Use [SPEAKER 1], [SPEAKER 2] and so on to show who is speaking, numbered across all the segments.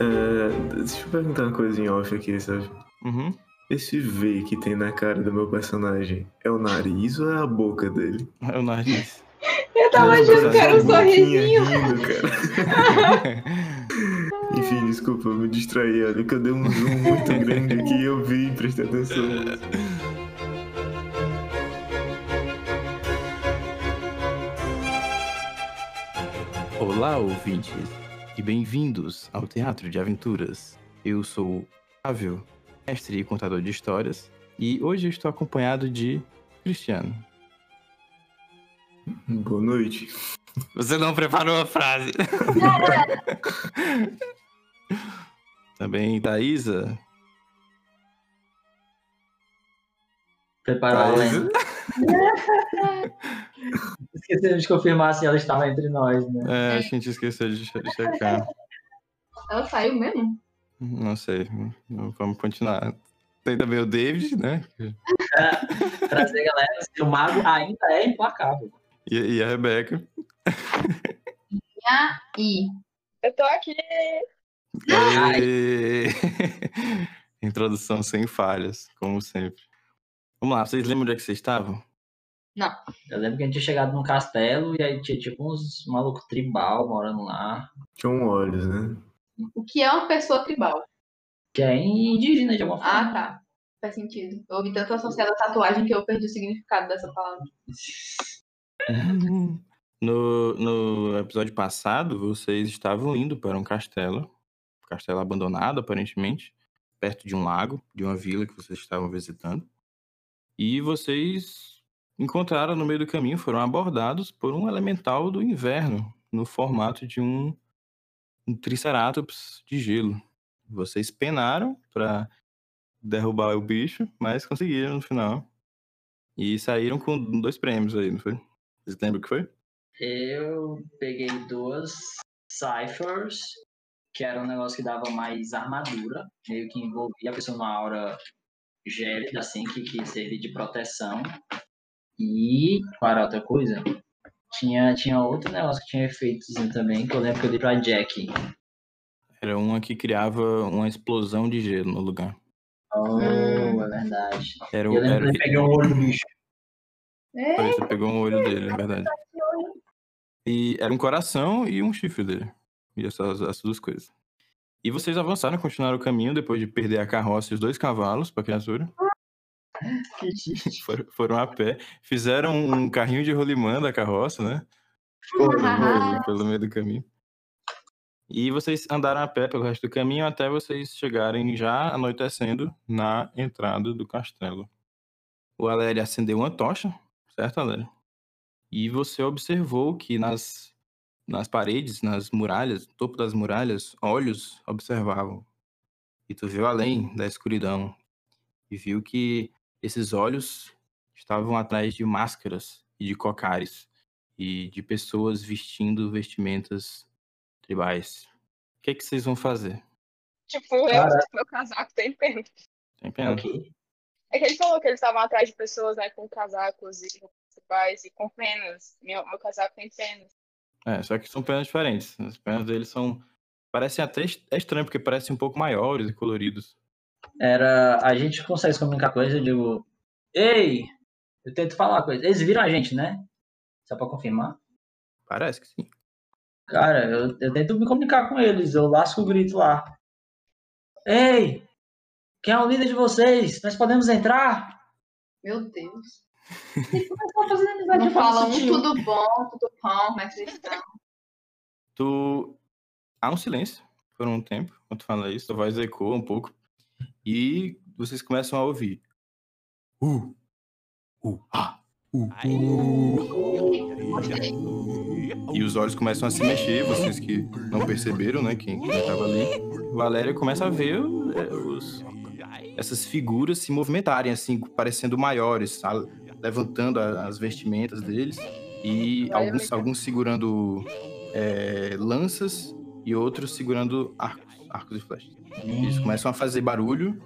[SPEAKER 1] É, Deixa eu perguntar uma coisa em off aqui, sabe?
[SPEAKER 2] Uhum.
[SPEAKER 1] Esse V que tem na cara do meu personagem é o nariz ou é a boca dele?
[SPEAKER 2] É o nariz.
[SPEAKER 3] Eu tava
[SPEAKER 1] Meu
[SPEAKER 3] achando que era um
[SPEAKER 1] coração, boquinha
[SPEAKER 3] sorrisinho.
[SPEAKER 1] rindo, cara. Enfim, desculpa, eu me distraí. Olha que eu dei um zoom muito grande aqui e eu vi, prestei atenção.
[SPEAKER 2] Olá, ouvintes, e bem-vindos ao Teatro de Aventuras. Eu sou Ávio, mestre e contador de histórias, e hoje eu estou acompanhado de Cristiano.
[SPEAKER 1] Boa noite.
[SPEAKER 2] Você não preparou a frase. Também Thaísa.
[SPEAKER 4] Preparar a
[SPEAKER 2] Thaísa.
[SPEAKER 4] Lena. Esquecemos de confirmar se ela estava entre nós,
[SPEAKER 2] É,
[SPEAKER 4] né?
[SPEAKER 2] a gente esqueceu de che- checar.
[SPEAKER 3] Ela saiu mesmo?
[SPEAKER 2] Não sei. Vamos continuar. Tem também o David, né?
[SPEAKER 4] Trazer a galera, se o mago ainda é implacável.
[SPEAKER 2] E, e a Rebeca.
[SPEAKER 3] E
[SPEAKER 5] Eu tô aqui.
[SPEAKER 2] E- Introdução sem falhas, como sempre. Vamos lá, vocês lembram onde é que vocês estavam?
[SPEAKER 4] Eu lembro que a gente tinha chegado num castelo e aí tinha tipo uns malucos tribal morando lá.
[SPEAKER 1] John Olhos, né?
[SPEAKER 3] o que é uma pessoa tribal?
[SPEAKER 4] Que é indígena de alguma
[SPEAKER 3] Ah,
[SPEAKER 4] forma.
[SPEAKER 3] tá. Faz sentido. Eu ouvi tanto associado à tatuagem que eu perdi o significado dessa palavra.
[SPEAKER 2] No, no episódio passado, vocês estavam indo para um castelo, um castelo abandonado, aparentemente, perto de um lago, de uma vila que vocês estavam visitando. E vocês encontraram no meio do caminho, foram abordados por um elemental do inverno, no formato de um, um triceratops de gelo. Vocês penaram para derrubar o bicho, mas conseguiram no final. E saíram com dois prêmios aí, não foi? Vocês lembram o que foi?
[SPEAKER 4] Eu peguei duas ciphers, que era um negócio que dava mais armadura, meio que envolvia a pessoa numa aura gélida, assim, que, que servia de proteção. E, para outra coisa, tinha, tinha outro negócio que tinha efeitos também, que eu lembro que eu dei pra Jack.
[SPEAKER 2] Era uma que criava uma explosão de gelo no lugar.
[SPEAKER 4] Oh,
[SPEAKER 3] Hum.
[SPEAKER 4] é verdade.
[SPEAKER 2] Era
[SPEAKER 4] Eu,
[SPEAKER 2] o.
[SPEAKER 4] lembro
[SPEAKER 2] Era,
[SPEAKER 4] que eu peguei um olho do bicho.
[SPEAKER 3] É,
[SPEAKER 2] você pegou um olho dele, é verdade. E era um coração e um chifre dele. E essas, essas duas coisas. E vocês avançaram, continuaram o caminho depois de perder a carroça e os dois cavalos pra criatura.
[SPEAKER 4] Que triste.
[SPEAKER 2] Foram, foram a pé. Fizeram um carrinho de rolimã da carroça, né? pelo, pelo meio do caminho. E vocês andaram a pé pelo resto do caminho até vocês chegarem já anoitecendo na entrada do castelo. O Aléria acendeu uma tocha, certo, Aléria? E você observou que nas, nas paredes, nas muralhas, no topo das muralhas, olhos observavam. E tu viu além da escuridão. E viu que esses olhos estavam atrás de máscaras e de cocares e de pessoas vestindo vestimentas tribais. O que, é que vocês vão fazer?
[SPEAKER 5] Tipo, eu
[SPEAKER 4] Cara.
[SPEAKER 5] meu casaco tem pena.
[SPEAKER 2] Tem pena?
[SPEAKER 4] Ok.
[SPEAKER 5] É que ele falou que eles estavam atrás de pessoas, né, com casacos e com principais e com penas. Meu, meu casaco tem penas.
[SPEAKER 2] É, só que são penas diferentes. As penas deles são. Parecem até. est- É estranho, porque parecem um pouco maiores e coloridos.
[SPEAKER 4] Era. A gente consegue se comunicar com eles, eu digo. Ei! Eu tento falar com eles. Eles viram a gente, né? Só pra confirmar.
[SPEAKER 2] Parece que sim.
[SPEAKER 4] Cara, eu, eu tento me comunicar com eles, eu lasco o grito lá. Ei! Quem é o líder de vocês? Nós podemos entrar?
[SPEAKER 3] Meu Deus.
[SPEAKER 4] Começou a fazer tá amizade
[SPEAKER 3] Não
[SPEAKER 4] de forma
[SPEAKER 3] fala um
[SPEAKER 4] sutil.
[SPEAKER 3] tudo bom, tudo bom, mas cristão.
[SPEAKER 2] Tu. Há um silêncio por um tempo, quando tu fala isso, tua voz ecoa um pouco. E vocês começam a ouvir. Uh! Uh! Ah! Uh! E os olhos começam a se mexer, vocês que não perceberam, né? Quem quem tava ali. Valéria começa a ver é, os- essas figuras se movimentarem, assim, parecendo maiores, tá? levantando a- as vestimentas deles. E alguns, alguns segurando é, lanças e outros segurando arcos, arcos e flechas. Eles começam a fazer barulho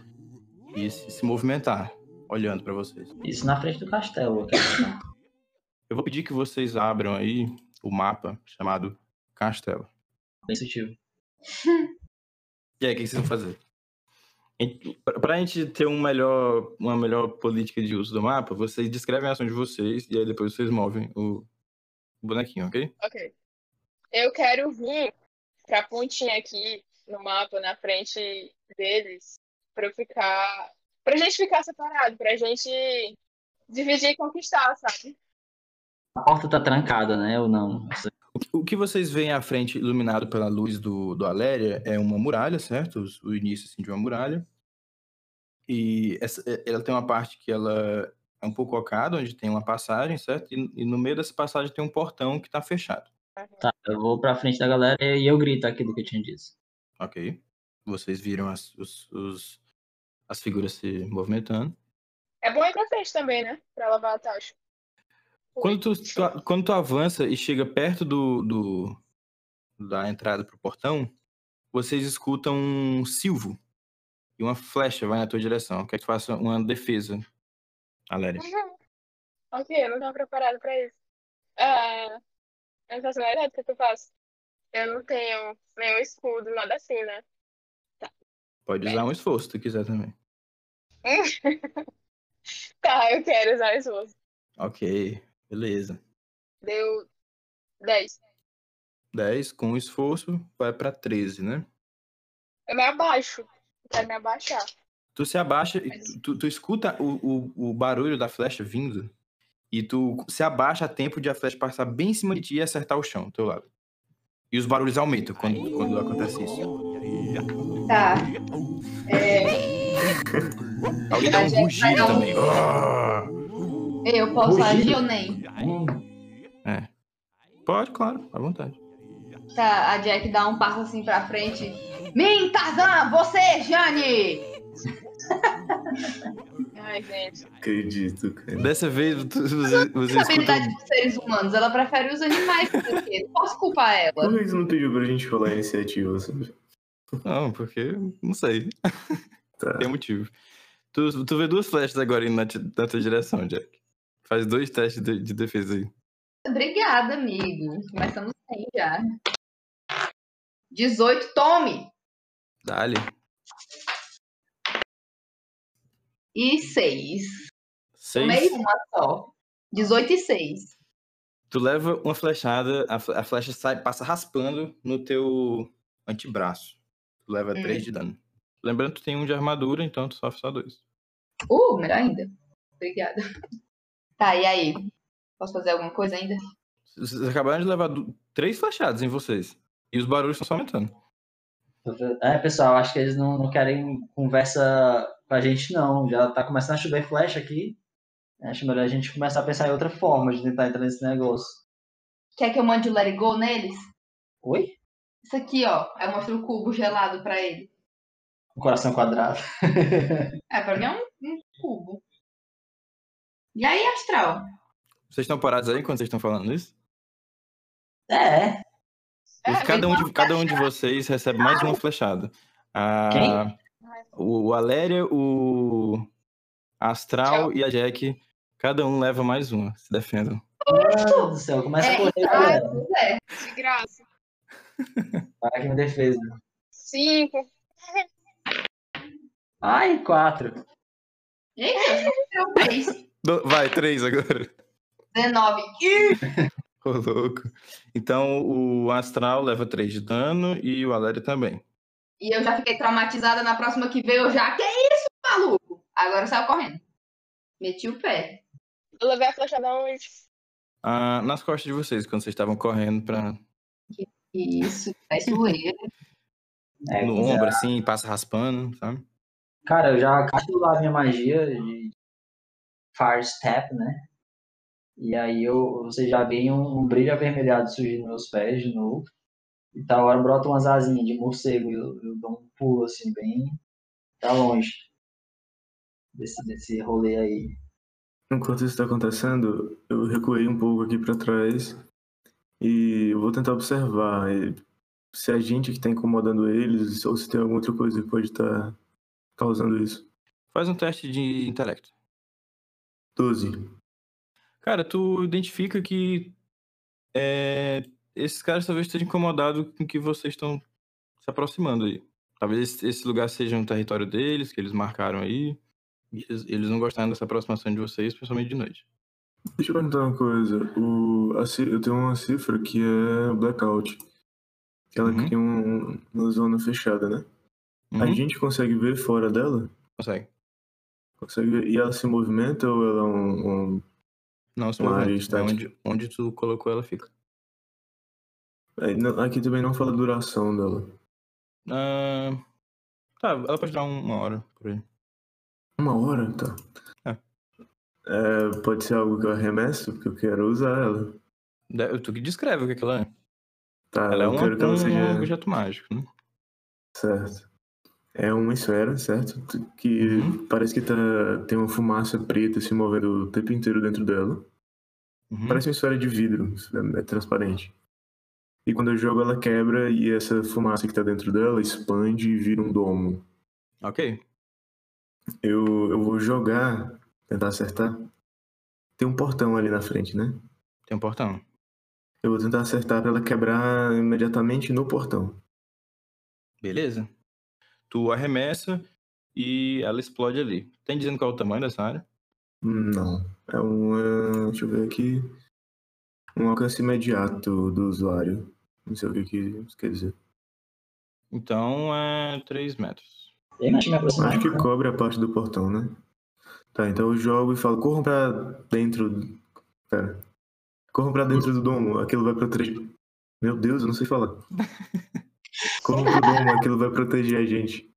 [SPEAKER 2] e se, se movimentar, olhando pra vocês.
[SPEAKER 4] Isso na frente do castelo. é cara.
[SPEAKER 2] Eu vou pedir que vocês abram aí o mapa chamado Castelo.
[SPEAKER 4] Bem sutil.
[SPEAKER 2] E aí, o que vocês vão fazer? Em- pra- Pra gente ter um melhor, uma melhor política de uso do mapa, vocês descrevem a ação de vocês e aí depois vocês movem o bonequinho, ok?
[SPEAKER 5] Ok. Eu quero vir pra pontinha aqui no mapa, na frente deles, pra eu ficar. pra gente ficar separado, pra gente dividir e conquistar, sabe?
[SPEAKER 4] A porta tá trancada, né? Ou não?
[SPEAKER 2] O que- O que vocês veem à frente, iluminado pela luz do, do Aléria, é uma muralha, certo? Os- O início assim, de uma muralha. E essa, é- ela tem uma parte que ela é um pouco ocada, onde tem uma passagem, certo? E, e no meio dessa passagem tem um portão que está fechado,
[SPEAKER 4] Tá, eu vou pra frente da galera e eu grito aquilo que eu tinha dito.
[SPEAKER 2] ok? Vocês viram as, os- os- as figuras se movimentando.
[SPEAKER 5] É bom ir pra frente também, né? Pra lavar a taxa.
[SPEAKER 2] Quando tu, tu a- quando tu avança e chega perto do, do- da entrada pro portão, vocês escutam um silvo e uma flecha vai na tua direção. Quer que tu faça uma defesa, Aléria?
[SPEAKER 5] Uhum. Ok, eu não tava preparado pra isso. Ah, eu não faço nada o que eu faço. Eu não tenho nenhum escudo, nada assim, né?
[SPEAKER 2] Pode usar um esforço se tu quiser também.
[SPEAKER 5] Tá, eu quero usar esforço.
[SPEAKER 2] Ok, beleza.
[SPEAKER 5] Deu 10.
[SPEAKER 2] 10 com um esforço vai pra 13, né?
[SPEAKER 5] Eu me abaixo. Eu quero me abaixar.
[SPEAKER 2] Tu se abaixa e tu, tu- tu escuta o, o, o barulho da flecha vindo e tu se abaixa a tempo de a flecha passar bem em cima de ti e acertar o chão, do teu lado. E os barulhos aumentam quando, quando acontece isso.
[SPEAKER 3] Tá. É,
[SPEAKER 2] Alguém dá um rugido também.
[SPEAKER 3] eu posso
[SPEAKER 4] Rugido.
[SPEAKER 3] agir ou nem?
[SPEAKER 2] Pode, claro, à vontade.
[SPEAKER 3] Tá, a Jack dá um passo assim pra frente. Min, Tarzan, você, Jane!
[SPEAKER 5] Ai, gente.
[SPEAKER 1] Acredito, cara.
[SPEAKER 2] Dessa vez tu- você, você escuta. um-
[SPEAKER 3] Habilidade dos seres humanos, ela prefere os animais do que Não posso culpar ela.
[SPEAKER 1] Por que você não pediu pra gente rolar a iniciativa, sabe?
[SPEAKER 2] Não, porque. Não sei.
[SPEAKER 1] Tá.
[SPEAKER 2] Tem motivo. Tu, tu vê duas flechas agora indo na, ti- na tua direção, Jack. Faz dois testes de, de defesa aí.
[SPEAKER 3] Obrigada, amigo. Começamos bem já. 18, tome!
[SPEAKER 2] Dá-lhe.
[SPEAKER 3] E 6. Tomei
[SPEAKER 2] Seis.
[SPEAKER 3] uma só. 18 e 6.
[SPEAKER 2] Tu leva uma flechada, a, fle- a flecha sai, passa raspando no teu antebraço. Tu leva
[SPEAKER 3] Hum.
[SPEAKER 2] três de dano. Lembrando que tu tem um de armadura, então tu sofre só dois.
[SPEAKER 3] Uh, melhor ainda. Obrigada. Tá, e aí? Posso fazer alguma coisa ainda?
[SPEAKER 2] Vocês acabaram de levar du- três flechadas em vocês. E os barulhos estão só aumentando.
[SPEAKER 4] É, pessoal, acho que eles não, não querem conversa com a gente, não. Já tá começando a chover flecha aqui. Acho melhor a gente começar a pensar em outra forma de tentar entrar nesse negócio.
[SPEAKER 3] Quer que eu mande o Let It Go neles?
[SPEAKER 4] Oi?
[SPEAKER 3] Isso aqui, ó. Aí eu mostro o cubo gelado pra ele.
[SPEAKER 4] Um coração quadrado.
[SPEAKER 3] É, pra mim é um, um cubo. E aí, Astral?
[SPEAKER 2] Vocês estão parados aí quando vocês estão falando isso?
[SPEAKER 4] É,
[SPEAKER 5] É,
[SPEAKER 2] cada, um de, cada um de vocês recebe mais uma flechada. A, o, o Aléria, o Astral e a Jack, cada um leva mais uma. Se defendam.
[SPEAKER 4] mano do céu, começa a
[SPEAKER 3] É,
[SPEAKER 4] correr,
[SPEAKER 3] ah,
[SPEAKER 4] galera.
[SPEAKER 5] de graça.
[SPEAKER 4] Para que me defesa.
[SPEAKER 5] Cinco.
[SPEAKER 4] Ai, quatro.
[SPEAKER 3] Eita, eu 3.
[SPEAKER 2] Do- Vai, três agora.
[SPEAKER 3] 19.
[SPEAKER 2] Ô, louco. Então o Astral leva 3 de dano e o Alério também.
[SPEAKER 3] E eu já fiquei traumatizada. Na próxima que veio, eu já. Que isso, maluco? Agora saiu correndo. Meti o pé.
[SPEAKER 5] Eu levei a flechada onde?
[SPEAKER 2] Ah, nas costas de vocês, quando vocês estavam correndo pra,
[SPEAKER 3] Isso, faz zoeira.
[SPEAKER 4] É,
[SPEAKER 2] no ombro, assim, passa raspando, sabe?
[SPEAKER 4] Cara, eu já casto lá a minha magia de Fire Step, né? E aí eu, você já vê um, um brilho avermelhado surgindo nos meus pés de novo. E tal hora brota umas asinhas de morcego. e Eu, eu dou um pulo assim, bem pra longe desse, desse rolê aí.
[SPEAKER 1] Enquanto isso tá acontecendo, eu recuei um pouco aqui pra trás e eu vou tentar observar e se a gente que tá incomodando eles ou se tem alguma outra coisa que pode estar causando isso.
[SPEAKER 2] Faz um teste de intelecto.
[SPEAKER 1] 12.
[SPEAKER 2] Cara, tu identifica que é, esses caras talvez estejam incomodados com que vocês estão se aproximando aí. Talvez esse- esse lugar seja um território deles, que eles marcaram aí. E eles, eles não gostaram dessa aproximação de vocês, principalmente de noite.
[SPEAKER 1] Deixa eu perguntar uma coisa. O, a ci- eu tenho uma cifra que é Blackout. Que ela
[SPEAKER 2] Uhum.
[SPEAKER 1] cria um- uma zona fechada, né? A
[SPEAKER 2] Uhum,
[SPEAKER 1] gente consegue ver fora dela?
[SPEAKER 2] Consegue.
[SPEAKER 1] Consegue ver? E ela se movimenta ou ela é um. um-
[SPEAKER 2] Não, se
[SPEAKER 1] Uma área
[SPEAKER 2] movimenta. É
[SPEAKER 1] estática.
[SPEAKER 2] onde, onde tu colocou ela fica.
[SPEAKER 1] é, não- Aqui também não fala a duração dela.
[SPEAKER 2] Ah, tá, ela pode dar um- uma hora por aí.
[SPEAKER 1] Uma hora, tá.
[SPEAKER 2] É.
[SPEAKER 1] É, pode ser algo que eu arremesso, porque eu quero usar ela.
[SPEAKER 2] De- Tu que descreve o que, é que ela é.
[SPEAKER 1] Tá,
[SPEAKER 2] Ela é
[SPEAKER 1] eu
[SPEAKER 2] um,
[SPEAKER 1] quero que ela
[SPEAKER 2] um
[SPEAKER 1] seja.
[SPEAKER 2] objeto mágico, né?
[SPEAKER 1] Certo. É uma esfera, certo? Que
[SPEAKER 2] Uhum.
[SPEAKER 1] parece que tá, tem uma fumaça preta se movendo o tempo inteiro dentro dela.
[SPEAKER 2] Uhum.
[SPEAKER 1] Parece uma esfera de vidro, é transparente. E quando eu jogo, ela quebra e essa fumaça que tá dentro dela expande e vira um domo.
[SPEAKER 2] Ok.
[SPEAKER 1] Eu, eu vou jogar, tentar acertar. Tem um portão ali na frente, né?
[SPEAKER 2] Tem um portão.
[SPEAKER 1] Eu vou tentar acertar pra ela quebrar imediatamente no portão.
[SPEAKER 2] Beleza. Tu arremessa e ela explode ali. Tem dizendo qual é o tamanho dessa área?
[SPEAKER 1] Hum, Não. É um. é, Deixa eu ver aqui. Um alcance imediato do usuário. Não sei o que, que isso quer dizer.
[SPEAKER 2] Então é 3 metros.
[SPEAKER 4] Eu imagino aproximar.
[SPEAKER 1] Acho que cobre a parte do portão, né? Tá, então eu jogo e falo, corram pra dentro. do- Pera. Corram pra dentro do domo, aquilo vai proteger. Meu Deus, eu não sei falar. Corram pro domo, aquilo vai proteger a gente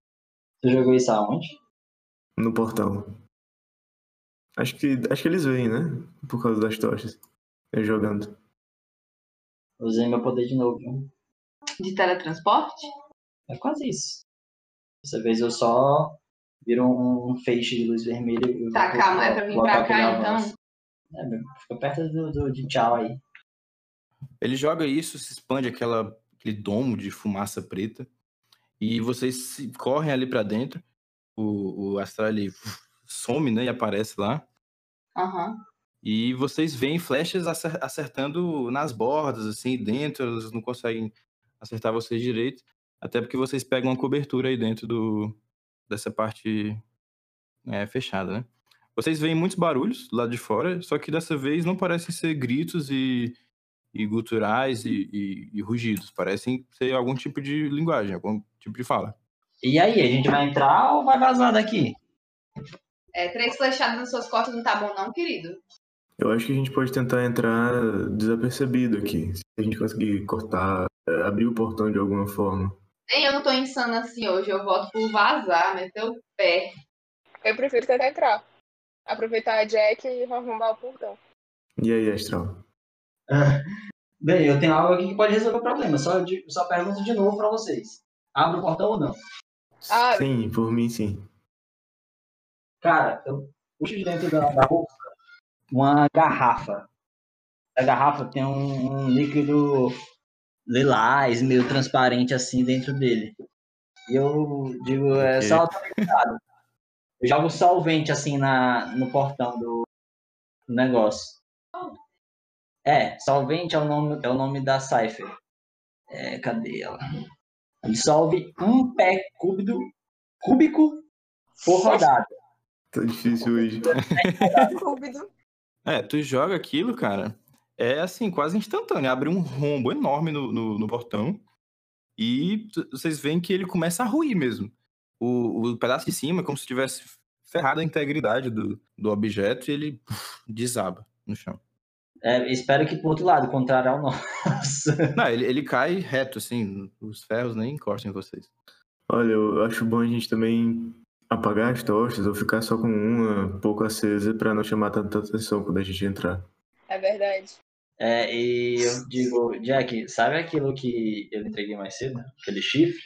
[SPEAKER 4] Você jogou isso aonde?
[SPEAKER 1] no portão. Acho que, acho que eles veem, né? Por causa das tochas. Eu jogando.
[SPEAKER 4] Usei meu poder de novo. viu?
[SPEAKER 3] De teletransporte?
[SPEAKER 4] É quase isso. Dessa vez eu só viro um feixe de luz vermelha. e eu
[SPEAKER 3] Tá,
[SPEAKER 4] vou
[SPEAKER 3] calma, é pra vir
[SPEAKER 4] botar
[SPEAKER 3] pra
[SPEAKER 4] aquele
[SPEAKER 3] cá então.
[SPEAKER 4] avanço. É, meu, fica perto do, do- de tchau aí.
[SPEAKER 2] Ele joga isso, se expande aquela, aquele domo de fumaça preta. E vocês se- correm ali pra dentro. O, o astral ele some, né? E aparece lá.
[SPEAKER 3] Aham.
[SPEAKER 2] E vocês veem flechas acer- acertando nas bordas, assim, dentro. Elas não conseguem acertar vocês direito. Até porque vocês pegam uma cobertura aí dentro do, dessa parte é, fechada, né? Vocês veem muitos barulhos lá de fora, só que dessa vez não parecem ser gritos e, e guturais e, e- e rugidos. Parecem ser algum tipo de linguagem, algum tipo de fala.
[SPEAKER 4] E aí, a gente vai entrar ou vai vazar daqui?
[SPEAKER 3] É, três flechadas nas suas costas não tá bom, não, querido.
[SPEAKER 1] Eu acho que a gente pode tentar entrar desapercebido aqui. Se a gente conseguir cortar, eh, abrir o portão de alguma forma.
[SPEAKER 3] Nem eu não tô insana assim hoje, eu voto por vazar, meter o pé.
[SPEAKER 5] Eu prefiro tentar entrar. Aproveitar a Jack e arrombar o portão.
[SPEAKER 1] E aí, Astral?
[SPEAKER 4] Bem, eu tenho algo aqui que pode resolver o problema. Só, eu di- só pergunto de novo pra vocês. Abre o portão ou não?
[SPEAKER 5] Ah.
[SPEAKER 1] Sim, por mim sim.
[SPEAKER 4] Cara, eu puxo de dentro da, da bolsa uma garrafa. A garrafa tem um, um líquido lilás, meio transparente assim dentro dele. E eu digo, é
[SPEAKER 2] Ok.
[SPEAKER 4] só tome cuidado. Eu jogo solvente assim na, no portão do, do negócio. É, solvente é o nome, é o nome da Cypher. É, cadê ela? Dissolve um pé cúbido, cúbico por rodada.
[SPEAKER 1] Tá difícil hoje.
[SPEAKER 5] Cúbido.
[SPEAKER 2] É, tu joga aquilo, cara. É assim, quase instantâneo. Abre um rombo enorme no, no, no portão. E tu- vocês veem que ele começa a ruir mesmo. O, o pedaço de cima é como se tivesse ferrado a integridade do, do objeto e ele puf, desaba no chão.
[SPEAKER 4] É, espero que pro outro lado, contrário ao nosso.
[SPEAKER 2] Não, ele, ele cai reto, assim. Os ferros nem encostam em vocês.
[SPEAKER 1] Olha, eu acho bom a gente também apagar as tochas ou ficar só com uma pouco acesa pra não chamar tanta atenção quando a gente entrar.
[SPEAKER 5] É verdade.
[SPEAKER 4] É, e eu digo, Jack, sabe aquilo que eu entreguei mais cedo? Aquele chifre?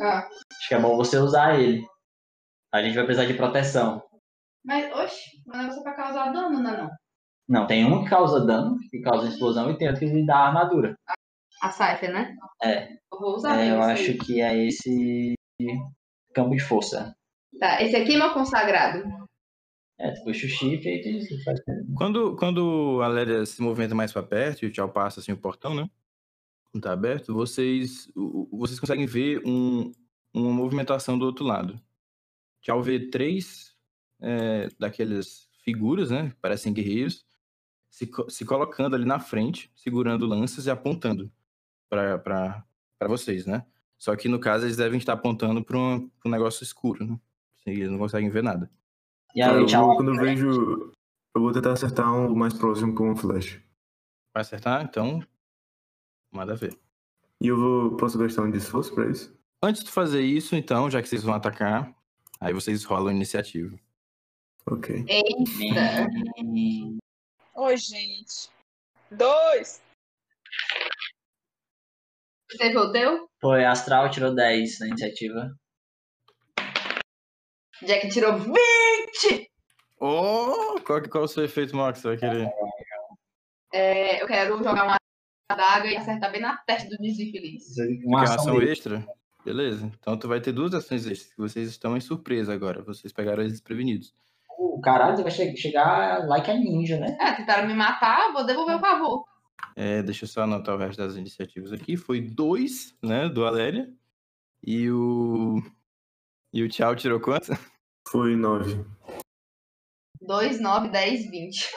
[SPEAKER 3] Ah,
[SPEAKER 4] Acho que é bom você usar ele. A gente vai precisar de proteção.
[SPEAKER 3] mas, oxe, o negócio é pra causar dano, não é não?
[SPEAKER 4] Não, tem um que causa dano, que causa explosão, e tem outro que lhe dá armadura.
[SPEAKER 3] A Cypher, né?
[SPEAKER 4] É.
[SPEAKER 3] Eu vou usar
[SPEAKER 4] É,
[SPEAKER 3] mesmo
[SPEAKER 4] eu
[SPEAKER 3] isso
[SPEAKER 4] acho
[SPEAKER 3] aí.
[SPEAKER 4] que é esse campo de força.
[SPEAKER 3] Tá, esse aqui é meu consagrado.
[SPEAKER 4] É, tu puxa o chifre e tu faz.
[SPEAKER 2] Quando, quando a Lélia se movimenta mais pra perto e o Tchau passa assim o portão, né? Não tá aberto, vocês, o- o- vocês conseguem ver um, uma movimentação do outro lado. Que ao ver três é, daquelas figuras, né, que parecem guerreiros, se, co- se colocando ali na frente, segurando lanças e apontando para vocês, né? Só que no caso eles devem estar apontando para um, pra um negócio escuro, né? Assim, Eles não conseguem ver nada.
[SPEAKER 4] E
[SPEAKER 1] Cara,
[SPEAKER 4] aí,
[SPEAKER 1] eu
[SPEAKER 4] tchau.
[SPEAKER 1] vou- quando eu vejo. Eu vou tentar acertar um mais próximo com um flash.
[SPEAKER 2] Vai acertar? Então, manda ver.
[SPEAKER 1] E eu vou. Posso gastar um desforço pra isso?
[SPEAKER 2] Antes de fazer isso, então, já que vocês vão atacar, aí vocês rolam a iniciativa.
[SPEAKER 1] Ok.
[SPEAKER 4] Hum,
[SPEAKER 5] Ô, gente. Dois.
[SPEAKER 3] Você viu o teu?
[SPEAKER 4] Foi, Astral tirou 10 na iniciativa.
[SPEAKER 3] Jack tirou 20.
[SPEAKER 2] Oh, qual, que- qual é o seu efeito maior que você vai querer?
[SPEAKER 3] É, eu quero jogar uma adaga e acertar bem na testa do desinfeliz.
[SPEAKER 4] Uma
[SPEAKER 2] Quer
[SPEAKER 4] ação dele.
[SPEAKER 2] extra? Beleza. Então tu vai ter duas ações extras. que Vocês estão em surpresa agora. Vocês pegaram eles desprevenidos.
[SPEAKER 4] O tipo, caralho vai che- chegar like a ninja, né?
[SPEAKER 3] É, tentaram me matar, vou devolver o
[SPEAKER 4] Uhum.
[SPEAKER 3] favor.
[SPEAKER 2] É, deixa eu só anotar o resto das iniciativas aqui. Foi dois, né? Do Aléria. E o. E o Tchau tirou quanto?
[SPEAKER 1] Foi nove.
[SPEAKER 3] 2, 9, 10, 20.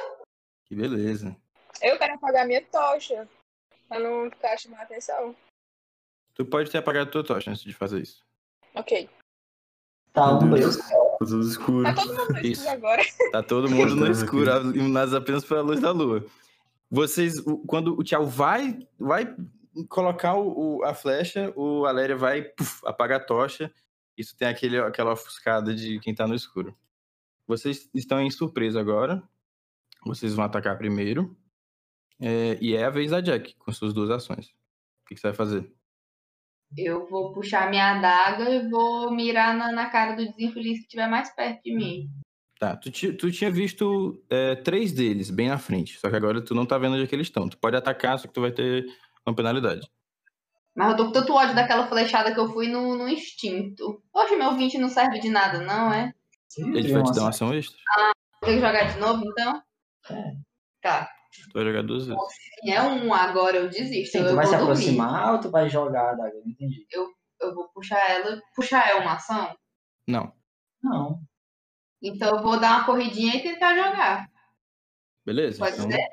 [SPEAKER 2] Que beleza.
[SPEAKER 5] Eu quero apagar minha tocha. Pra não ficar chamando a atenção.
[SPEAKER 2] Tu pode ter apagado tua tocha antes de fazer isso.
[SPEAKER 5] Ok.
[SPEAKER 4] Tá um,
[SPEAKER 1] Meu
[SPEAKER 4] dois.
[SPEAKER 1] Deus. Tá tudo escuro.
[SPEAKER 5] Tá todo mundo no escuro
[SPEAKER 2] Isso.
[SPEAKER 5] agora.
[SPEAKER 2] Tá todo mundo no
[SPEAKER 1] Tá,
[SPEAKER 2] escuro, iluminados apenas pela luz da lua. Vocês, o- quando o Tchau vai, vai colocar o, o- a flecha, o Aléria vai puf, apagar a tocha. Isso tem aquele, aquela ofuscada de quem tá no escuro. Vocês estão em surpresa agora. Vocês vão atacar primeiro. É, e é a vez da Jack, com suas duas ações. O que, que você vai fazer?
[SPEAKER 3] Eu vou puxar minha adaga e vou mirar na, na cara do desinfeliz que estiver mais perto de mim.
[SPEAKER 2] Tá, tu, ti- tu tinha visto é, três deles bem na frente, só que agora tu não tá vendo onde é que eles estão. Tu pode atacar, só que tu vai ter uma penalidade.
[SPEAKER 3] Mas eu tô com tanto ódio daquela flechada que eu fui no, no instinto. Hoje meu 20 não serve de nada, não é?
[SPEAKER 2] Ele vai te
[SPEAKER 4] assim.
[SPEAKER 2] dar uma ação extra.
[SPEAKER 3] Vou ter que jogar de novo, então?
[SPEAKER 4] É.
[SPEAKER 3] Tá.
[SPEAKER 2] Tu vai jogar duas vezes.
[SPEAKER 3] Se é um agora, eu desisto.
[SPEAKER 4] Sim,
[SPEAKER 3] eu
[SPEAKER 4] Tipo, tu vai
[SPEAKER 3] vou
[SPEAKER 4] se
[SPEAKER 3] dormir.
[SPEAKER 4] aproximar ou tu vai jogar a daga? Não entendi.
[SPEAKER 3] Eu vou puxar ela. Puxar é uma ação?
[SPEAKER 2] Não.
[SPEAKER 4] Não.
[SPEAKER 3] Então eu vou dar uma corridinha e tentar jogar.
[SPEAKER 2] Beleza?
[SPEAKER 3] Pode
[SPEAKER 2] então,
[SPEAKER 3] ser?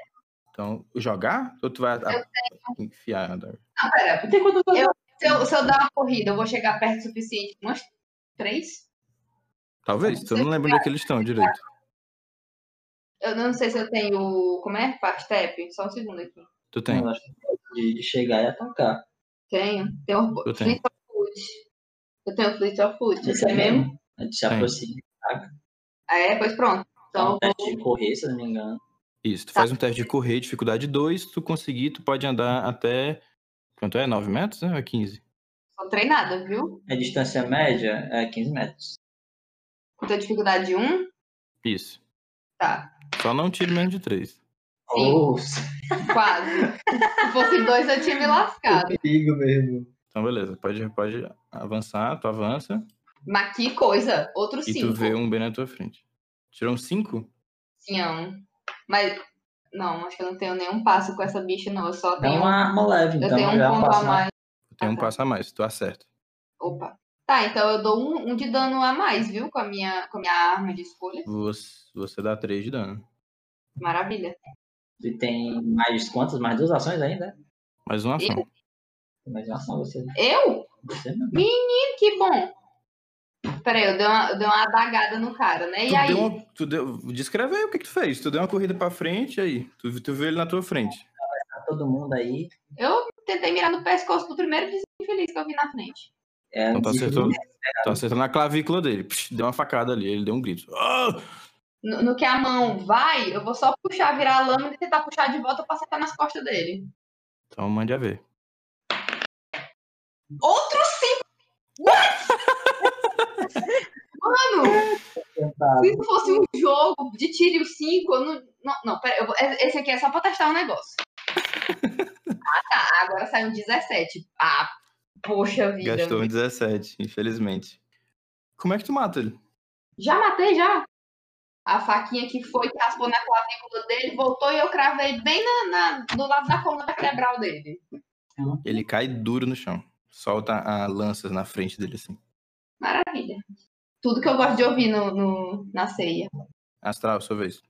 [SPEAKER 2] então, jogar? Ou tu vai a- enfiar a daga?
[SPEAKER 3] Não, pera.
[SPEAKER 4] E tem quanto
[SPEAKER 3] Se eu, se eu dar uma corrida, eu vou chegar perto o suficiente? Umas três?
[SPEAKER 2] Talvez. Tu não lembra onde é que eles estão direito.
[SPEAKER 3] Eu não sei se eu tenho. Como é? Fast step? Só um segundo aqui.
[SPEAKER 2] Tu tem.
[SPEAKER 4] de, de chegar e atacar.
[SPEAKER 3] Tenho. Tenho orgulho.
[SPEAKER 2] Eu tenho.
[SPEAKER 3] Fleet of Foot. Eu tenho Fleet of Foot.
[SPEAKER 4] Esse
[SPEAKER 3] Isso é mesmo?
[SPEAKER 4] A gente se
[SPEAKER 2] Sim.
[SPEAKER 4] aproxima.
[SPEAKER 3] Ah, é? Pois pronto.
[SPEAKER 4] Então,
[SPEAKER 3] Então,
[SPEAKER 2] é
[SPEAKER 4] teste de correr, se eu não me engano.
[SPEAKER 2] Isso. Tu faz um teste de correr, dificuldade 2. Se tu conseguir, tu pode andar até. Quanto é? 9 metros? Né? Ou É 15.
[SPEAKER 3] sou treinada, viu?
[SPEAKER 4] A distância média é 15 metros.
[SPEAKER 3] Eu tenho dificuldade 1.
[SPEAKER 2] Isso.
[SPEAKER 3] Tá.
[SPEAKER 2] Só não tire menos de 3.
[SPEAKER 3] Sim.
[SPEAKER 4] Oh,
[SPEAKER 3] Quase. se fosse dois, eu tinha me lascado.
[SPEAKER 4] perigo mesmo.
[SPEAKER 2] Então, beleza. Pode, pode avançar. Tu avança.
[SPEAKER 3] Mas que coisa. Outro
[SPEAKER 2] E
[SPEAKER 3] cinco.
[SPEAKER 2] tu vê um bem na tua frente. Tirou um 5?
[SPEAKER 3] Sim, é um. Mas. Não, acho que eu não tenho nenhum passo com essa bicha, não. Eu só
[SPEAKER 4] É
[SPEAKER 3] tenho.
[SPEAKER 4] uma arma leve,
[SPEAKER 3] eu
[SPEAKER 4] então
[SPEAKER 3] tenho um
[SPEAKER 4] já
[SPEAKER 3] ponto a
[SPEAKER 4] passa
[SPEAKER 3] mais.
[SPEAKER 2] Tem um
[SPEAKER 3] tá.
[SPEAKER 2] passo a mais. Tu acerta.
[SPEAKER 3] Opa. Tá, então eu dou um, um de dano a mais, viu? Com a minha, com a minha arma de escolha.
[SPEAKER 2] Você, você dá 3 de dano.
[SPEAKER 3] Maravilha.
[SPEAKER 4] E tem mais quantas? Mais duas ações ainda?
[SPEAKER 2] Mais uma ação.
[SPEAKER 4] Mais uma ação você.
[SPEAKER 3] Eu?
[SPEAKER 4] você mesmo.
[SPEAKER 3] Ih, Que bom. Peraí, eu dei uma, eu dei uma adagada no cara, né? E
[SPEAKER 2] Tu
[SPEAKER 3] aí?
[SPEAKER 2] deu uma- tu deu- descreve aí o que, que tu fez. Tu deu uma corrida pra frente aí. Tu, tu vê ele na tua frente.
[SPEAKER 4] Tá todo mundo aí.
[SPEAKER 3] Eu tentei mirar no pescoço do primeiro desinfeliz que eu vi na frente.
[SPEAKER 4] É,
[SPEAKER 2] Então tu
[SPEAKER 4] de-
[SPEAKER 2] acertou, tu acertou na clavícula dele. Psh, deu uma facada ali, ele deu um grito. Ah!
[SPEAKER 3] No, no que a mão vai, eu vou só puxar, virar a lâmina e tentar puxar de volta pra acertar nas costas dele.
[SPEAKER 2] Então mande a ver.
[SPEAKER 3] Outro cinco! Mano! Se isso fosse um jogo de tiro 5, eu não. Não, não pera, eu vou- esse aqui é só pra testar um negócio. Ah, tá. Agora saiu um 17. Ah, poxa vida.
[SPEAKER 2] Gastou um 17, infelizmente. Como é que tu mata ele?
[SPEAKER 3] Já matei, já. A faquinha que foi, que raspou na clavícula dele, voltou e eu cravei bem na, na- do lado da coluna vertebral dele.
[SPEAKER 2] Ele cai duro no chão. Solta a lança na frente dele assim.
[SPEAKER 3] Maravilha. Tudo que eu gosto de ouvir no, no- na ceia.
[SPEAKER 2] Astral, sua vez.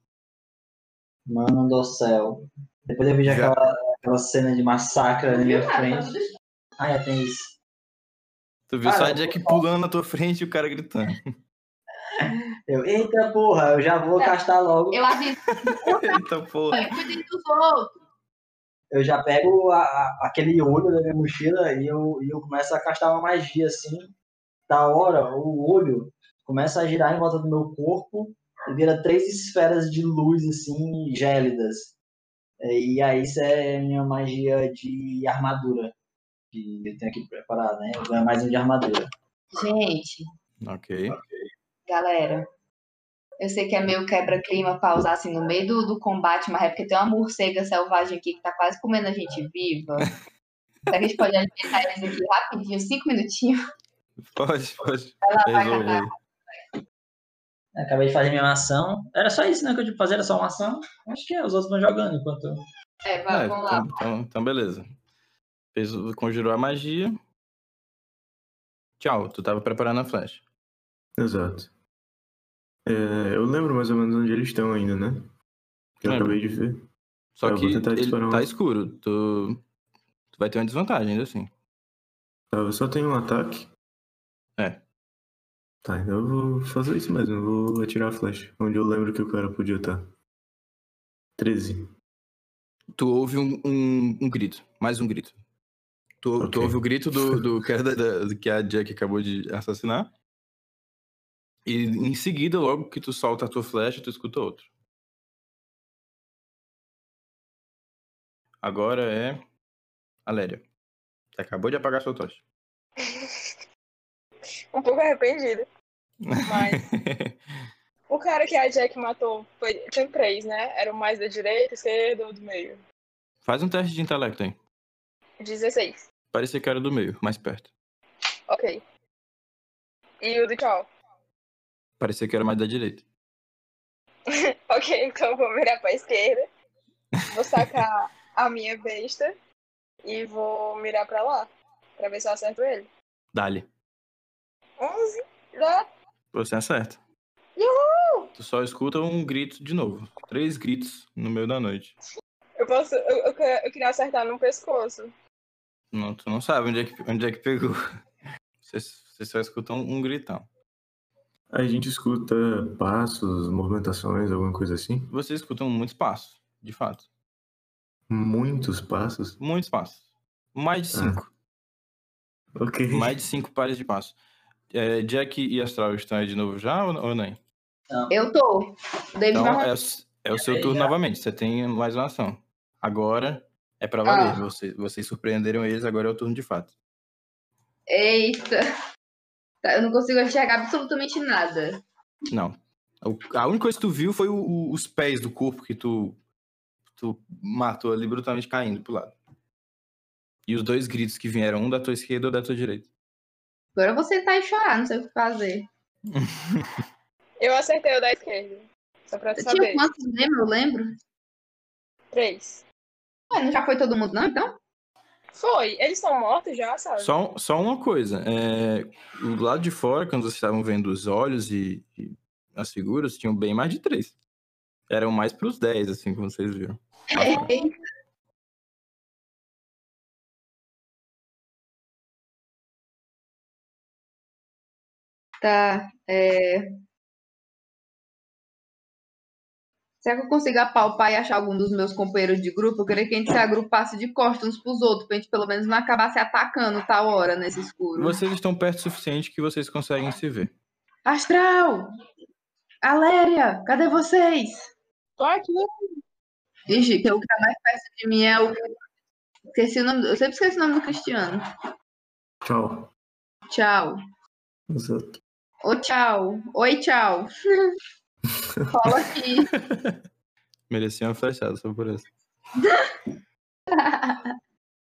[SPEAKER 4] Mano do céu. Depois eu vi
[SPEAKER 2] Já.
[SPEAKER 4] aquela, aquela cena de massacre na minha frente.
[SPEAKER 3] Tudo-
[SPEAKER 4] Ah, é, tem isso.
[SPEAKER 2] Tu viu
[SPEAKER 3] Ah,
[SPEAKER 4] Cara,
[SPEAKER 2] só a Jack pulando na tua frente e o cara gritando.
[SPEAKER 4] Eu, eita porra, eu já vou castar logo.
[SPEAKER 3] Eu aviso,
[SPEAKER 2] Eita porra.
[SPEAKER 3] cuidem dos outros.
[SPEAKER 4] Eu já pego a- a- aquele olho da minha mochila e eu, e eu começo a castar uma magia assim. Da hora, o olho começa a girar em volta do meu corpo e vira três esferas de luz assim, gélidas. E aí isso é minha magia de armadura. Que eu tenho aqui preparado, né? Eu ganho mais um de armadura.
[SPEAKER 3] Gente,
[SPEAKER 2] Ok.
[SPEAKER 3] galera. Eu sei que é meio quebra-clima pausar assim no meio do, do combate, mas é porque tem uma morcega selvagem aqui que tá quase comendo a gente viva. Será que a gente pode alimentar eles aqui rapidinho, cinco minutinhos?
[SPEAKER 2] Pode, pode.
[SPEAKER 3] vai
[SPEAKER 2] Resolve aí.
[SPEAKER 4] né? Acabei de fazer minha ação. Era só isso, né? Que eu tinha que fazer, era só uma ação. Acho que é, os outros vão jogando enquanto. eu-
[SPEAKER 3] É,
[SPEAKER 2] Ah,
[SPEAKER 3] vai, vamos
[SPEAKER 4] tá
[SPEAKER 3] lá.
[SPEAKER 2] então, então- então beleza. Fez, o- conjurou a magia. Tchau, tu tava preparando a flecha.
[SPEAKER 1] Exato. É, eu lembro mais ou menos onde eles estão ainda, né? Que eu
[SPEAKER 2] Lembro.
[SPEAKER 1] acabei de ver.
[SPEAKER 2] Só
[SPEAKER 1] Eu
[SPEAKER 2] que
[SPEAKER 1] vou tentar
[SPEAKER 2] ele
[SPEAKER 1] disparar
[SPEAKER 2] tá
[SPEAKER 1] uma-
[SPEAKER 2] escuro. Tu, tu vai ter uma desvantagem ainda assim.
[SPEAKER 1] Tá, eu só tenho um ataque.
[SPEAKER 2] É.
[SPEAKER 1] Tá, então eu vou fazer isso mesmo. eu Vou atirar a flecha. Onde eu lembro que o cara podia estar. 13.
[SPEAKER 2] Tu ouve um, um, um grito. Mais um grito. Tu, tu
[SPEAKER 1] Ok.
[SPEAKER 2] ouve o grito do, do cara da- da- do que a Jack acabou de assassinar. E em seguida, logo que tu solta a tua flecha, tu escuta outro. Agora é. Aléria. Você acabou de apagar sua tocha.
[SPEAKER 5] Um pouco arrependida. Mas o cara que a Jack matou foi... tinha três, né? Era o mais da direita, esquerda ou do meio?
[SPEAKER 2] Faz um teste de intelecto aí.
[SPEAKER 5] 16.
[SPEAKER 2] Parecia que era do meio, mais perto.
[SPEAKER 5] Ok. E o do tchau.
[SPEAKER 2] Parecia que era mais da direita.
[SPEAKER 5] Ok, então eu vou virar pra esquerda. Vou sacar a minha besta e vou mirar pra lá. Pra ver se eu acerto ele.
[SPEAKER 2] Dali.
[SPEAKER 5] 11. Dá.
[SPEAKER 2] Você acerta. Tu só escuta um grito de novo. Três gritos no meio da noite.
[SPEAKER 5] Eu posso. Eu, eu, que- eu queria acertar no pescoço.
[SPEAKER 2] Não, tu não sabe onde é que, onde é que pegou. Você, você só escuta um, um gritão.
[SPEAKER 1] A gente escuta passos, movimentações, alguma coisa assim.
[SPEAKER 2] Vocês escutam muitos passos, um de fato.
[SPEAKER 1] Muitos passos.
[SPEAKER 2] Muitos passos. Mais de cinco.
[SPEAKER 1] Ok.
[SPEAKER 2] Mais de cinco pares de passos. É, Jack e Astral estão aí de novo já ou, ou nem?
[SPEAKER 3] Eu tô. O David
[SPEAKER 2] Então
[SPEAKER 3] vai
[SPEAKER 2] é, o s- é o seu turno novamente. Você tem mais uma ação. Agora é pra valer. Você- vocês surpreenderam eles, agora é o turno de fato.
[SPEAKER 3] Eita! Tá, Eu não consigo enxergar absolutamente nada.
[SPEAKER 2] Não. O- A única coisa que tu viu foi o- o- os pés do corpo que tu, tu matou ali brutalmente caindo pro lado. E os dois gritos que vieram, um da tua esquerda e da tua direita.
[SPEAKER 3] Agora eu vou sentar e chorar, não sei o que fazer.
[SPEAKER 5] Eu acertei o da esquerda. Só pra tu
[SPEAKER 3] Eu
[SPEAKER 5] saber.
[SPEAKER 3] tinha quantos mesmo, eu lembro?
[SPEAKER 5] Três.
[SPEAKER 3] Ué, não já foi todo mundo, não, então?
[SPEAKER 5] Foi. Eles estão mortos já, sabe?
[SPEAKER 2] Só, só uma coisa. é, do lado de fora, quando vocês estavam vendo os olhos e, e as figuras, tinham bem mais de três. Eram mais pros dez, assim, como vocês viram.
[SPEAKER 3] Tá. é. Será que eu consigo apalpar e achar algum dos meus companheiros de grupo? Eu queria que a gente se agrupasse de costas uns pros outros, pra gente pelo menos não acabar se atacando tal hora nesse escuro.
[SPEAKER 2] Vocês estão perto o suficiente que vocês conseguem se ver.
[SPEAKER 3] Astral! Aléria, cadê vocês?
[SPEAKER 5] Tô aqui.
[SPEAKER 3] Vixe, que o que tá mais perto de mim é o. Esqueci o nome. do- Eu sempre esqueço o nome do Cristiano.
[SPEAKER 1] Tchau.
[SPEAKER 3] Tchau.
[SPEAKER 1] Exato.
[SPEAKER 3] Ô, tchau. Oi, tchau. Cola aqui.
[SPEAKER 2] Merecia uma flechada só por isso.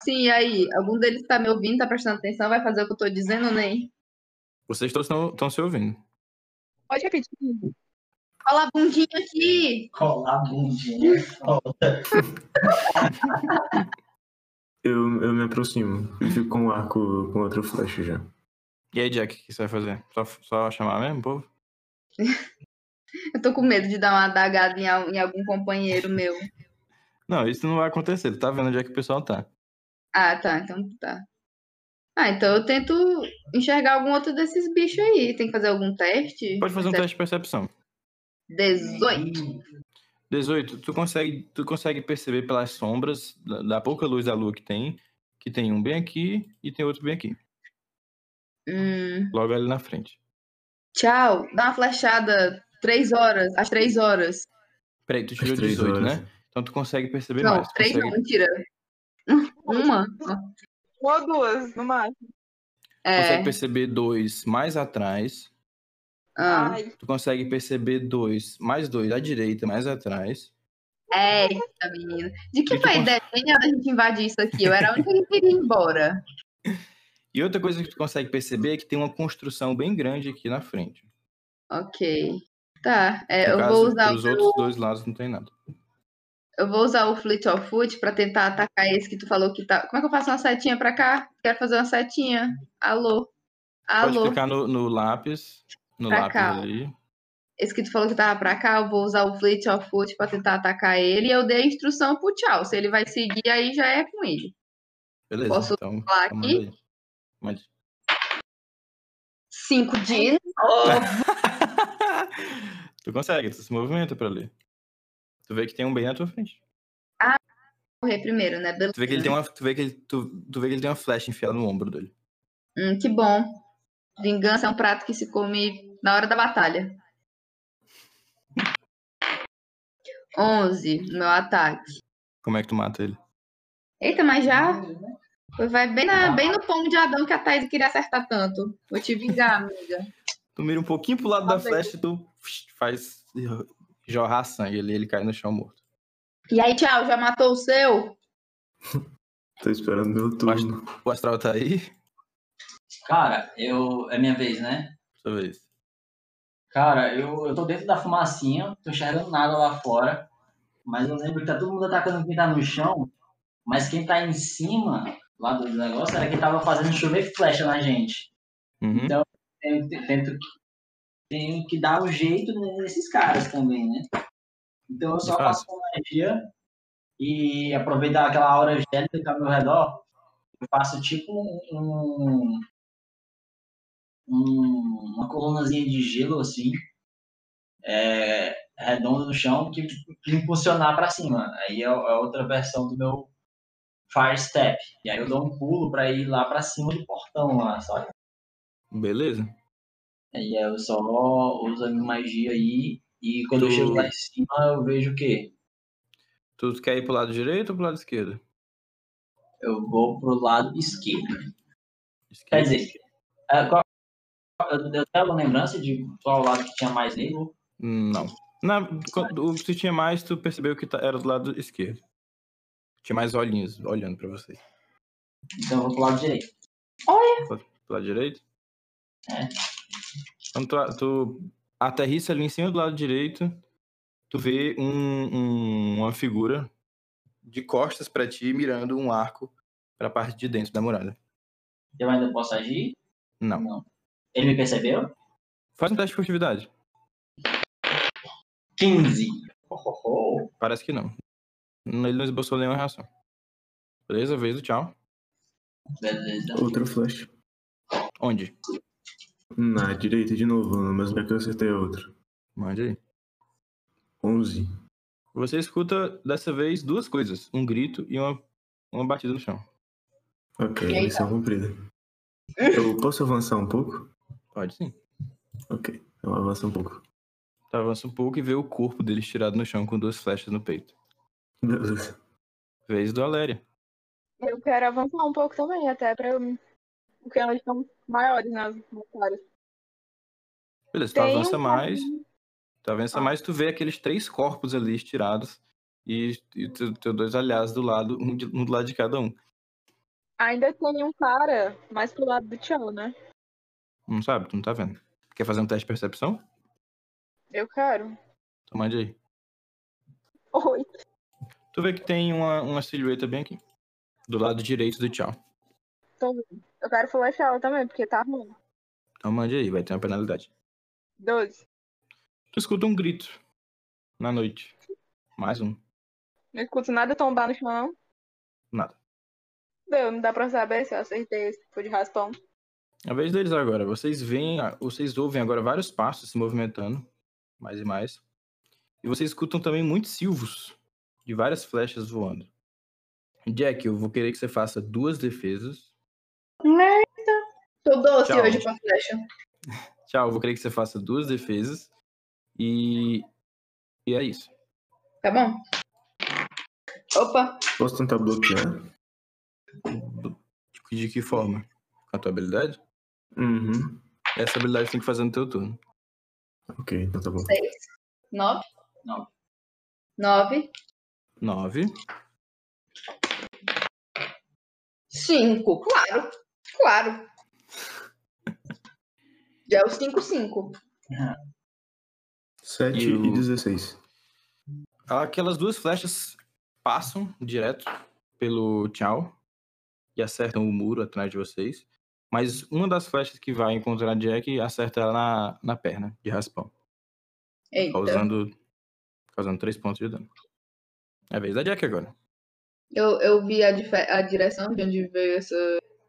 [SPEAKER 3] Sim, e aí? Algum deles tá me ouvindo, tá prestando atenção, vai fazer o que eu tô dizendo, né? nem?
[SPEAKER 2] Vocês todos estão se ouvindo.
[SPEAKER 5] Pode repetir.
[SPEAKER 3] Cola a bundinha aqui.
[SPEAKER 4] Colar a bundinha.
[SPEAKER 1] um Eu, eu me aproximo. Eu fico com o arco com outra flecha já.
[SPEAKER 2] E aí, Jack, o que você vai fazer? Só, só chamar mesmo, o povo?
[SPEAKER 3] Eu tô com medo de dar uma adagada em, al- em algum companheiro meu.
[SPEAKER 2] Não, isso não vai acontecer. Tu tá vendo onde é que o pessoal tá.
[SPEAKER 3] Ah, tá, então tá. Ah, então eu tento enxergar algum outro desses bichos aí. Tem que fazer algum teste?
[SPEAKER 2] Pode fazer um teste de percepção.
[SPEAKER 3] 18.
[SPEAKER 2] 18, tu consegue, tu consegue perceber pelas sombras, da, da pouca luz da lua que tem, que tem um bem aqui e tem outro bem aqui.
[SPEAKER 3] Hum,
[SPEAKER 2] Logo ali na frente.
[SPEAKER 3] tchau. Dá uma flechada. Três horas. Às três horas.
[SPEAKER 2] Peraí, tu
[SPEAKER 1] Às
[SPEAKER 2] tirou
[SPEAKER 1] três
[SPEAKER 2] 18,
[SPEAKER 1] horas.
[SPEAKER 2] né? Então tu consegue perceber
[SPEAKER 3] não,
[SPEAKER 2] mais. tu
[SPEAKER 3] três não,
[SPEAKER 2] consegue,
[SPEAKER 3] mentira. Uma.
[SPEAKER 5] Uma ou duas, no máximo.
[SPEAKER 3] É.
[SPEAKER 2] consegue perceber dois mais atrás.
[SPEAKER 3] ah,
[SPEAKER 5] Ai,
[SPEAKER 2] Tu consegue perceber dois, mais dois à direita, mais atrás.
[SPEAKER 3] É, Eita, menina. De que
[SPEAKER 2] E tu
[SPEAKER 3] foi a
[SPEAKER 2] cons-
[SPEAKER 3] ideia genial da gente invadir isso aqui? Eu era a única que queria ir embora.
[SPEAKER 2] E outra coisa que tu consegue perceber é que tem uma construção bem grande aqui na frente.
[SPEAKER 3] Ok. Tá. é,
[SPEAKER 2] No
[SPEAKER 3] eu,
[SPEAKER 2] caso,
[SPEAKER 3] vou usar,
[SPEAKER 2] Dos outros dois lados não tem nada.
[SPEAKER 3] eu vou usar o Fleet of Foot pra tentar atacar esse que tu falou que tá. Como é que eu faço uma setinha pra cá? Quero fazer uma setinha. Alô?
[SPEAKER 2] Pode
[SPEAKER 3] Alô?
[SPEAKER 2] clicar no, no lápis. No
[SPEAKER 3] Pra
[SPEAKER 2] lápis
[SPEAKER 3] cá, ó.
[SPEAKER 2] ali.
[SPEAKER 3] Esse que tu falou que tava pra cá, eu vou usar o Fleet of Foot pra tentar atacar ele. E eu dei a instrução pro tchau. Se ele vai seguir, aí já é com ele.
[SPEAKER 2] Beleza.
[SPEAKER 3] Posso
[SPEAKER 2] então,
[SPEAKER 3] falar
[SPEAKER 2] então manda
[SPEAKER 3] aqui?
[SPEAKER 2] aí. Mande.
[SPEAKER 3] Cinco de novo.
[SPEAKER 2] tu consegue, tu se movimenta pra ali. Tu vê que tem um bem na tua frente.
[SPEAKER 3] Correr primeiro, né? Beleza.
[SPEAKER 2] Tu vê que ele tem uma, tu vê que ele, tu, tu vê que ele tem uma flecha enfiada no ombro dele.
[SPEAKER 3] Hum, que bom. Vingança é um prato que se come na hora da batalha. 11, meu ataque.
[SPEAKER 2] Como é que tu mata ele?
[SPEAKER 3] Eita, mas já vai bem, na- bem no pomo de Adão que a Thaís queria acertar tanto. Vou te vingar, amiga.
[SPEAKER 2] Tu mira um pouquinho pro lado da
[SPEAKER 5] Tá bem.
[SPEAKER 2] flecha e tu faz jorrar sangue ali, ele cai no chão morto.
[SPEAKER 3] E aí, tchau, já matou o seu?
[SPEAKER 1] Tô esperando meu turno.
[SPEAKER 2] O astral tá aí?
[SPEAKER 4] Cara, eu. É minha vez, né?
[SPEAKER 2] Sua vez.
[SPEAKER 4] Cara, eu, eu tô dentro da fumacinha, tô enxergando nada lá fora, mas eu lembro que tá todo mundo atacando quem tá no chão, mas quem tá em cima lá do negócio era quem tava fazendo chover flecha na gente.
[SPEAKER 2] Uhum.
[SPEAKER 4] Então- Tenho, te- tento, tenho que dar um jeito nesses caras também, né? Então eu só
[SPEAKER 2] De
[SPEAKER 4] faço uma magia e aproveitar aquela aura gélida que tá ao meu redor, eu faço tipo um- um, um- uma colunazinha de gelo assim, é, redonda no chão, que que impulsionar pra cima. Aí é, o- é outra versão do meu Fire Step. E aí eu dou um pulo pra ir lá pra cima do portão lá, sabe?
[SPEAKER 2] Beleza.
[SPEAKER 4] E aí eu só uso a minha magia aí. E quando eu
[SPEAKER 2] Tu-
[SPEAKER 4] chego lá em cima, eu vejo o quê?
[SPEAKER 2] Tu quer ir pro lado direito ou pro lado esquerdo?
[SPEAKER 4] Eu vou pro lado esquerdo. Quer
[SPEAKER 2] Esquerdo.
[SPEAKER 4] dizer, é, qual- eu eu tenho alguma lembrança de qual lado que tinha mais nego?
[SPEAKER 2] Não. Na, quando- o que tu tinha mais, tu percebeu que tá- era do lado esquerdo. Tinha mais olhinhos olhando pra vocês.
[SPEAKER 4] Então eu vou pro lado direito.
[SPEAKER 2] Do lado direito?
[SPEAKER 4] É.
[SPEAKER 2] Então tu, tu aterrissa ali em cima do lado direito, tu vê um- um- uma figura de costas pra ti, mirando um arco pra parte de dentro da muralha.
[SPEAKER 4] Eu ainda posso agir?
[SPEAKER 2] Não.
[SPEAKER 4] Ele me percebeu?
[SPEAKER 2] Faz um teste de furtividade.
[SPEAKER 4] 15. Ho, ho, ho.
[SPEAKER 2] Parece que não. Ele não esboçou nenhuma reação. Beleza, vez do tchau.
[SPEAKER 4] Beleza.
[SPEAKER 1] Outra flecha.
[SPEAKER 2] Onde?
[SPEAKER 1] Na direita de novo, Ana, mas não é que eu acertei a outra.
[SPEAKER 2] Mande aí.
[SPEAKER 1] 11.
[SPEAKER 2] Você escuta dessa vez duas coisas: um grito e uma, uma batida no chão.
[SPEAKER 1] Ok,
[SPEAKER 3] E aí,
[SPEAKER 1] missão cumprida. Eu posso avançar um pouco?
[SPEAKER 2] Pode sim.
[SPEAKER 1] Ok, então avança um pouco.
[SPEAKER 2] Tu avança um pouco e vê o corpo dele estirado no chão com duas flechas no peito.
[SPEAKER 1] Beleza.
[SPEAKER 2] Vez do Aléria.
[SPEAKER 5] eu quero avançar um pouco também, até pra eu. Porque elas estão maiores né, nas áreas.
[SPEAKER 2] Beleza, tu
[SPEAKER 5] Tem
[SPEAKER 2] avança
[SPEAKER 5] um
[SPEAKER 2] mais.
[SPEAKER 5] caminho.
[SPEAKER 2] Tu avança mais, tu vê aqueles três corpos ali estirados. E, e teu, teu dois aliados do lado, um, de- um do lado de cada um.
[SPEAKER 5] Ainda tem um cara mais pro lado do tchau, né?
[SPEAKER 2] Não sabe, tu não tá vendo. Quer fazer um teste de percepção?
[SPEAKER 5] Eu quero.
[SPEAKER 2] Então mande aí.
[SPEAKER 5] Oi.
[SPEAKER 2] Tu vê que tem uma, uma silhueta bem aqui. Do lado direito do tchau.
[SPEAKER 5] Eu quero flechar ela também, porque tá ruim.
[SPEAKER 2] Então mande aí, vai ter uma penalidade.
[SPEAKER 5] 12.
[SPEAKER 2] Tu escuta um grito na noite. Mais um.
[SPEAKER 5] Não escuto nada tombar no chão, não?
[SPEAKER 2] Nada.
[SPEAKER 5] Deu, não dá pra saber se eu acertei esse tipo de raspão.
[SPEAKER 2] É A vez deles agora. Vocês veem, ah, vocês ouvem agora vários passos se movimentando, mais e mais. E vocês escutam também muitos silvos de várias flechas voando. Jack, eu vou querer que você faça duas defesas.
[SPEAKER 3] Tô doce
[SPEAKER 2] Tchau.
[SPEAKER 3] hoje com a flecha.
[SPEAKER 2] Tchau, eu vou querer que você faça duas defesas. E. E é isso.
[SPEAKER 3] Tá bom? Opa,
[SPEAKER 1] Posso tentar bloquear?
[SPEAKER 2] De que forma? Com a tua habilidade?
[SPEAKER 1] Uhum.
[SPEAKER 2] Essa habilidade você tem que fazer no teu turno.
[SPEAKER 1] Ok, então tá bom.
[SPEAKER 3] seis. Nove.
[SPEAKER 4] Nove.
[SPEAKER 3] Nove.
[SPEAKER 2] 9.
[SPEAKER 3] Cinco. Claro. Claro. Já é o cinco, cinco.
[SPEAKER 1] 7
[SPEAKER 2] E o-
[SPEAKER 1] e 16.
[SPEAKER 2] Aquelas duas flechas passam direto pelo tchau e acertam o muro atrás de vocês. Mas uma das flechas que vai encontrar Jack acerta ela na, na perna de raspão, Tá
[SPEAKER 3] Eita.
[SPEAKER 2] causando, causando 3 pontos de dano. É a vez da Jack agora.
[SPEAKER 3] Eu, eu vi a, dife- a direção de onde veio essa,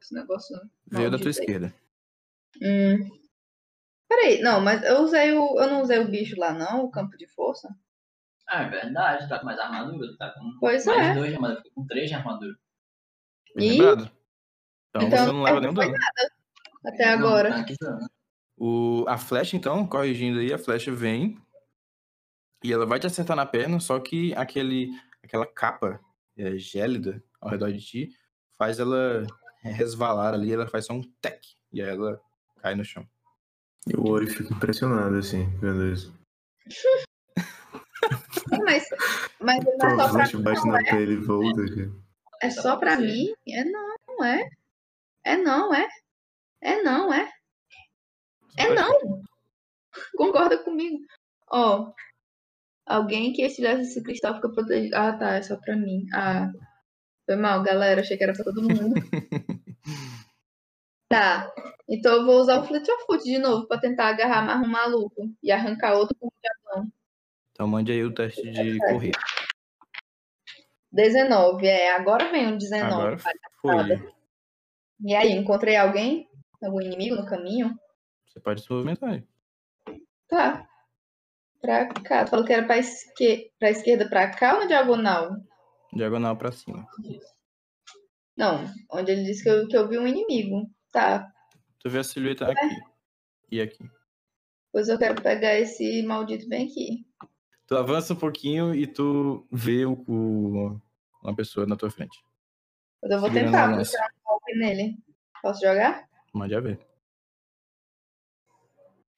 [SPEAKER 3] esse negócio. né?
[SPEAKER 2] Veio da tua
[SPEAKER 3] Maldito aí.
[SPEAKER 2] esquerda.
[SPEAKER 3] Hum. Peraí, não, mas eu usei o. Eu não usei o bicho lá, não, o campo de força.
[SPEAKER 4] Ah, é verdade, tá com mais armadura, tá com
[SPEAKER 3] Pois
[SPEAKER 4] mais
[SPEAKER 3] é.
[SPEAKER 4] dois de armadura, ficou com três de armadura.
[SPEAKER 2] Bem
[SPEAKER 3] Ih!
[SPEAKER 2] lembrado. Então,
[SPEAKER 3] Então,
[SPEAKER 2] você não leva
[SPEAKER 3] é,
[SPEAKER 2] nenhum
[SPEAKER 3] foi
[SPEAKER 2] dano.
[SPEAKER 3] Até
[SPEAKER 4] Não,
[SPEAKER 3] agora.
[SPEAKER 4] tá aqui, não.
[SPEAKER 2] O, a flecha, então, corrigindo aí, a flecha vem e ela vai te acertar na perna, só que aquele, aquela capa é, gélida ao redor de ti faz ela resvalar ali, ela faz só um tec e aí ela cai no chão.
[SPEAKER 1] E o Ori fica impressionado, assim, vendo isso.
[SPEAKER 3] Mas, mas não
[SPEAKER 1] Pô,
[SPEAKER 3] é
[SPEAKER 1] o
[SPEAKER 3] só pra
[SPEAKER 1] flash bate na pele e volta. cara.
[SPEAKER 3] É só pra mim? É não, não é. É não, é. É não, é. É não. Concorda comigo. Ó, alguém que estivesse esse cristal fica protegido. Ah, tá, é só pra mim. Ah, foi mal, galera. Achei que era pra todo mundo. tá, então eu vou usar o Fleet of Foot de novo pra tentar agarrar mais um maluco e arrancar outro com
[SPEAKER 2] Então mande aí o teste de
[SPEAKER 3] é
[SPEAKER 2] correr.
[SPEAKER 3] 19. É, agora vem um 19.
[SPEAKER 2] Agora foi.
[SPEAKER 3] E aí, encontrei alguém? Algum inimigo no caminho?
[SPEAKER 2] Você pode se movimentar aí.
[SPEAKER 3] Tá. Pra cá. Tu falou que era pra, esque... pra esquerda, pra cá ou na diagonal?
[SPEAKER 2] Diagonal pra cima.
[SPEAKER 3] Não, onde ele disse que eu, que eu vi um inimigo. Tá,
[SPEAKER 2] Tu vê a silhueta aqui e aqui.
[SPEAKER 3] pois eu quero pegar esse maldito bem aqui.
[SPEAKER 2] Tu avança um pouquinho e tu vê o, o- uma pessoa na tua frente.
[SPEAKER 3] Mas eu vou
[SPEAKER 2] segurando
[SPEAKER 3] tentar
[SPEAKER 2] a
[SPEAKER 3] puxar um golpe nele. Posso jogar?
[SPEAKER 2] Mande a ver.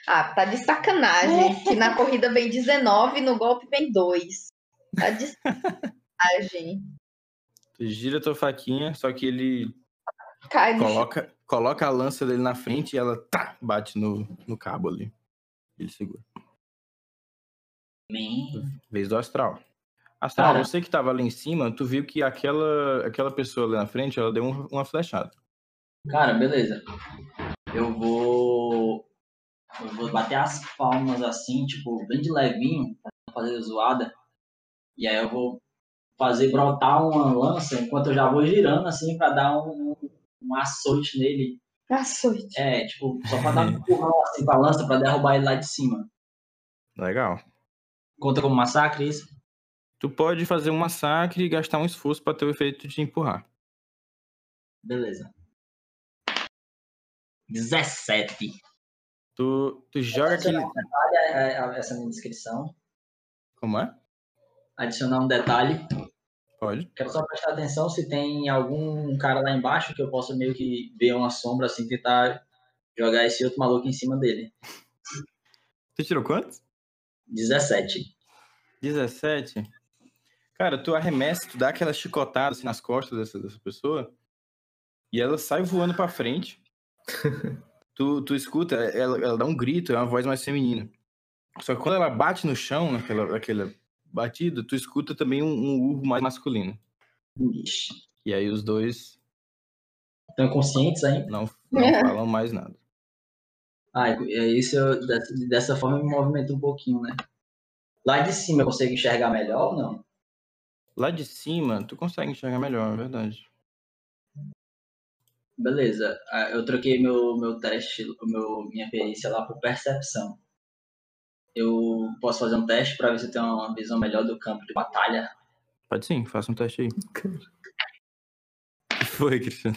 [SPEAKER 3] Ah, tá de sacanagem. que na corrida vem 19 e no golpe vem 2. Tá de sacanagem.
[SPEAKER 2] Tu gira tua faquinha, só que ele
[SPEAKER 3] Cai no chão.
[SPEAKER 2] coloca, coloca a lança dele na frente e ela tá, bate no, no cabo ali. Ele segura.
[SPEAKER 4] Bem,
[SPEAKER 2] Vez do Astral. Astral,
[SPEAKER 4] Cara.
[SPEAKER 2] você que tava ali em cima, tu viu que aquela, aquela pessoa ali na frente, ela deu um- uma flechada.
[SPEAKER 4] Cara, beleza. Eu vou. Eu vou bater as palmas assim, tipo, bem de levinho, pra não fazer zoada. E aí eu vou fazer brotar uma lança enquanto eu já vou girando assim pra dar um, um açoite nele.
[SPEAKER 3] Açoite.
[SPEAKER 4] É, tipo, só pra dar um empurrão assim pra lança pra derrubar ele lá de cima.
[SPEAKER 2] Legal.
[SPEAKER 4] Conta como massacre isso?
[SPEAKER 2] Tu pode fazer um massacre e gastar um esforço pra ter o efeito de empurrar.
[SPEAKER 4] Beleza. 17.
[SPEAKER 2] Tu, tu joga aquele.
[SPEAKER 4] Olha é, é, essa minha descrição.
[SPEAKER 2] Como é?
[SPEAKER 4] Adicionar um detalhe.
[SPEAKER 2] Pode.
[SPEAKER 4] Quero só prestar atenção se tem algum cara lá embaixo que eu possa meio que ver uma sombra assim, tentar jogar esse outro maluco em cima dele.
[SPEAKER 2] Tu tirou quanto?
[SPEAKER 4] 17.
[SPEAKER 2] 17. Cara, tu arremessa, tu dá aquela chicotada assim, nas costas dessa, dessa pessoa e ela sai voando pra frente. tu, tu escuta, ela, ela dá um grito, é uma voz mais feminina. Só que quando ela bate no chão, naquela, naquela batida, tu escuta também um, um urro mais masculino.
[SPEAKER 4] Ixi.
[SPEAKER 2] E aí os dois
[SPEAKER 4] Estão conscientes ainda?
[SPEAKER 2] não, não falam mais nada.
[SPEAKER 4] Ah, é isso eu, dessa, dessa forma eu me movimento um pouquinho, né? Lá de cima eu consigo enxergar melhor ou não?
[SPEAKER 2] Lá de cima, tu consegue enxergar melhor, é verdade.
[SPEAKER 4] Beleza. Ah, Eu troquei meu, meu teste, o meu, minha perícia lá por percepção. Eu posso fazer um teste pra ver se eu tenho uma visão melhor do campo de batalha.
[SPEAKER 2] Pode sim, faça um teste aí. que foi, Cristiano?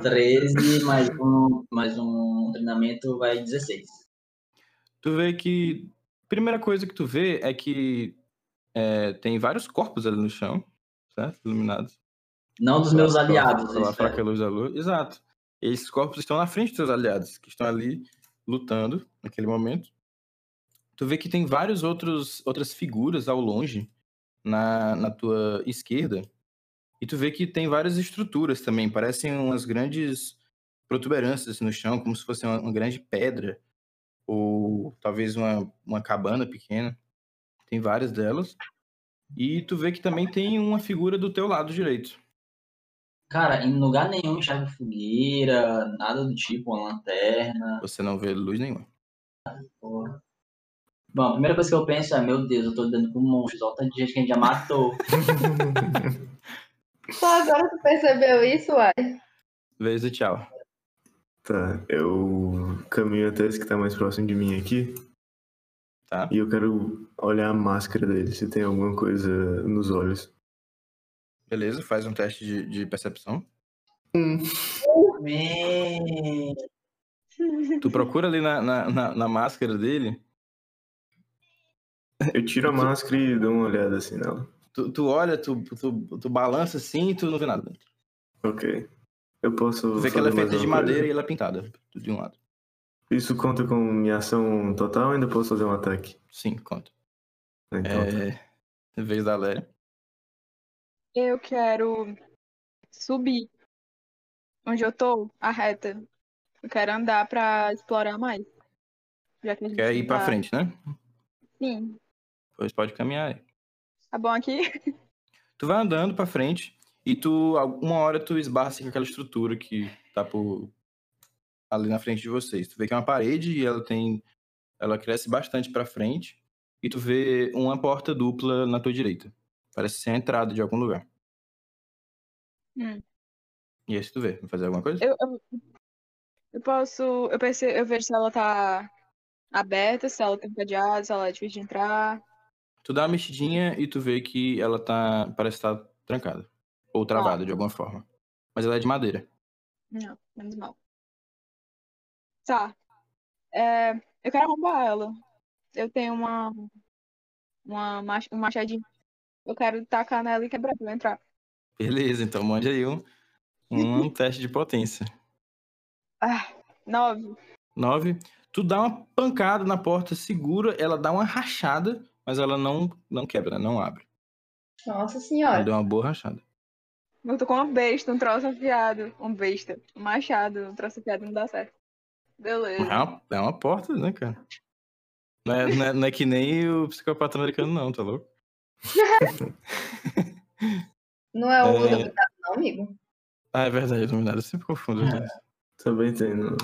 [SPEAKER 4] 13 mais um, mais um treinamento vai 16.
[SPEAKER 2] Tu vê que. Primeira coisa que tu vê é que é, tem vários corpos ali no chão, certo? Iluminados.
[SPEAKER 4] Não dos meus
[SPEAKER 2] Pela- pela-
[SPEAKER 4] aliados. é
[SPEAKER 2] Pela
[SPEAKER 4] espero.
[SPEAKER 2] fraca luz da lua. Exato. E esses corpos estão na frente dos seus aliados, que estão ali lutando naquele momento. Tu vê que tem vários outros outras figuras ao longe na, na tua esquerda. E tu vê que tem várias estruturas também, parecem umas grandes protuberâncias no chão, como se fosse uma, uma grande pedra ou talvez uma, uma cabana pequena. Tem várias delas. E tu vê que também tem uma figura do teu lado direito.
[SPEAKER 4] Cara, em lugar nenhum enxergo fogueira, nada do tipo, uma lanterna.
[SPEAKER 2] Você não vê luz nenhuma.
[SPEAKER 4] Porra. Bom, a primeira coisa que eu penso é, meu Deus, eu tô dando com monstros, olha o tanto de gente que a gente já matou.
[SPEAKER 3] Só agora tu percebeu isso, uai.
[SPEAKER 2] Vez e tchau.
[SPEAKER 1] Tá, eu caminho até esse que tá mais próximo de mim aqui.
[SPEAKER 2] Tá.
[SPEAKER 1] E eu quero olhar a máscara dele, se tem alguma coisa nos olhos.
[SPEAKER 2] Beleza, faz um teste de, de percepção.
[SPEAKER 4] Man.
[SPEAKER 2] Tu procura ali na, na, na- na máscara dele,
[SPEAKER 1] Eu tiro a máscara e dou uma olhada assim nela.
[SPEAKER 2] tu, tu olha, tu, tu, tu balança assim e tu não vê nada.
[SPEAKER 1] Ok. Eu posso.
[SPEAKER 2] Tu vê que
[SPEAKER 1] fazer
[SPEAKER 2] ela é feita
[SPEAKER 1] mais
[SPEAKER 2] de
[SPEAKER 1] uma coisa?
[SPEAKER 2] madeira e ela é pintada de um lado.
[SPEAKER 1] Isso conta com minha ação total ou ainda posso fazer um ataque?
[SPEAKER 2] Sim, conta.
[SPEAKER 1] Então, tá.
[SPEAKER 2] É. Vez da Léria.
[SPEAKER 5] Eu quero subir onde eu tô, a reta. Eu quero andar pra explorar mais. Já que a gente
[SPEAKER 2] Quer ir pra
[SPEAKER 5] tá-
[SPEAKER 2] frente, né?
[SPEAKER 5] Sim.
[SPEAKER 2] Pois pode caminhar aí.
[SPEAKER 5] Tá bom aqui?
[SPEAKER 2] Tu vai andando pra frente e tu, alguma hora, tu esbarra assim, com aquela estrutura que tá por ali na frente de vocês. Tu vê que é uma parede e ela tem. Ela cresce bastante pra frente. E tu vê uma porta dupla na tua direita. Parece ser a entrada de algum lugar.
[SPEAKER 5] Hum.
[SPEAKER 2] E aí se tu vê. Vai fazer alguma coisa?
[SPEAKER 5] Eu, eu, eu posso. Eu, perce- eu vejo se ela tá aberta, se ela tem cadeado, se ela é difícil de entrar.
[SPEAKER 2] Tu dá uma mexidinha e tu vê que ela tá. Parece estar trancada. Ou travada de alguma forma. Mas ela é de madeira.
[SPEAKER 5] Não, menos mal. Tá. É, eu quero arrombar ela. Eu tenho uma. uma mach- um machadinho. Eu quero tacar nela e quebrar pra eu entrar.
[SPEAKER 2] Beleza, então mande aí um, um teste de potência.
[SPEAKER 5] Nove.
[SPEAKER 2] 9. Tu dá uma pancada na porta, segura, ela dá uma rachada, mas ela não, não quebra, né? não abre.
[SPEAKER 3] Nossa
[SPEAKER 2] Ela
[SPEAKER 3] senhora.
[SPEAKER 2] deu uma boa rachada.
[SPEAKER 5] Eu tô com uma besta, um troço afiado. Um besta. Um machado, um troço afiado não dá certo.
[SPEAKER 2] É
[SPEAKER 5] Beleza.
[SPEAKER 2] uma, é uma porta, né, cara? Não é, não é- não é que nem o psicopata americano, não, tá louco?
[SPEAKER 3] Não é o
[SPEAKER 2] É.
[SPEAKER 3] Ludo Cuidado, não, amigo.
[SPEAKER 2] Ah, é verdade, dominado, eu sempre confundo. os dois.
[SPEAKER 1] Também Tá tem. não.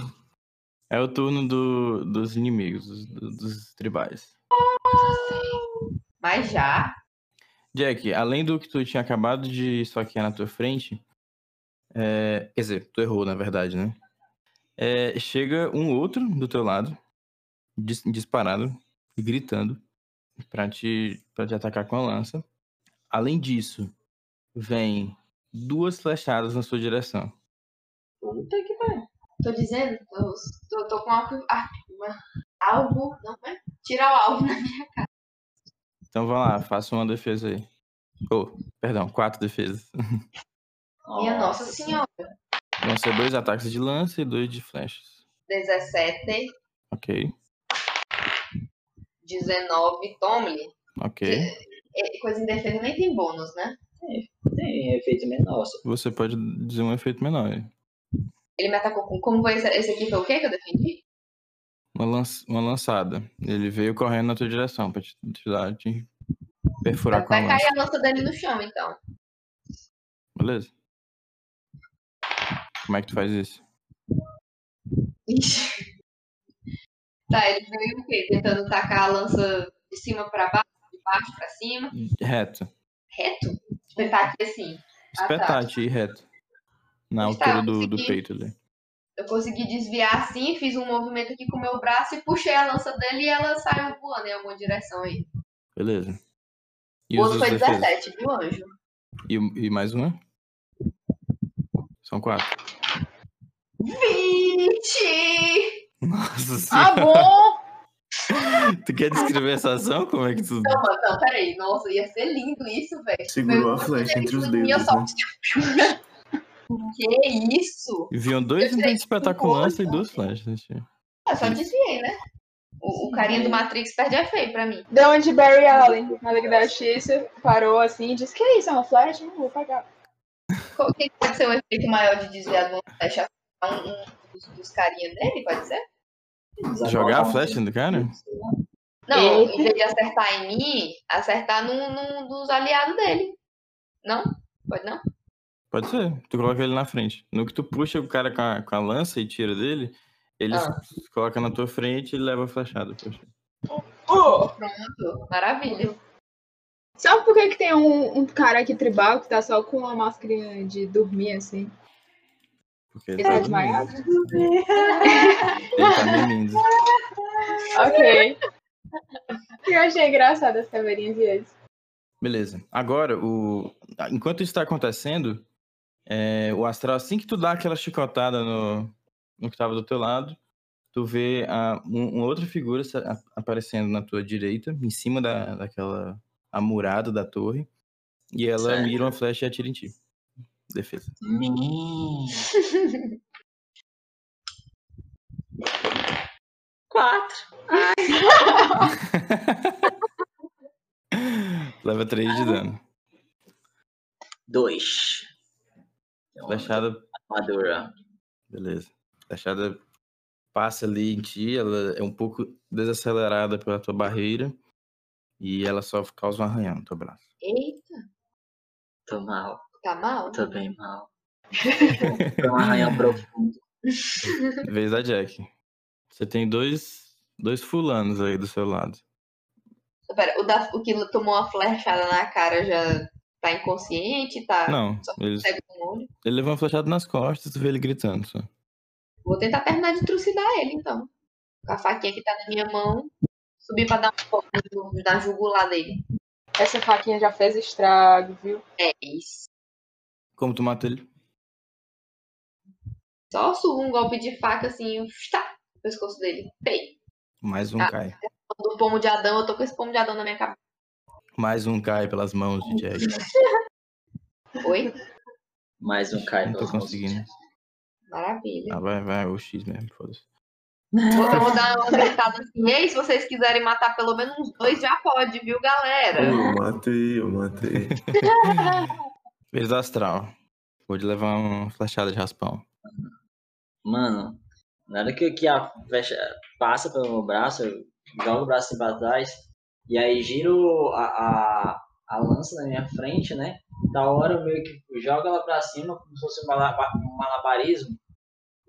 [SPEAKER 2] É o turno do- dos inimigos, dos, do- dos tribais.
[SPEAKER 3] Mas já.
[SPEAKER 2] Jack, além do que tu tinha acabado de soquear na tua frente, é, quer dizer, tu errou, na verdade, né? É, chega um outro do teu lado, dis- disparado e gritando, pra te, pra te atacar com a lança. Além disso, vem duas flechadas na sua direção.
[SPEAKER 3] Puta que pariu. Tô dizendo, tô, tô, tô com algo. ah, uma- Algo. Não é? Tirar o alvo, né?
[SPEAKER 2] Então vai lá, faça uma defesa aí. Oh, perdão, quatro defesas.
[SPEAKER 3] Minha Nossa Senhora.
[SPEAKER 2] Vão ser dois ataques de lança e dois de flechas.
[SPEAKER 3] 17,
[SPEAKER 2] Ok,
[SPEAKER 3] 19, tome-lhe.
[SPEAKER 2] ok.
[SPEAKER 3] É, Coisa indefesa nem tem bônus, né?
[SPEAKER 4] Tem efeito menor. só-
[SPEAKER 2] Você pode dizer um efeito menor. aí.
[SPEAKER 3] Ele me atacou com. Como foi esse, esse aqui? Foi o quê que eu defendi?
[SPEAKER 2] Uma, lança- uma lançada. Ele veio correndo na tua direção pra te, te dar, te perfurar
[SPEAKER 3] Vai,
[SPEAKER 2] com a
[SPEAKER 3] vai
[SPEAKER 2] lança.
[SPEAKER 3] cair a lança dele no chão, então.
[SPEAKER 2] Beleza? Como é que tu faz isso?
[SPEAKER 3] Ixi. Tá, ele veio o quê? Tentando tacar a lança de cima pra baixo, de baixo pra cima, Ah,
[SPEAKER 2] Reto.
[SPEAKER 3] tá. reto? Tentar aqui assim. Ah, tá.
[SPEAKER 2] Espetate e reto. Na
[SPEAKER 3] Tá,
[SPEAKER 2] altura do, do
[SPEAKER 3] consegui.
[SPEAKER 2] peito ali.
[SPEAKER 3] Eu consegui desviar assim, fiz um movimento aqui com o meu braço e puxei a lança dele e ela saiu voando em alguma direção aí.
[SPEAKER 2] Beleza. E
[SPEAKER 3] O
[SPEAKER 2] os
[SPEAKER 3] outro foi
[SPEAKER 2] defesas?
[SPEAKER 3] 17, viu, anjo?
[SPEAKER 2] E, e mais uma? São quatro.
[SPEAKER 3] 20!
[SPEAKER 2] Nossa
[SPEAKER 5] Ah,
[SPEAKER 2] senhora.
[SPEAKER 5] bom!
[SPEAKER 2] Tu quer descrever essa ação? Como é que tu.
[SPEAKER 3] Não, mano, não, peraí. Nossa, ia ser lindo isso, velho.
[SPEAKER 1] Segurou a
[SPEAKER 3] Foi-
[SPEAKER 1] flecha entre os
[SPEAKER 3] foi- minha
[SPEAKER 1] dedos,
[SPEAKER 3] só-
[SPEAKER 1] né?
[SPEAKER 3] Que isso?
[SPEAKER 2] Viam dois
[SPEAKER 3] Eu tirei
[SPEAKER 2] intentos espetaculares e duas flechas. né,
[SPEAKER 3] Eu só desviei, né? O, o carinha do Matrix perde a feio pra mim.
[SPEAKER 5] Deu onde Barry Allen, na Liga da Justiça, parou assim e disse: Que isso, é uma flash? Não vou pagar.
[SPEAKER 3] Qual que pode ser o efeito maior de desviar de uma flecha? Um, um dos, dos carinhas dele, pode ser?
[SPEAKER 2] Jogar a flecha no cara?
[SPEAKER 3] Não,
[SPEAKER 5] Eita.
[SPEAKER 3] em vez de acertar em mim, acertar num, num dos aliados dele. Não? Pode não?
[SPEAKER 2] Pode ser. Tu coloca ele na frente. No que tu puxa o cara com a, com a lança e tira dele, ele
[SPEAKER 3] Ah.
[SPEAKER 2] se coloca na tua frente e leva a flechada. poxa.
[SPEAKER 5] Ô,
[SPEAKER 3] Pronto, maravilha.
[SPEAKER 5] sabe por que, que tem um, um cara aqui tribal que tá só com uma máscara de dormir assim?
[SPEAKER 2] Porque
[SPEAKER 5] Ele
[SPEAKER 2] ele
[SPEAKER 5] tá
[SPEAKER 2] tá
[SPEAKER 5] desmaiado?
[SPEAKER 2] dormindo. Ele tá mimindo.
[SPEAKER 5] Ok. Eu achei engraçado as caveirinhas deles.
[SPEAKER 2] Beleza. Agora, o... enquanto isso está acontecendo, é, o astral, assim que tu dá aquela chicotada no, no que estava do teu lado, tu vê a, um- uma outra figura sa- a- aparecendo na tua direita, em cima da, daquela amurada da torre, e ela
[SPEAKER 4] Certo.
[SPEAKER 2] mira uma flecha e atira em ti. Defesa.
[SPEAKER 4] Menino.
[SPEAKER 3] Quatro.
[SPEAKER 2] Leva 3 de dano.
[SPEAKER 4] Dois. Então,
[SPEAKER 2] Flechada,
[SPEAKER 4] Armadura.
[SPEAKER 2] beleza. Flechada passa ali em ti, ela é um pouco desacelerada pela tua barreira, e ela só causa um arranhão no teu braço.
[SPEAKER 3] Eita,
[SPEAKER 4] Tô mal.
[SPEAKER 3] tá mal?
[SPEAKER 4] Tô bem mal. Foi um arranhão profundo.
[SPEAKER 2] Vez da Jack. Você tem dois, dois fulanos aí do seu lado.
[SPEAKER 3] Pera, o, da, o que tomou uma flechada na cara já tá inconsciente, tá
[SPEAKER 2] Não,
[SPEAKER 3] só
[SPEAKER 2] eles,
[SPEAKER 3] cego no olho.
[SPEAKER 2] ele levou uma flechada nas costas, tu vê ele gritando só.
[SPEAKER 3] Vou tentar terminar de trucidar ele, então. Com a faquinha que tá na minha mão, subir pra dar um pouco na jugular dele.
[SPEAKER 5] Essa faquinha já fez estrago, viu?
[SPEAKER 3] É isso.
[SPEAKER 2] Como tu mata ele?
[SPEAKER 3] Só surra um golpe de faca assim, um tá, no pescoço dele. Pei.
[SPEAKER 2] Mais um
[SPEAKER 3] Ah.
[SPEAKER 2] cai.
[SPEAKER 3] Do pomo de Adão, eu tô com esse pomo de Adão na minha cabeça.
[SPEAKER 2] Mais um cai pelas mãos de Jack.
[SPEAKER 3] Oi?
[SPEAKER 4] Mais um cai
[SPEAKER 2] Não tô
[SPEAKER 4] pelas mãos.
[SPEAKER 2] conseguindo.
[SPEAKER 3] Maravilha.
[SPEAKER 2] Ah, vai, vai, o X mesmo, foda-se.
[SPEAKER 4] É.
[SPEAKER 3] Vou, eu vou dar uma gritada assim. Ei, se vocês quiserem matar pelo menos uns dois, já pode, viu, galera?
[SPEAKER 1] Eu matei, eu matei.
[SPEAKER 2] Vez da astral. Pode levar uma flechada de raspão.
[SPEAKER 4] Mano, na hora que, que a flecha passa pelo meu braço, eu jogo o braço assim pra trás, e aí giro a, a, a lança na minha frente, né? Da hora eu meio que jogo ela pra cima, como se fosse um malaba- um malabarismo,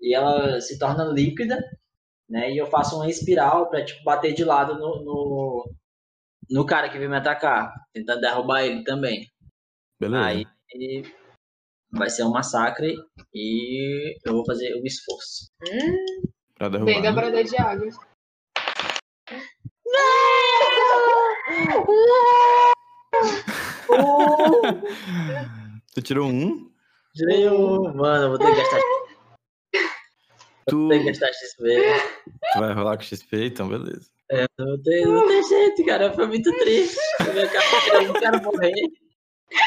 [SPEAKER 4] e ela se torna líquida, né? E eu faço uma espiral pra, tipo, bater de lado no, no, no cara que veio me atacar, tentando derrubar ele também.
[SPEAKER 2] Beleza.
[SPEAKER 4] Aí vai ser um massacre e eu vou fazer um esforço.
[SPEAKER 3] Hum,
[SPEAKER 2] Pra derrubar.
[SPEAKER 5] Bem
[SPEAKER 2] né?
[SPEAKER 5] dobrador de água.
[SPEAKER 2] Tu tirou um?
[SPEAKER 4] Tirei um. Mano, eu vou ter que gastar,
[SPEAKER 2] Tu,
[SPEAKER 4] vou ter que gastar XP.
[SPEAKER 2] tu vai rolar com XP, então beleza.
[SPEAKER 4] É, não, tem, não tem jeito, cara. Foi muito triste. Meu cara, eu não quero morrer.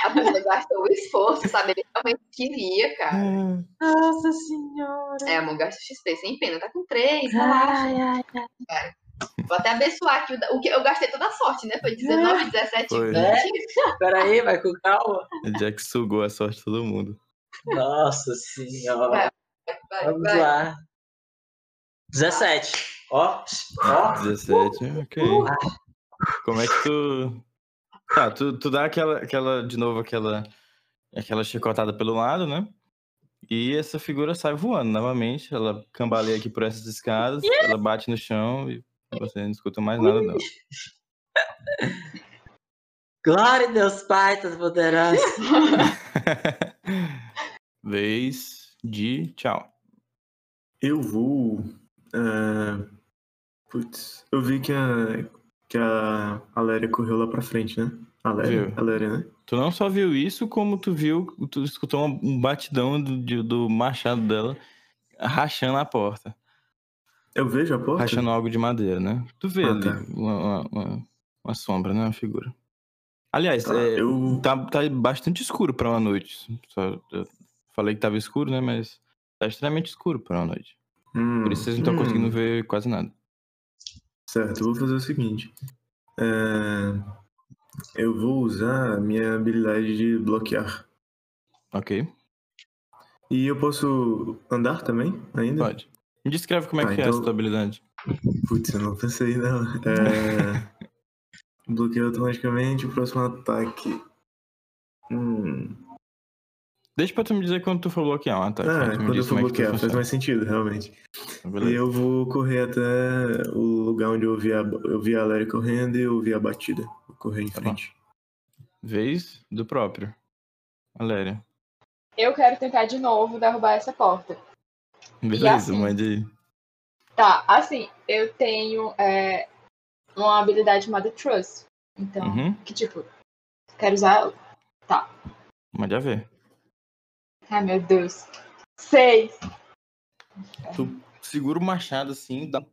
[SPEAKER 3] a pessoa gastou o esforço, sabe? Ele realmente queria, cara.
[SPEAKER 4] Nossa senhora.
[SPEAKER 3] É, amor, gasta XP, sem pena. Tá com
[SPEAKER 4] É.
[SPEAKER 3] três, relaxa. Vou até abençoar aqui. o da- O que, eu gastei toda a sorte, né?
[SPEAKER 4] É.
[SPEAKER 3] Foi 19, 17,
[SPEAKER 2] Foi.
[SPEAKER 3] 20.
[SPEAKER 4] Pera aí, vai com calma.
[SPEAKER 2] O Jack sugou a sorte de todo mundo.
[SPEAKER 4] Nossa senhora.
[SPEAKER 3] Vai,
[SPEAKER 4] É. Vamos
[SPEAKER 3] vai.
[SPEAKER 4] lá. 17. Ó, ó.
[SPEAKER 2] 17, ok. Como é que tu. Tá, tu, tu dá aquela, aquela, de novo, aquela, aquela chicotada pelo lado, né? E essa figura sai voando novamente. Ela cambaleia aqui por essas escadas, ela bate no chão e você não escuta mais nada dela.
[SPEAKER 6] Glória a Deus Pai, todo poderoso.
[SPEAKER 2] Vez de tchau.
[SPEAKER 1] Eu vou. é, Putz, eu vi que a, que a Aléria correu lá pra frente, né? Aléria,
[SPEAKER 2] Viu.
[SPEAKER 1] Aléria, né?
[SPEAKER 2] Tu não só viu isso, como tu viu, tu escutou um- um batidão do, de- do machado dela rachando a porta.
[SPEAKER 1] Eu vejo a porta.
[SPEAKER 2] Rachando algo de madeira, né? Tu vê
[SPEAKER 1] Ah,
[SPEAKER 2] ali
[SPEAKER 1] tá.
[SPEAKER 2] uma, uma- uma- uma sombra, né? Uma figura. Aliás,
[SPEAKER 1] Tá,
[SPEAKER 2] é,
[SPEAKER 1] eu.
[SPEAKER 2] tá, tá bastante escuro pra uma noite. Só- eu falei que tava escuro, né? Mas tá extremamente escuro pra uma noite.
[SPEAKER 1] Hum,
[SPEAKER 2] Por isso vocês não estão
[SPEAKER 1] hum.
[SPEAKER 2] conseguindo ver quase nada.
[SPEAKER 1] Certo, eu vou fazer o seguinte. É, Eu vou usar a minha habilidade de bloquear.
[SPEAKER 2] Ok?
[SPEAKER 1] Hum. E eu posso andar também, ainda?
[SPEAKER 2] Pode. Me descreve como é
[SPEAKER 1] Tá,
[SPEAKER 2] que é
[SPEAKER 1] então-
[SPEAKER 2] essa tua habilidade.
[SPEAKER 1] Putz, eu não pensei não. É... Bloqueio automaticamente o próximo ataque. Hum.
[SPEAKER 2] Deixa pra tu me dizer quando tu for bloquear um ataque. né?
[SPEAKER 1] Ah,
[SPEAKER 2] Tu me
[SPEAKER 1] quando eu
[SPEAKER 2] diz
[SPEAKER 1] for
[SPEAKER 2] como é que tu
[SPEAKER 1] bloquear, faz
[SPEAKER 2] funciona.
[SPEAKER 1] mais sentido, realmente.
[SPEAKER 2] Beleza.
[SPEAKER 1] E eu vou correr até o lugar onde eu vi a, eu vi a Larry correndo e eu vi a batida. Vou correr em
[SPEAKER 2] Tá bom.
[SPEAKER 1] frente.
[SPEAKER 2] Vez do próprio. Valéria.
[SPEAKER 5] Eu quero tentar de novo derrubar essa porta.
[SPEAKER 2] Beleza,
[SPEAKER 5] assim-
[SPEAKER 2] mande aí.
[SPEAKER 5] Tá, assim, eu tenho é, uma habilidade chamada Trust. Então,
[SPEAKER 2] Uhum,
[SPEAKER 5] que tipo, quero usar.
[SPEAKER 2] mande a ver.
[SPEAKER 5] Ai, meu Deus. Seis.
[SPEAKER 2] Segura o machado assim, dá...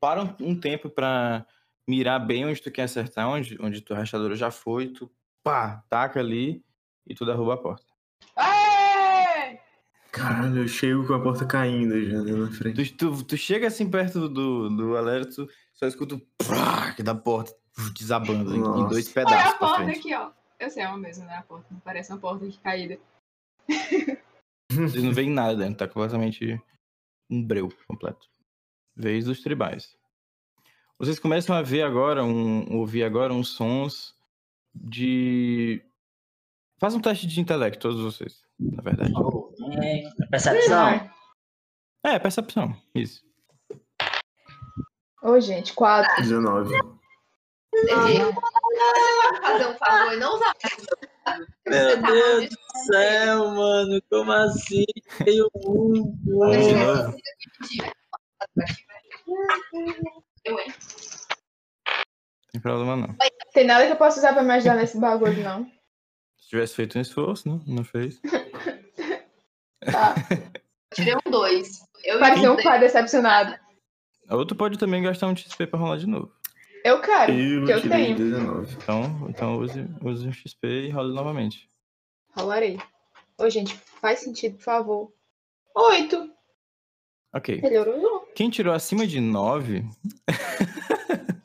[SPEAKER 2] para um- um tempo pra mirar bem onde tu quer acertar, onde, onde tua rachadura já foi, tu pá, taca ali e tu derruba a porta.
[SPEAKER 5] Aê!
[SPEAKER 1] Caralho, eu chego com a porta caindo já né, na frente.
[SPEAKER 2] Tu, tu, tu chega assim perto do, do Valéria, tu só escuta o prac da porta desabando em, em dois
[SPEAKER 1] Nossa.
[SPEAKER 5] Olha
[SPEAKER 2] pedaços
[SPEAKER 5] a
[SPEAKER 2] pra
[SPEAKER 5] porta
[SPEAKER 2] frente.
[SPEAKER 5] aqui, ó. Eu sei, é uma mesa, né? A porta. Não parece uma porta aqui caída.
[SPEAKER 2] Vocês não veem nada dentro, tá completamente um breu completo. Vez dos tribais. Vocês começam a ver agora, um, ouvir agora uns sons de. Faz um teste de intelecto, todos vocês, na verdade.
[SPEAKER 4] Oh, é, percepção.
[SPEAKER 2] É, percepção, isso.
[SPEAKER 5] Ô, gente, quatro.
[SPEAKER 1] 19.
[SPEAKER 5] É.
[SPEAKER 3] Você vai fazer um favor e não usar. Você
[SPEAKER 6] Meu
[SPEAKER 3] tá
[SPEAKER 6] Deus
[SPEAKER 3] maldito.
[SPEAKER 6] do céu, mano, como assim? Veio muito.
[SPEAKER 2] Vai de
[SPEAKER 6] mano.
[SPEAKER 2] novo.
[SPEAKER 3] Eu, hein?
[SPEAKER 2] Não tem problema não.
[SPEAKER 5] Tem nada que eu possa usar pra me ajudar nesse bagulho, não.
[SPEAKER 2] Se tivesse feito um esforço, né? Não fez.
[SPEAKER 5] Tá.
[SPEAKER 3] Tirei um dois. Eu
[SPEAKER 5] Parecer um
[SPEAKER 3] ia-
[SPEAKER 5] pai decepcionado.
[SPEAKER 2] Ou tu pode também gastar um XP pra rolar de novo.
[SPEAKER 5] Eu quero.
[SPEAKER 1] Eu
[SPEAKER 5] que eu
[SPEAKER 1] tirei
[SPEAKER 5] tenho.
[SPEAKER 1] 19.
[SPEAKER 2] Então, então use, use um XP e role novamente.
[SPEAKER 5] Rolarei. Ô, gente, faz sentido, por favor. Oito.
[SPEAKER 2] Ok.
[SPEAKER 5] Melhorou não.
[SPEAKER 2] Quem tirou acima de 9,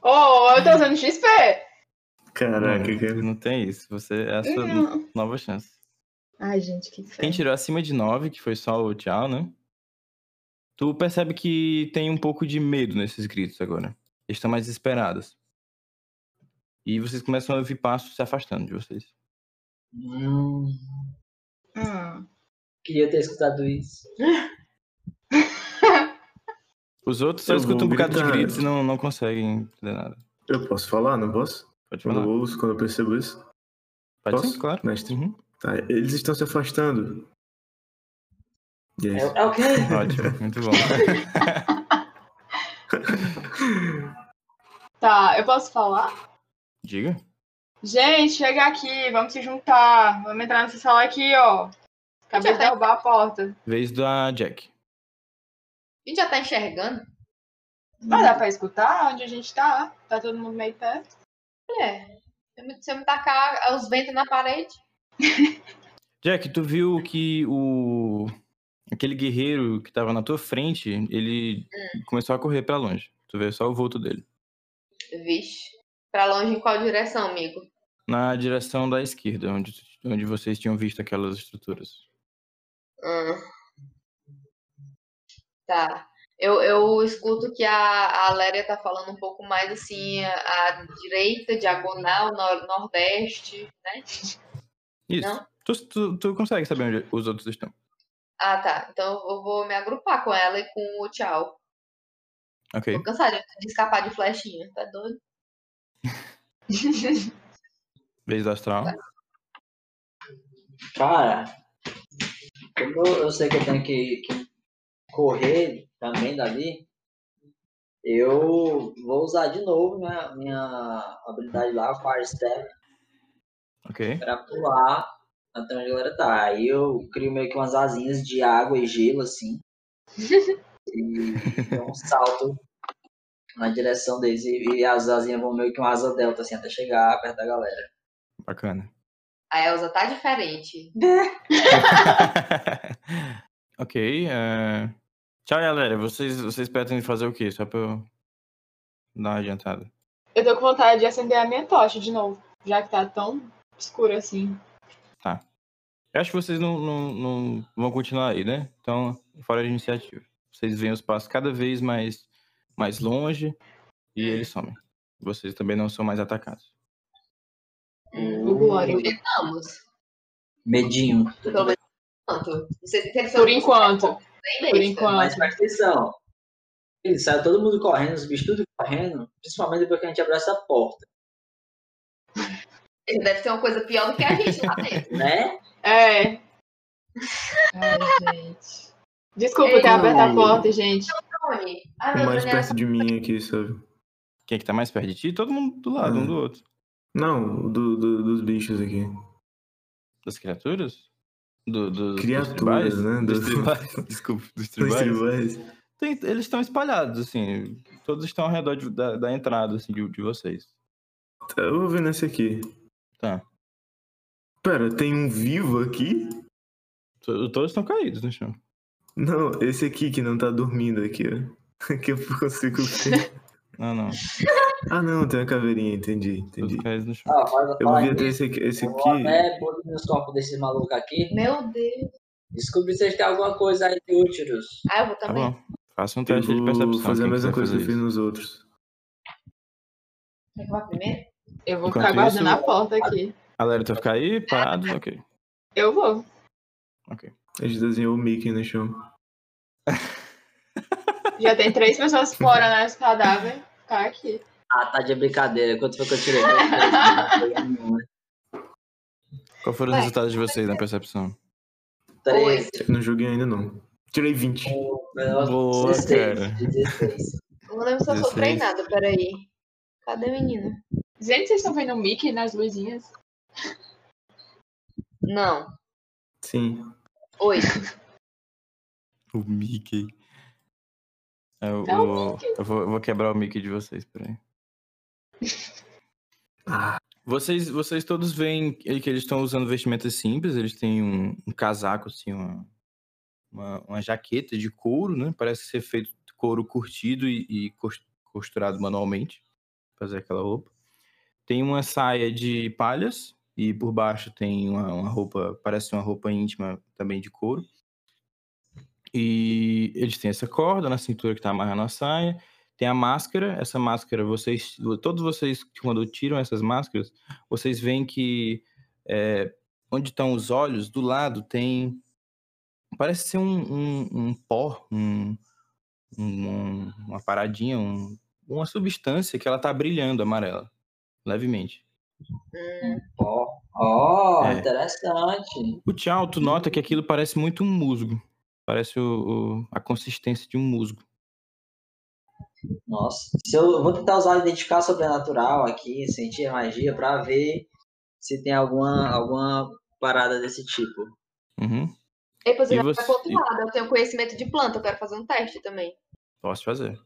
[SPEAKER 5] Ô, eu tô usando XP.
[SPEAKER 1] Caraca, cara.
[SPEAKER 2] não tem isso. Você, é a sua
[SPEAKER 5] Não.
[SPEAKER 2] nova chance.
[SPEAKER 5] Ai, gente, que
[SPEAKER 2] Quem
[SPEAKER 1] É.
[SPEAKER 5] feio.
[SPEAKER 2] tirou acima de 9, que foi só o tchau, né? Tu percebe que tem um pouco de medo nesses gritos agora. Eles estão mais desesperados. E vocês começam a ouvir passos se afastando de vocês.
[SPEAKER 4] Hum,
[SPEAKER 5] Hum.
[SPEAKER 6] Queria ter escutado isso.
[SPEAKER 2] Os outros só
[SPEAKER 1] Eu
[SPEAKER 2] escutam
[SPEAKER 1] vou
[SPEAKER 2] um bocado de
[SPEAKER 1] gritar.
[SPEAKER 2] gritos e não, não conseguem entender nada.
[SPEAKER 1] Eu posso falar, não posso?
[SPEAKER 2] Pode
[SPEAKER 1] Quando
[SPEAKER 2] falar.
[SPEAKER 1] eu ouço, quando eu percebo isso.
[SPEAKER 2] Pode
[SPEAKER 1] posso?
[SPEAKER 2] ser, claro.
[SPEAKER 1] Mestre.
[SPEAKER 2] Uhum.
[SPEAKER 1] Tá, eles estão se afastando. E é
[SPEAKER 6] É,
[SPEAKER 1] isso.
[SPEAKER 6] é o quê?
[SPEAKER 2] Ótimo, muito bom.
[SPEAKER 5] Tá, eu posso falar?
[SPEAKER 2] Diga.
[SPEAKER 5] Gente, chega aqui, vamos se juntar. Vamos entrar nessa sala aqui, ó. Acabei de derrubar a porta.
[SPEAKER 2] Vez da Jack.
[SPEAKER 3] A gente já tá enxergando.
[SPEAKER 5] Mas dá pra escutar onde a gente tá? Tá todo mundo meio perto.
[SPEAKER 3] É. Se eu me- se eu me tacar os ventos na parede.
[SPEAKER 2] Jack, tu viu que o. Aquele guerreiro que tava na tua frente, ele
[SPEAKER 1] Hum.
[SPEAKER 2] começou a correr pra longe. Tu vê só o vulto dele.
[SPEAKER 3] Vixe. Pra longe em qual direção, amigo?
[SPEAKER 2] na direção da esquerda, onde, onde vocês tinham visto aquelas estruturas.
[SPEAKER 3] Hum. Tá. Eu, eu escuto que a, a Léria tá falando um pouco mais assim, a, a direita, diagonal, nor- nordeste.
[SPEAKER 2] Isso.
[SPEAKER 3] Não?
[SPEAKER 2] Tu, tu, tu consegue saber onde os outros estão.
[SPEAKER 3] Ah, tá. Então eu vou me agrupar com ela e com o tchau.
[SPEAKER 2] Ok.
[SPEAKER 3] Tô cansada de escapar de flechinha. Tá doido?
[SPEAKER 2] Beijo astral.
[SPEAKER 4] Cara, como eu eu sei que eu tenho que, que correr também dali, eu vou usar de novo minha, minha habilidade lá, Fire Step,
[SPEAKER 2] Ok.
[SPEAKER 4] pra pular até onde a galera tá. Aí eu crio meio que umas asinhas de água e gelo, assim, e dou um salto na direção deles e, e as asinhas vão meio que uma asa delta, assim, até chegar perto da galera.
[SPEAKER 2] Bacana.
[SPEAKER 3] A Elsa tá diferente.
[SPEAKER 2] ok. eh, Tchau, galera. Vocês, vocês pretendem fazer o quê? Só pra eu dar uma adiantada.
[SPEAKER 5] Eu tô com vontade de acender a minha tocha de novo, já que tá tão escuro assim.
[SPEAKER 2] Eu acho que vocês não, não, não vão continuar aí, né? Então, fora de iniciativa. Vocês veem os passos cada vez mais, mais longe e eles somem. Vocês também não são mais atacados.
[SPEAKER 5] O Glória.
[SPEAKER 3] Vamos.
[SPEAKER 4] Medinho.
[SPEAKER 3] Pelo menos tanto. Vocês interessam
[SPEAKER 5] Por
[SPEAKER 3] Tá
[SPEAKER 5] enquanto.
[SPEAKER 3] é bem
[SPEAKER 5] Por
[SPEAKER 3] besta.
[SPEAKER 5] enquanto.
[SPEAKER 4] Mas presta atenção. Ele saiu todo mundo correndo, os bichos tudo correndo, principalmente depois que a gente abraça a porta,
[SPEAKER 3] Isso deve ser uma coisa pior do que a gente lá dentro.
[SPEAKER 4] né?
[SPEAKER 5] É. Ai, gente. Desculpa
[SPEAKER 3] Ei,
[SPEAKER 5] ter aberto a
[SPEAKER 1] não.
[SPEAKER 5] porta, gente.
[SPEAKER 3] Tony. Ah,
[SPEAKER 1] O
[SPEAKER 3] meu
[SPEAKER 1] mais
[SPEAKER 3] Deus,
[SPEAKER 1] perto de mim aqui, sabe?
[SPEAKER 2] Quem é que tá mais perto de ti? Todo mundo do lado, um
[SPEAKER 1] Hum.
[SPEAKER 2] do outro.
[SPEAKER 1] Não, do, do- dos bichos aqui.
[SPEAKER 2] Das criaturas? Do, do, dos
[SPEAKER 1] Criaturas,
[SPEAKER 2] tribais?
[SPEAKER 1] né?
[SPEAKER 2] Dos
[SPEAKER 1] Do-
[SPEAKER 2] tribais. Desculpa, dos
[SPEAKER 1] Os
[SPEAKER 2] tribais.
[SPEAKER 1] tribais.
[SPEAKER 2] Tem- eles estão espalhados, assim. Todos estão ao redor de- da, da entrada, assim, de, de vocês.
[SPEAKER 1] Tá, eu vou ver nesse aqui.
[SPEAKER 2] Tá.
[SPEAKER 1] Pera, tem um vivo aqui?
[SPEAKER 2] To- Todos estão caídos no chão.
[SPEAKER 1] Não, esse aqui que não tá dormindo aqui, ó. Que eu consigo ver.
[SPEAKER 2] Não, não.
[SPEAKER 1] Ah, não, tem uma caveirinha, entendi,
[SPEAKER 2] Todos
[SPEAKER 1] entendi.
[SPEAKER 2] caídos no chão.
[SPEAKER 4] Ó, faz
[SPEAKER 1] Eu
[SPEAKER 4] fala
[SPEAKER 1] vi
[SPEAKER 4] aí.
[SPEAKER 1] até esse aqui. Esse
[SPEAKER 4] Eu vou
[SPEAKER 1] aqui.
[SPEAKER 4] até pôr nos corpos desses malucos aqui.
[SPEAKER 3] Meu Deus.
[SPEAKER 4] Descobri se eles têm alguma coisa aí de úteros.
[SPEAKER 3] Ah, eu vou
[SPEAKER 2] Tá
[SPEAKER 3] também.
[SPEAKER 2] bom. Faça um
[SPEAKER 1] Eu
[SPEAKER 2] teste de percepção.
[SPEAKER 1] vou fazer a
[SPEAKER 2] quem
[SPEAKER 1] mesma
[SPEAKER 2] quiser
[SPEAKER 1] coisa que eu
[SPEAKER 2] fazer
[SPEAKER 1] fiz
[SPEAKER 2] isso.
[SPEAKER 1] nos outros.
[SPEAKER 3] Quer que eu vá primeiro?
[SPEAKER 5] Eu vou
[SPEAKER 2] Enquanto
[SPEAKER 5] ficar guardando
[SPEAKER 2] isso-
[SPEAKER 5] a porta aqui.
[SPEAKER 2] Galera, tu vai ficar aí, parado, ok.
[SPEAKER 5] Eu vou.
[SPEAKER 1] A gente desenhou o Mickey no chão.
[SPEAKER 5] Já tem três pessoas fora, né? Esse cadáver tá aqui.
[SPEAKER 4] Ah, tá de brincadeira. Quanto foi que eu tirei?
[SPEAKER 2] Qual foram os
[SPEAKER 3] Vai.
[SPEAKER 2] resultados de vocês na percepção?
[SPEAKER 4] Três.
[SPEAKER 1] Eu não joguei ainda, não. Tirei 20.
[SPEAKER 2] Boa,
[SPEAKER 4] 16,
[SPEAKER 2] cara.
[SPEAKER 4] 16.
[SPEAKER 3] Eu lembro se eu sou
[SPEAKER 2] 16.
[SPEAKER 3] treinada, peraí. Cadê a menina?
[SPEAKER 5] Gente, vocês estão vendo o Mickey nas luzinhas?
[SPEAKER 3] Não.
[SPEAKER 1] Sim.
[SPEAKER 3] Oi.
[SPEAKER 2] O Mickey. Eu,
[SPEAKER 5] É o
[SPEAKER 2] eu- eu vou, eu vou quebrar o Mickey de vocês, peraí.
[SPEAKER 1] Ah,
[SPEAKER 2] Vocês, vocês todos veem que que eles estão usando vestimentas simples, eles têm um, um casaco, assim, uma, uma, uma jaqueta de couro, né? Parece ser feito de couro curtido e, e cos- costurado manualmente, fazer aquela roupa. Tem uma saia de palhas e por baixo tem uma, uma roupa, parece uma roupa íntima também de couro. E eles têm essa corda na cintura que está amarrando a saia. Tem a máscara, essa máscara, vocês, todos vocês, quando tiram essas máscaras, vocês veem que é, onde estão os olhos, do lado tem. Parece ser um, um, um pó, um, um- uma paradinha, um- uma substância que ela tá brilhando amarela, levemente.
[SPEAKER 3] Hum,
[SPEAKER 4] Ó, ó,
[SPEAKER 2] É.
[SPEAKER 4] interessante.
[SPEAKER 2] O tchau, tu nota que aquilo parece muito um musgo. Parece o- o- a consistência de um musgo.
[SPEAKER 4] Nossa. Se eu, eu vou tentar usar identificar sobrenatural aqui, sentir a magia, pra ver se tem alguma, alguma parada desse tipo.
[SPEAKER 2] Uhum.
[SPEAKER 3] Depois eu
[SPEAKER 2] E
[SPEAKER 3] já
[SPEAKER 2] você-
[SPEAKER 3] vou pro outro lado. Eu tenho conhecimento de planta, eu quero fazer um teste também.
[SPEAKER 2] Posso fazer.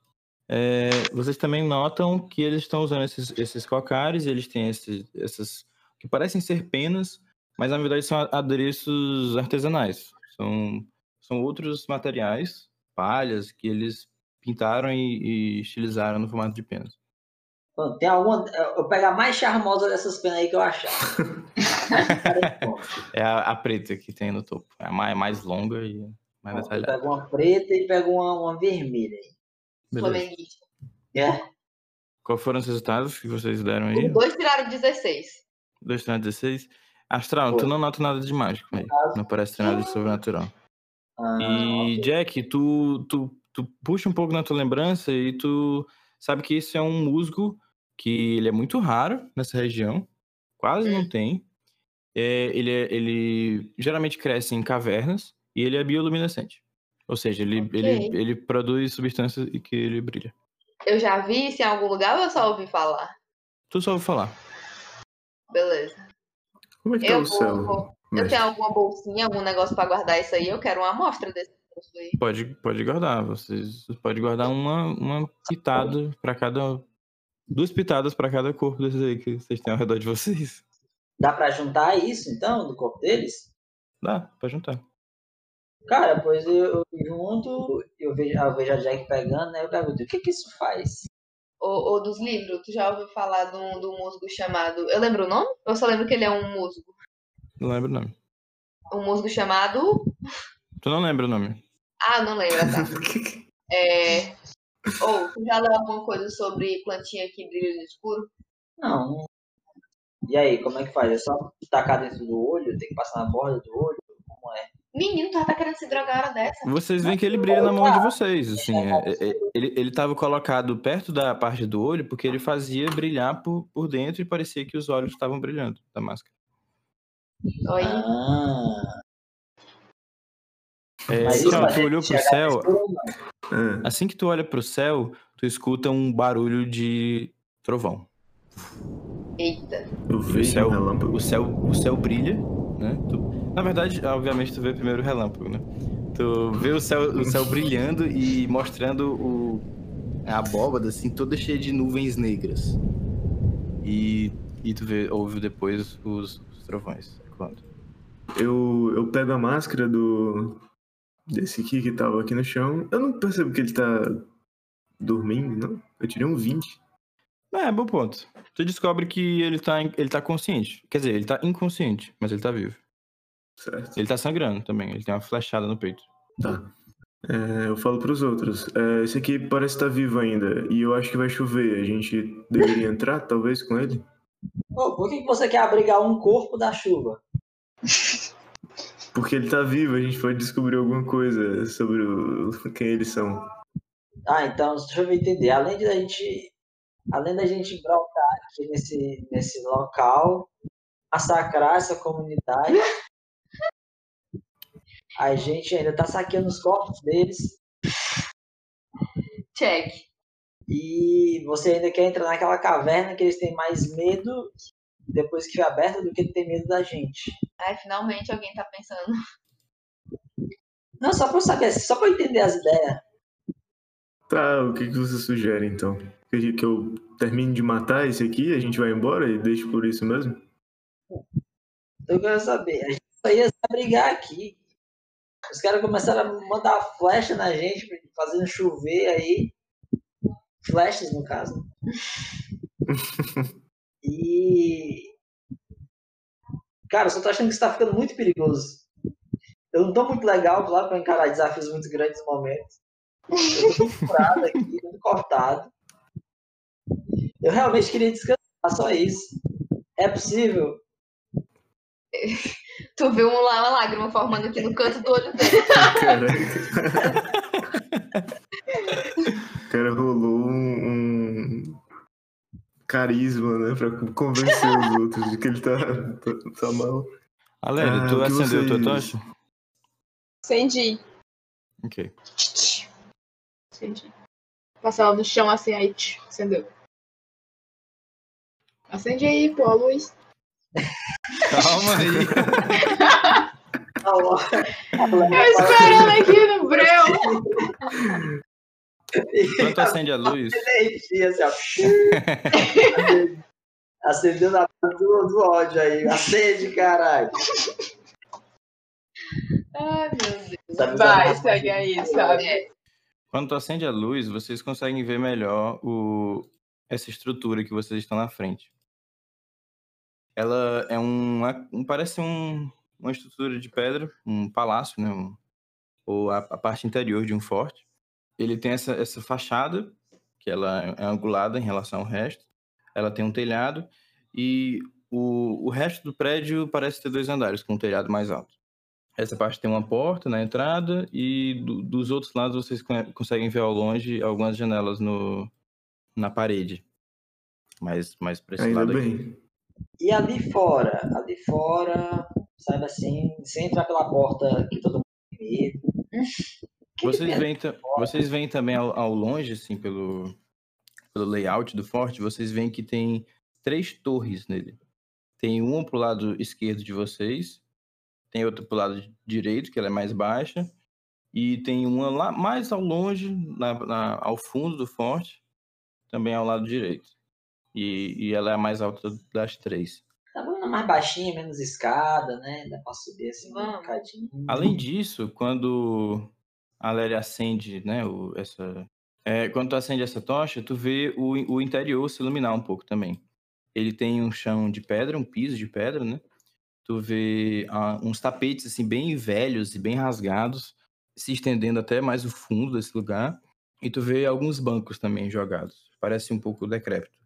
[SPEAKER 2] É, vocês também notam que eles estão usando esses, esses cocares, eles têm esses, essas que parecem ser penas, mas na verdade são a- adereços artesanais. São, são outros materiais, palhas, que eles pintaram e, e estilizaram no formato de penas.
[SPEAKER 4] Pô, Tem alguma. Eu eu pego a mais charmosa dessas penas aí que eu achar.
[SPEAKER 2] É a, a preta que tem no topo. É a mais, mais longa e mais
[SPEAKER 4] Eu
[SPEAKER 2] detalhada.
[SPEAKER 4] pego uma preta e pego uma, uma vermelha. aí.
[SPEAKER 2] Beleza.
[SPEAKER 3] Flamenguista.
[SPEAKER 4] É?
[SPEAKER 2] Qual foram os resultados que vocês deram aí?
[SPEAKER 3] Os dois tiraram 16.
[SPEAKER 2] 2, 3, 16. Astral, tu
[SPEAKER 4] Foi.
[SPEAKER 2] né? não nota nada de mágico aí. Não parece ter nada de sobrenatural.
[SPEAKER 4] Ah,
[SPEAKER 2] E, Jack, tu, tu, tu puxa um pouco na tua lembrança e tu sabe que esse é um musgo que ele é muito raro nessa região, quase não tem. É, ele, é- ele geralmente cresce em cavernas e ele é bioluminescente. Ou seja, ele,
[SPEAKER 3] Ok.
[SPEAKER 2] ele, ele produz substâncias e que ele brilha.
[SPEAKER 3] Eu já vi isso em algum lugar ou eu só ouvi falar?
[SPEAKER 2] Tu só ouve falar.
[SPEAKER 3] Beleza.
[SPEAKER 1] Como é que tá
[SPEAKER 3] Eu
[SPEAKER 1] o céu?
[SPEAKER 3] vou. Eu
[SPEAKER 1] mestre?
[SPEAKER 3] tenho alguma bolsinha, algum negócio pra guardar isso aí? Eu quero uma amostra desse negócio aí.
[SPEAKER 2] Pode, pode guardar. Vocês pode guardar uma, uma pitada para cada. Duas pitadas para cada corpo desses aí que vocês têm ao redor de vocês.
[SPEAKER 4] Dá pra juntar isso, então, do corpo deles?
[SPEAKER 2] Dá, pra juntar.
[SPEAKER 4] Cara, pois eu, eu junto, eu vejo, eu vejo a Jack pegando, né? Eu pergunto, o que que isso faz?
[SPEAKER 3] Ou, ou dos livros, tu já ouviu falar de um, de um musgo chamado. Eu lembro o nome? Eu só lembro que ele é um musgo.
[SPEAKER 2] Não lembro o nome.
[SPEAKER 3] Um musgo chamado.
[SPEAKER 2] Tu não lembra o nome?
[SPEAKER 3] Ah, não lembro, tá? É. Ou, tu já leu alguma coisa sobre plantinha que brilha no escuro?
[SPEAKER 4] Não. não- E aí, como é que faz? É só tacar dentro do olho? Tem que passar na borda do olho? Como é?
[SPEAKER 3] Menino, tu já tá querendo se drogar a hora dessa?
[SPEAKER 2] Vocês veem que ele brilha na mão de vocês, assim. é- é- ele, ele tava colocado perto da parte do olho porque ele fazia brilhar por, por dentro e parecia que os olhos estavam brilhando da máscara.
[SPEAKER 3] Oi.
[SPEAKER 4] Ah,
[SPEAKER 2] É,
[SPEAKER 4] Mas isso
[SPEAKER 2] Thiago,
[SPEAKER 4] vai
[SPEAKER 2] tu olhou pro
[SPEAKER 4] chegar
[SPEAKER 2] céu,
[SPEAKER 4] escuro ou não?
[SPEAKER 1] É,
[SPEAKER 2] assim que tu olha pro céu, tu escuta um barulho de trovão.
[SPEAKER 3] Eita.
[SPEAKER 1] eu
[SPEAKER 2] E é o
[SPEAKER 1] vejo um
[SPEAKER 2] céu,
[SPEAKER 1] relâmpago.
[SPEAKER 2] o céu, o céu brilha, né? Tu- na verdade, obviamente, tu vê primeiro o relâmpago, né? Tu vê o céu, o céu brilhando e mostrando o, a abóbada, assim, toda cheia de nuvens negras. E, e tu vê, ouve depois os, os trovões. é ecoando.
[SPEAKER 1] Eu, eu pego a máscara do. desse aqui que tava aqui no chão. Eu não percebo que ele tá dormindo, não. Eu tirei um 20.
[SPEAKER 2] É, bom ponto. Tu descobre que ele tá, in- ele tá consciente. Quer dizer, ele tá inconsciente, mas ele tá vivo.
[SPEAKER 1] Certo.
[SPEAKER 2] Ele tá sangrando também, ele tem uma flechada no peito.
[SPEAKER 1] Tá. É, eu falo pros outros. É, esse aqui parece estar vivo ainda. E eu acho que vai chover. A gente deveria entrar, talvez, com ele?
[SPEAKER 4] Ô, por que que você quer abrigar um corpo da chuva?
[SPEAKER 1] Porque ele tá vivo, a gente pode descobrir alguma coisa sobre o- quem eles são.
[SPEAKER 4] Ah, então, deixa eu entender. Além de a gente, além da gente brotar aqui nesse, nesse local, massacrar essa comunidade, a gente ainda tá saqueando os corpos deles
[SPEAKER 3] Check.
[SPEAKER 4] e você ainda quer entrar naquela caverna que eles têm mais medo depois que foi aberta do que tem medo da gente.
[SPEAKER 3] Ai, finalmente alguém tá pensando.
[SPEAKER 4] Não, só pra eu saber, só pra eu entender as ideias.
[SPEAKER 1] Tá, o que, que você sugere então? Que que eu termine de matar esse aqui, a gente vai embora e deixo por isso mesmo?
[SPEAKER 4] Eu quero saber, a gente só ia se abrigar aqui. Os caras começaram a mandar flecha na gente, fazendo chover aí. Flechas, no caso. E. Cara, eu só tô achando que isso tá ficando muito perigoso. Eu não tô muito legal lá pra encarar desafios muito grandes no momento. Eu tô muito furado aqui, tudo cortado. Eu realmente queria descansar, só isso. É possível.
[SPEAKER 3] Tu viu um lá- uma lágrima formando aqui no canto do olho dele.
[SPEAKER 1] Caraca. O cara rolou um, um carisma, né? Pra convencer os outros de que ele tá, tá, tá mal.
[SPEAKER 2] Alério,
[SPEAKER 1] Ah,
[SPEAKER 2] tu
[SPEAKER 1] o que
[SPEAKER 2] acendeu tua
[SPEAKER 1] vocês-
[SPEAKER 2] tocha?
[SPEAKER 6] Acendi.
[SPEAKER 2] Ok.
[SPEAKER 6] Acendi. Passar ela no chão assim, aí tch, acendeu. Acende aí, pô, a luz.
[SPEAKER 2] Calma aí.
[SPEAKER 4] Alô.
[SPEAKER 6] Eu esperando aqui no breu.
[SPEAKER 2] Enquanto acende a luz,
[SPEAKER 4] Energia, assim, ó. Acendeu na porta do, do ódio aí. Acende, caralho.
[SPEAKER 3] Ai, meu Deus. É.
[SPEAKER 4] Sabe
[SPEAKER 6] Vai,
[SPEAKER 4] usar-
[SPEAKER 6] segue aí, sabe?
[SPEAKER 2] quando tu acende a luz, vocês conseguem ver melhor o... essa estrutura que vocês estão na frente. Ela é uma, um- parece um, uma estrutura de pedra, um palácio, né? um- ou a, a parte interior de um forte. Ele tem essa, essa fachada, que ela é angulada em relação ao resto. Ela tem um telhado e o, o resto do prédio parece ter dois andares, com um telhado mais alto. Essa parte tem uma porta na entrada e do- dos outros lados vocês con- conseguem ver ao longe algumas janelas no, na parede. Mas, mas pra esse
[SPEAKER 1] Ainda
[SPEAKER 2] lado aqui.
[SPEAKER 1] bem.
[SPEAKER 6] E ali fora, ali fora, sabe assim, sem entrar pela porta que todo mundo tem medo. Que
[SPEAKER 2] Vocês
[SPEAKER 6] medo.
[SPEAKER 2] veem, ta- vocês veem também ao, ao longe, assim, pelo, pelo layout do forte, vocês veem que tem três torres nele. Tem uma pro lado esquerdo de vocês, tem outra pro lado direito, que ela é mais baixa, e tem uma lá mais ao longe, na, na- ao fundo do forte, também ao lado direito. E, e ela é a mais alta das três.
[SPEAKER 6] Tá bom, mais baixinha, menos escada, né? Dá pra subir assim um
[SPEAKER 3] Vamos.
[SPEAKER 6] bocadinho.
[SPEAKER 2] Além disso, quando a Lélia acende, né, o- essa... é, quando tu acende essa tocha, tu vê o, o interior se iluminar um pouco também. Ele tem um chão de pedra, um piso de pedra, né? Tu vê ah, uns tapetes, assim, bem velhos e bem rasgados, se estendendo até mais o fundo desse lugar. E tu vê alguns bancos também jogados. Parece um pouco decrépito.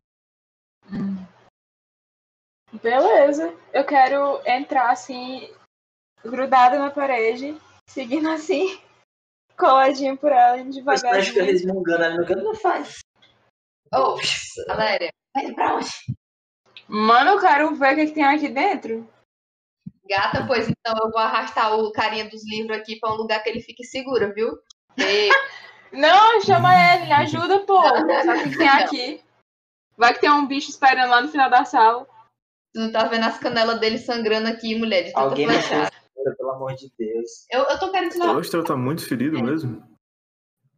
[SPEAKER 5] Beleza. Eu quero entrar assim, grudada na parede, seguindo assim, coladinho por ela,
[SPEAKER 6] Mas pra ficar
[SPEAKER 5] devagarzinho.
[SPEAKER 6] resmungando ali no canto, não faz.
[SPEAKER 3] Ô, Valéria, vai pra onde?
[SPEAKER 5] Mano, eu quero ver o que, que tem aqui dentro.
[SPEAKER 3] Gata, pois então eu vou arrastar o carinha dos livros aqui pra um lugar que ele fique seguro, viu? E-
[SPEAKER 5] Não, chama ele, ajuda, pô. Sabe o que que tem aqui? Vai que tem um bicho esperando lá no final da sala.
[SPEAKER 3] Tu não tá vendo as canelas dele sangrando aqui, mulher, de tanta
[SPEAKER 6] Alguém me
[SPEAKER 3] flechada.
[SPEAKER 6] ajuda, pelo amor de Deus.
[SPEAKER 3] Eu, eu tô querendo tirar
[SPEAKER 1] O Astral tá muito ferido mesmo.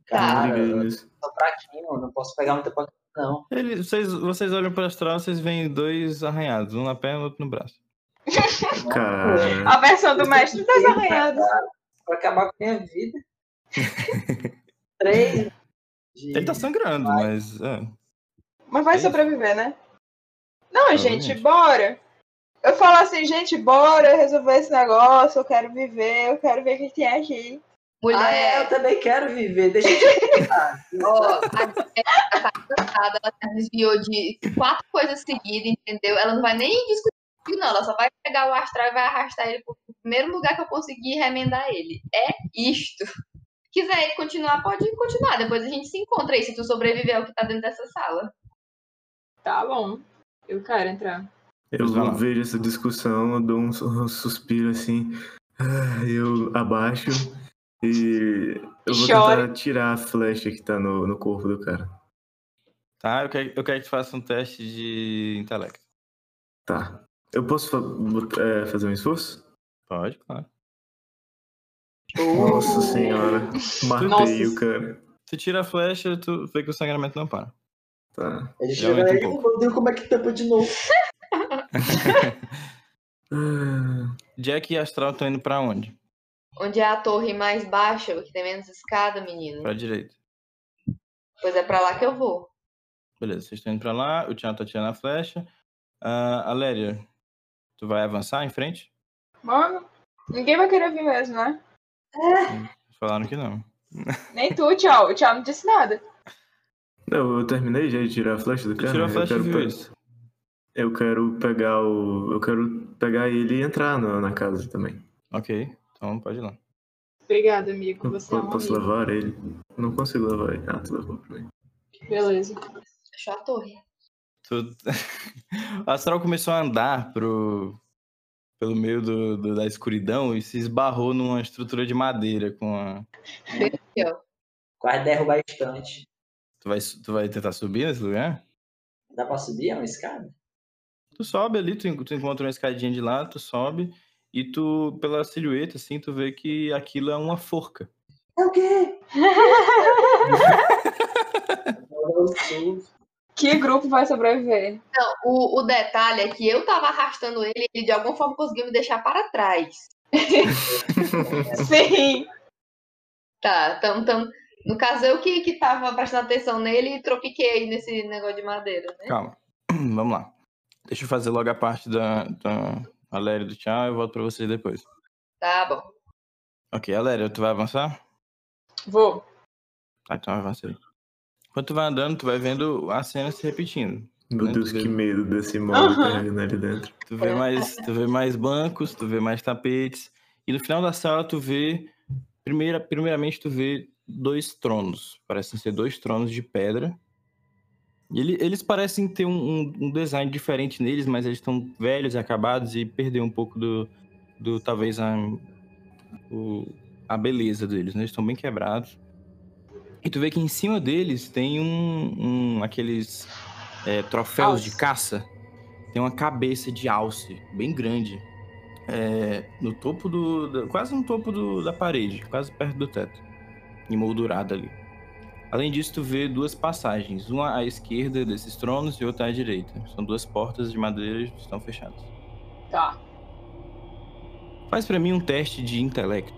[SPEAKER 3] Cara,
[SPEAKER 1] Não liguei nisso.
[SPEAKER 6] tô fraquinho, não posso pegar muita pancada, não.
[SPEAKER 2] Ele, vocês, vocês olham para astral, vocês veem dois arranhados, um na perna e outro no braço.
[SPEAKER 1] Cara.
[SPEAKER 5] A versão do mestre das arranhadas.
[SPEAKER 6] Pra acabar com a minha vida. Três. de-
[SPEAKER 2] Ele tá sangrando, mas. é.
[SPEAKER 5] Mas vai
[SPEAKER 2] Tem?
[SPEAKER 5] sobreviver, né?
[SPEAKER 2] tá
[SPEAKER 5] Não, gente,
[SPEAKER 2] Provavelmente.
[SPEAKER 5] bora. Eu falo assim, gente, bora resolver esse negócio, eu quero viver, eu quero ver o que que tem aqui.
[SPEAKER 6] Ah, é, eu
[SPEAKER 3] mulher.
[SPEAKER 6] também quero viver. Deixa eu te contar.
[SPEAKER 3] ó, a mulher tá cansada, ela se desviou de quatro coisas seguidas, entendeu? Ela não vai nem discutir, não. Ela só vai pegar o astral e vai arrastar ele pro primeiro lugar que eu conseguir e remendar ele. É isto. Quiser ele continuar, pode continuar. Depois a gente se encontra aí, se tu sobreviver ao que tá dentro dessa sala.
[SPEAKER 5] Tá bom. Eu quero entrar.
[SPEAKER 1] Eu
[SPEAKER 2] Pois vai lá.
[SPEAKER 1] vejo essa discussão, eu dou um su- um suspiro assim, ah, eu abaixo e eu vou
[SPEAKER 5] Chora.
[SPEAKER 1] tentar tirar a flecha que tá no, no corpo do cara.
[SPEAKER 2] Tá, eu quero, eu quero que tu faça um teste de intelecto.
[SPEAKER 1] Tá. Eu posso fa- bot- é, fazer um esforço?
[SPEAKER 2] Pode, claro.
[SPEAKER 1] Nossa senhora, matei
[SPEAKER 5] Nossa.
[SPEAKER 1] o cara.
[SPEAKER 2] Tu tira a flecha, tu vê que o sangramento não para.
[SPEAKER 1] Tá.
[SPEAKER 6] Ele
[SPEAKER 2] Já
[SPEAKER 6] chegou aí,
[SPEAKER 2] aumenta um
[SPEAKER 6] meu Deus, como é que tampa de novo?
[SPEAKER 1] Ah,
[SPEAKER 2] Jack e Astral estão indo pra onde?
[SPEAKER 3] Onde é a torre mais baixa, que tem menos escada, menino.
[SPEAKER 2] Pra direita.
[SPEAKER 3] Pois é pra lá que eu vou.
[SPEAKER 2] Beleza, vocês estão indo pra lá, o Thiago tá tirando a flecha. Ah, Aléria, tu vai avançar em frente?
[SPEAKER 5] Mano, ninguém vai querer vir mesmo, né?
[SPEAKER 2] Eles Falaram que não.
[SPEAKER 5] Nem tu, tchau. O tchau não disse nada.
[SPEAKER 1] Não, eu terminei já de tirar a flecha do
[SPEAKER 2] Tu
[SPEAKER 1] cara.
[SPEAKER 2] tirou a flecha e
[SPEAKER 1] eu,
[SPEAKER 2] viu
[SPEAKER 1] quero pe-
[SPEAKER 2] isso.
[SPEAKER 1] eu quero pegar o. Eu quero pegar ele e entrar na, na casa também.
[SPEAKER 2] Ok, então pode ir lá.
[SPEAKER 5] Obrigada, amigo.
[SPEAKER 1] Eu
[SPEAKER 5] Você é um
[SPEAKER 1] Hum, posso
[SPEAKER 5] amigo.
[SPEAKER 1] levar ele? Não consigo levar ele. Ah, tu levou pra mim.
[SPEAKER 5] Beleza.
[SPEAKER 3] Achou a torre.
[SPEAKER 2] Tu... A Astral começou a andar pro... pelo meio do- do- da escuridão e se esbarrou numa estrutura de madeira com a...
[SPEAKER 6] Quase derrubar a estante.
[SPEAKER 2] Tu vai, su- tu vai tentar subir nesse lugar?
[SPEAKER 6] Dá pra subir? É uma escada?
[SPEAKER 2] Tu sobe ali, tu, en- tu encontra uma escadinha de lá, tu sobe e tu, pela silhueta, assim, tu vê que aquilo é uma forca.
[SPEAKER 6] É o quê? Eu subo.
[SPEAKER 5] Que grupo vai sobreviver?
[SPEAKER 3] Não, o, o detalhe é que eu tava arrastando ele e ele de alguma forma conseguiu me deixar para trás.
[SPEAKER 5] Sim.
[SPEAKER 3] Tá, então, então no caso eu que, que tava prestando atenção nele e tropiquei nesse negócio de madeira, né?
[SPEAKER 2] Calma, vamos lá. Deixa eu fazer logo a parte da, da Aléria do tchau e eu volto pra vocês depois.
[SPEAKER 3] Tá bom.
[SPEAKER 2] Ok, Aléria, tu vai avançar?
[SPEAKER 5] Vou.
[SPEAKER 2] Tá, então avança aí. Quando tu vai andando, tu vai vendo a cena se repetindo.
[SPEAKER 1] Meu
[SPEAKER 2] né,
[SPEAKER 1] Deus,
[SPEAKER 2] tu vê.
[SPEAKER 1] que medo desse mal
[SPEAKER 5] Aham.
[SPEAKER 1] carregando ali dentro.
[SPEAKER 2] Tu vê mais, tu vê mais bancos, tu vê mais tapetes. E no final da sala tu vê. Primeira, primeiramente tu vê dois tronos. Parecem ser dois tronos de pedra. E ele- eles parecem ter um, um- um design diferente neles, mas eles estão velhos e acabados e perdeu um pouco do. do talvez a. o- a beleza deles, né? Eles estão bem quebrados. E tu vê que em cima deles tem um. um- aqueles. é, troféus
[SPEAKER 7] Alce.
[SPEAKER 2] de caça. Tem uma cabeça de alce, bem grande. É, no topo do. da- quase no topo do- da parede, quase perto do teto. Emoldurada ali. Além disso, tu vê duas passagens, uma à esquerda desses tronos e outra à direita. São duas portas de madeira que estão fechadas.
[SPEAKER 6] Tá.
[SPEAKER 2] Faz pra mim um teste de intelecto.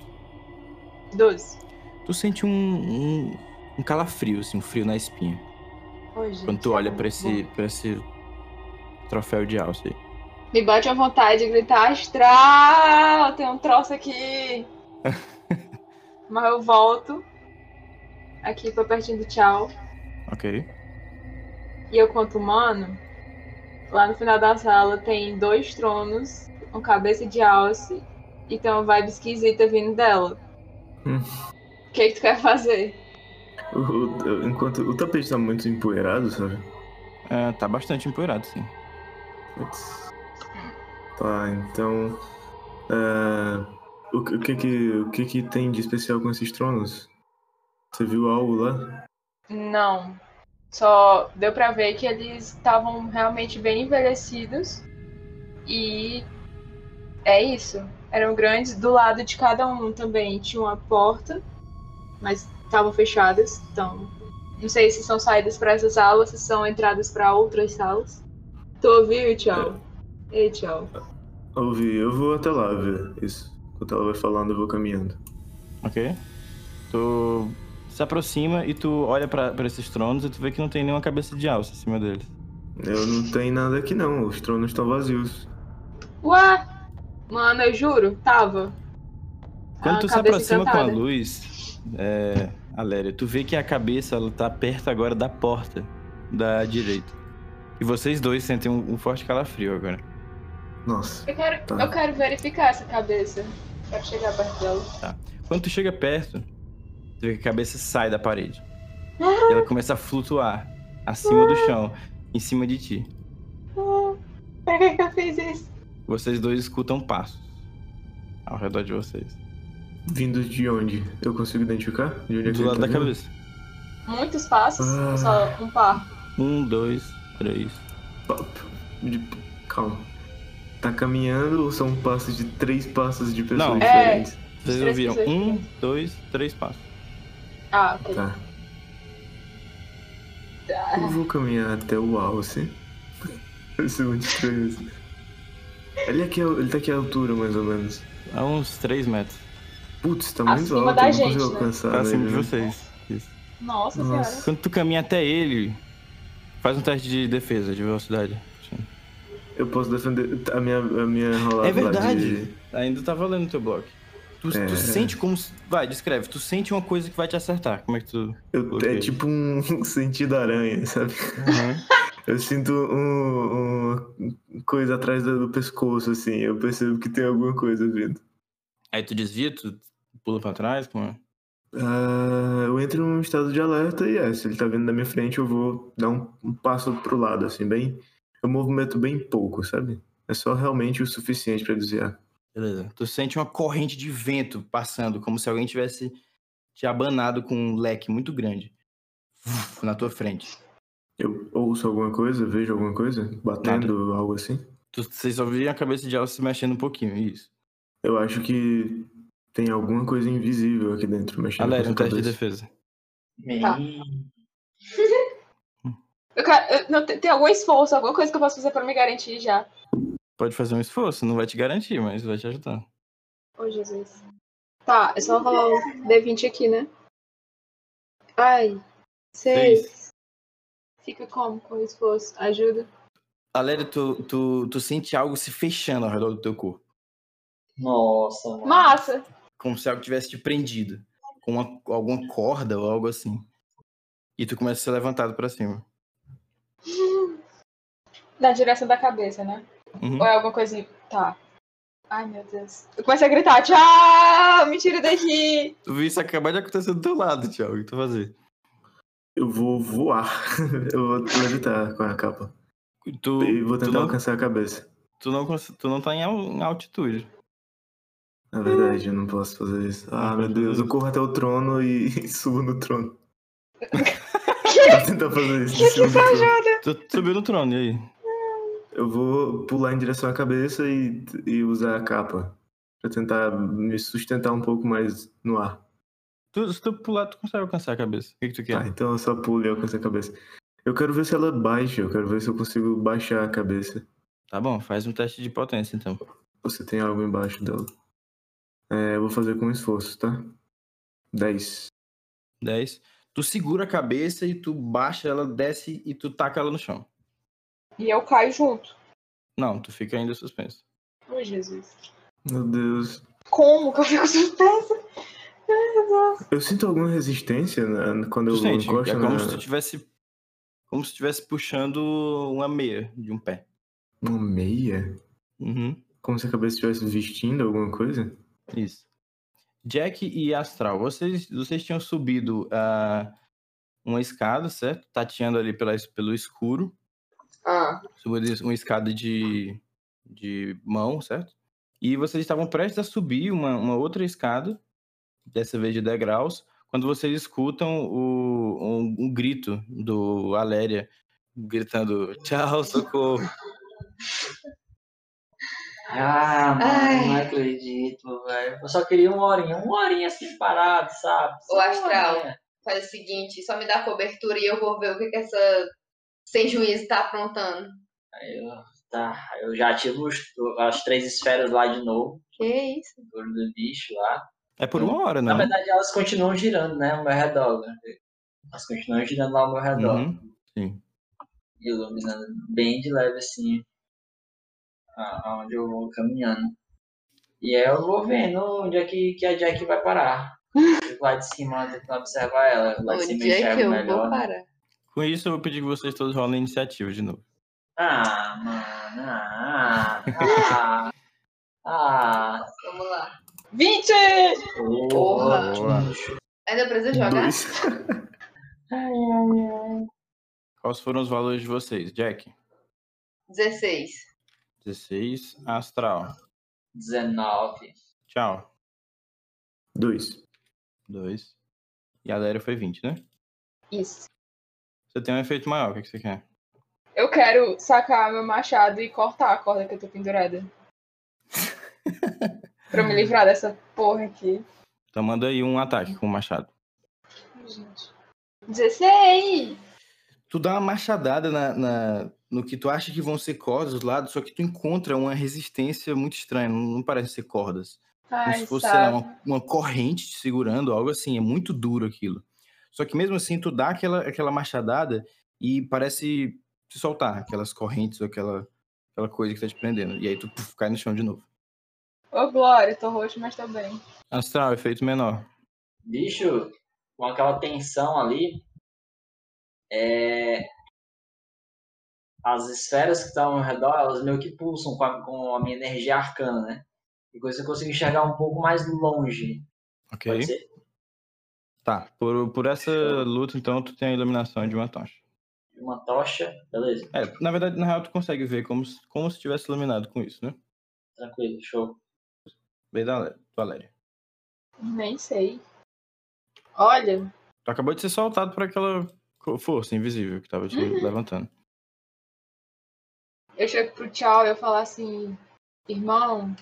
[SPEAKER 6] 12.
[SPEAKER 2] Tu sente um, um, um calafrio, assim, um frio na espinha,
[SPEAKER 6] Hoje.
[SPEAKER 2] quando tu olha pra esse, pra esse troféu de alça aí.
[SPEAKER 6] Me bate à vontade de gritar, astral, tem um troço aqui. Mas eu volto aqui pra pertinho do tchau.
[SPEAKER 2] Ok?
[SPEAKER 6] E eu conto, mano, lá no final da sala tem dois tronos, uma cabeça de alce e tem uma vibe esquisita vindo dela.
[SPEAKER 1] Hum.
[SPEAKER 6] O que, que tu quer fazer?
[SPEAKER 1] O, o- enquanto, o tapete tá muito empoeirado, sabe?
[SPEAKER 2] Ah, tá bastante empoeirado, sim.
[SPEAKER 1] Putz. Tá, então. é, o, que- o que que, o que que tem de especial com esses tronos? Você viu algo lá?
[SPEAKER 6] Não. Só deu pra ver que eles estavam realmente bem envelhecidos. E é isso. Eram grandes do lado de cada um também. Tinha uma porta, mas estavam fechadas. Então, não sei se são saídas pra essas salas, se são entradas pra outras salas. Tu ouviu, tchau? Ei, tchau.
[SPEAKER 1] Ouvi, eu vou até lá ver isso. Enquanto ela vai falando, eu vou caminhando.
[SPEAKER 2] Ok? Tu se aproxima e tu olha pra pra esses tronos e tu vê que não tem nenhuma cabeça de alça em cima deles.
[SPEAKER 1] Eu não tenho nada aqui não, os tronos estão vazios.
[SPEAKER 6] Ué! Mano, eu juro, tava.
[SPEAKER 2] Quando
[SPEAKER 6] A
[SPEAKER 2] tu se
[SPEAKER 6] Ah, cabeça
[SPEAKER 2] aproxima
[SPEAKER 6] encantada.
[SPEAKER 2] com a luz, é, Aléria, tu vê que a cabeça ela tá perto agora da porta da direita. E vocês dois sentem um, um forte calafrio agora.
[SPEAKER 1] Nossa.
[SPEAKER 6] Eu quero,
[SPEAKER 1] Tá.
[SPEAKER 6] eu quero verificar essa cabeça. Quero chegar perto dela.
[SPEAKER 2] Quando tu chega perto, tu vê que a cabeça sai da parede. E ela começa a flutuar acima do chão, em cima de ti.
[SPEAKER 6] Por que, que eu fiz isso?
[SPEAKER 2] Vocês dois escutam passos ao redor de vocês.
[SPEAKER 1] Vindos de onde? Eu consigo identificar? De onde é que
[SPEAKER 2] Do
[SPEAKER 1] ele
[SPEAKER 2] lado
[SPEAKER 1] tá
[SPEAKER 2] da
[SPEAKER 1] vindo?
[SPEAKER 2] cabeça.
[SPEAKER 6] Muitos passos ou só um par?
[SPEAKER 2] Um, dois, três.
[SPEAKER 1] De- Calma. Tá caminhando ou são passos de três passos de pessoas
[SPEAKER 2] Não.
[SPEAKER 6] É.
[SPEAKER 1] diferentes?
[SPEAKER 2] Vocês
[SPEAKER 6] três
[SPEAKER 2] ouviram?
[SPEAKER 6] pessoas
[SPEAKER 2] Um, dois, três passos.
[SPEAKER 6] Ah, ok.
[SPEAKER 1] Tá.
[SPEAKER 6] Tá.
[SPEAKER 1] Eu vou caminhar até o alce. Isso é muito estranho isso. Ele, aqui, é- ele tá aqui à altura, mais ou menos.
[SPEAKER 2] A uns três metros.
[SPEAKER 1] Putz, tá muito
[SPEAKER 6] Acima
[SPEAKER 1] alto,
[SPEAKER 6] da
[SPEAKER 1] eu não
[SPEAKER 6] gente,
[SPEAKER 1] consigo
[SPEAKER 6] né?
[SPEAKER 1] alcançar.
[SPEAKER 2] Tá acima
[SPEAKER 1] ele,
[SPEAKER 2] de
[SPEAKER 1] né?
[SPEAKER 2] vocês. Isso.
[SPEAKER 6] Nossa,
[SPEAKER 1] Nossa.
[SPEAKER 6] senhora.
[SPEAKER 2] Quando tu caminha até ele, faz um teste de defesa, de velocidade.
[SPEAKER 1] Eu posso defender a minha, a minha rolada.
[SPEAKER 2] É
[SPEAKER 1] lá
[SPEAKER 2] verdade.
[SPEAKER 1] de-
[SPEAKER 2] Ainda tá valendo o teu bloco. Tu, tu
[SPEAKER 1] É.
[SPEAKER 2] sente como. se- Vai, descreve. Tu sente uma coisa que vai te acertar. Como é que tu.
[SPEAKER 1] eu-
[SPEAKER 2] Ok.
[SPEAKER 1] É tipo um sentido aranha, sabe? Eu sinto um, um coisa atrás do do pescoço, assim. Eu percebo que tem alguma coisa vindo.
[SPEAKER 2] Aí tu desvia, tu pula pra trás. Como é?
[SPEAKER 1] Ah, eu entro num estado de alerta e é, se ele tá vindo na minha frente, eu vou dar um, um passo pro lado, assim, bem. Eu movimento bem pouco, sabe? É só realmente o suficiente pra ah, desviar.
[SPEAKER 2] Beleza. Tu sente uma corrente de vento passando, como se alguém tivesse te abanado com um leque muito grande. Vuf, Na tua frente.
[SPEAKER 1] Eu ouço alguma coisa, vejo alguma coisa, batendo, algo assim.
[SPEAKER 2] Tu, vocês só viram a cabeça de Alice se mexendo um pouquinho, isso.
[SPEAKER 1] Eu acho que tem alguma coisa invisível aqui dentro mexendo. com
[SPEAKER 2] Galera,
[SPEAKER 1] sua
[SPEAKER 2] um teste de
[SPEAKER 1] cabeça.
[SPEAKER 2] defesa.
[SPEAKER 6] Tá.
[SPEAKER 4] Bem,
[SPEAKER 6] Eu quero, eu- não, tem, tem algum esforço, alguma coisa que eu posso fazer pra me garantir já.
[SPEAKER 2] Pode fazer um esforço, não vai te garantir, mas vai te ajudar.
[SPEAKER 6] Ô, Oh, Jesus. Tá, é só rolar o D20 aqui, né? Ai. Seis. Fica como com esforço? Ajuda.
[SPEAKER 2] Aléria, tu, tu, tu sente algo se fechando ao redor do teu corpo.
[SPEAKER 4] Nossa, mano.
[SPEAKER 6] Massa!
[SPEAKER 2] Como se algo tivesse te prendido. Com uma- alguma corda ou algo assim. E tu começa a ser levantado pra cima.
[SPEAKER 6] Na direção da cabeça, né?
[SPEAKER 2] Uhum.
[SPEAKER 6] Ou é alguma coisa. Tá.
[SPEAKER 5] Ai, meu Deus. Eu comecei a gritar, tchau, me tira daqui.
[SPEAKER 2] Tu viu isso acabar de acontecer do teu lado, Thiago. O que tu fazer?
[SPEAKER 1] Eu vou voar. eu vou levitar com a capa.
[SPEAKER 2] Tu,
[SPEAKER 1] E vou
[SPEAKER 2] tu,
[SPEAKER 1] tentar
[SPEAKER 2] não,
[SPEAKER 1] alcançar a cabeça.
[SPEAKER 2] tu, não, cons- tu não tá em al- em altitude.
[SPEAKER 1] Na É verdade, eu não posso fazer isso. Ah, meu Deus, eu corro até o trono e subo no trono. Pra tentar fazer isso.
[SPEAKER 5] Que tá que
[SPEAKER 1] subo no trono.
[SPEAKER 5] isso
[SPEAKER 2] Tu subiu no trono, e aí?
[SPEAKER 1] Eu vou pular em direção à cabeça e, e usar a capa. Pra tentar me sustentar um pouco mais no ar.
[SPEAKER 2] Tu, se tu pular, tu consegue alcançar a cabeça. O que, que tu quer?
[SPEAKER 1] Tá, então eu só pulo e alcanço a cabeça. Eu quero ver se ela baixa, eu quero ver se eu consigo baixar a cabeça.
[SPEAKER 2] Tá bom, faz um teste de potência, então.
[SPEAKER 1] Você tem algo embaixo dela. É, eu vou fazer com esforço, tá? 10.
[SPEAKER 2] 10. Tu segura a cabeça e tu baixa ela, desce e tu taca ela no chão.
[SPEAKER 5] E eu caio junto.
[SPEAKER 2] Não, tu fica ainda suspenso.
[SPEAKER 6] Oh,
[SPEAKER 5] Ô, Jesus.
[SPEAKER 1] Meu Deus.
[SPEAKER 5] Como que eu fico suspensa?
[SPEAKER 1] Eu sinto alguma resistência na- quando
[SPEAKER 2] Tu
[SPEAKER 1] eu
[SPEAKER 2] sente,
[SPEAKER 1] encosto
[SPEAKER 2] é
[SPEAKER 1] na,
[SPEAKER 2] como se tu tivesse como se tivesse puxando uma meia de um pé.
[SPEAKER 1] uma meia?
[SPEAKER 2] Uhum,
[SPEAKER 1] Como se a cabeça estivesse vestindo alguma coisa?
[SPEAKER 2] isso. Jack e Astral, vocês, vocês tinham subido ah, uma escada, certo? Tateando ali pela, pelo escuro.
[SPEAKER 3] Ah,
[SPEAKER 2] Subindo uma escada de, de mão, certo? E vocês estavam prestes a subir uma, uma outra escada, dessa vez de degraus, quando vocês escutam o, um, um grito do Aléria gritando: Tchau, socorro!
[SPEAKER 4] Ah,
[SPEAKER 3] Ai.
[SPEAKER 4] mano, não acredito, velho. Eu só queria uma horinha, uma horinha assim parado, sabe? Só
[SPEAKER 3] Ô,
[SPEAKER 4] uma
[SPEAKER 3] Astral.
[SPEAKER 4] horinha.
[SPEAKER 3] faz o seguinte, só me dá cobertura e eu vou ver o que, que essa sem juízo tá aprontando.
[SPEAKER 4] Aí eu, tá, eu já ativo os- as três esferas lá de novo,
[SPEAKER 3] Que isso?
[SPEAKER 4] o olho do bicho lá.
[SPEAKER 2] É por uma hora, não?
[SPEAKER 4] Na verdade, elas continuam girando, né, ao meu redor. né? Elas continuam girando lá ao meu redor.
[SPEAKER 2] Uhum, Sim.
[SPEAKER 4] iluminando bem de leve assim a- aonde eu vou caminhando. E aí eu vou vendo onde é que, que a Jack vai parar. Fico Lá de cima, tentando observar ela. Lá de cima
[SPEAKER 3] Onde
[SPEAKER 4] eu
[SPEAKER 3] é que
[SPEAKER 4] enxergo
[SPEAKER 3] eu vou
[SPEAKER 4] melhor. né?
[SPEAKER 3] parar?
[SPEAKER 2] Com isso, eu vou pedir que vocês todos rolem a iniciativa de novo.
[SPEAKER 4] Ah, mano. Ah, ah, ah.
[SPEAKER 3] Vamos lá.
[SPEAKER 5] 20!
[SPEAKER 3] Porra.
[SPEAKER 2] Boa.
[SPEAKER 3] Ainda preciso jogar?
[SPEAKER 1] Dois.
[SPEAKER 2] Quais foram os valores de vocês? Jack,
[SPEAKER 3] 16.
[SPEAKER 2] 16. Astral,
[SPEAKER 4] 19.
[SPEAKER 2] tchau.
[SPEAKER 1] Dois.
[SPEAKER 2] 2. E a Aléria foi 20, né?
[SPEAKER 5] Isso.
[SPEAKER 2] Você tem um efeito maior, o que, que você quer?
[SPEAKER 5] Eu quero sacar meu machado e cortar a corda que eu tô pendurada. pra eu me livrar dessa porra aqui.
[SPEAKER 2] Então manda aí um ataque com o machado.
[SPEAKER 5] Ai, Gente. 16!
[SPEAKER 2] Tu dá uma machadada na, na- no que tu acha que vão ser cordas dos lados, só que tu encontra uma resistência muito estranha, não, não parece ser cordas. Como
[SPEAKER 5] Ai,
[SPEAKER 2] se fosse, sei lá,
[SPEAKER 5] sabe.
[SPEAKER 2] uma, uma corrente te segurando, algo assim, é muito duro aquilo. Só que mesmo assim, tu dá aquela, aquela machadada e parece se soltar, aquelas correntes, aquela, aquela coisa que tá te prendendo. E aí tu puf, cai no chão de novo.
[SPEAKER 5] Ô, Glória, tô roxo, mas tô bem.
[SPEAKER 2] Astral, efeito menor.
[SPEAKER 4] Bicho, com aquela tensão ali. É. As esferas que estão ao redor, elas meio que pulsam com a, com a minha energia arcana, né? E com isso eu consigo enxergar um pouco mais longe.
[SPEAKER 2] Ok?
[SPEAKER 4] Pode ser?
[SPEAKER 2] Tá. Por, por essa luta, então, tu tem a iluminação de uma tocha.
[SPEAKER 4] Uma tocha, beleza,
[SPEAKER 2] É, na verdade, na real, tu consegue ver como, se- como se tivesse iluminado com isso, né?
[SPEAKER 4] tranquilo, show.
[SPEAKER 2] Bem da Ale- Valéria.
[SPEAKER 5] Nem sei. Olha,
[SPEAKER 2] Tu acabou de ser soltado por aquela co- força invisível que tava te levantando.
[SPEAKER 5] eu chego pro tchau e eu falo assim, irmão,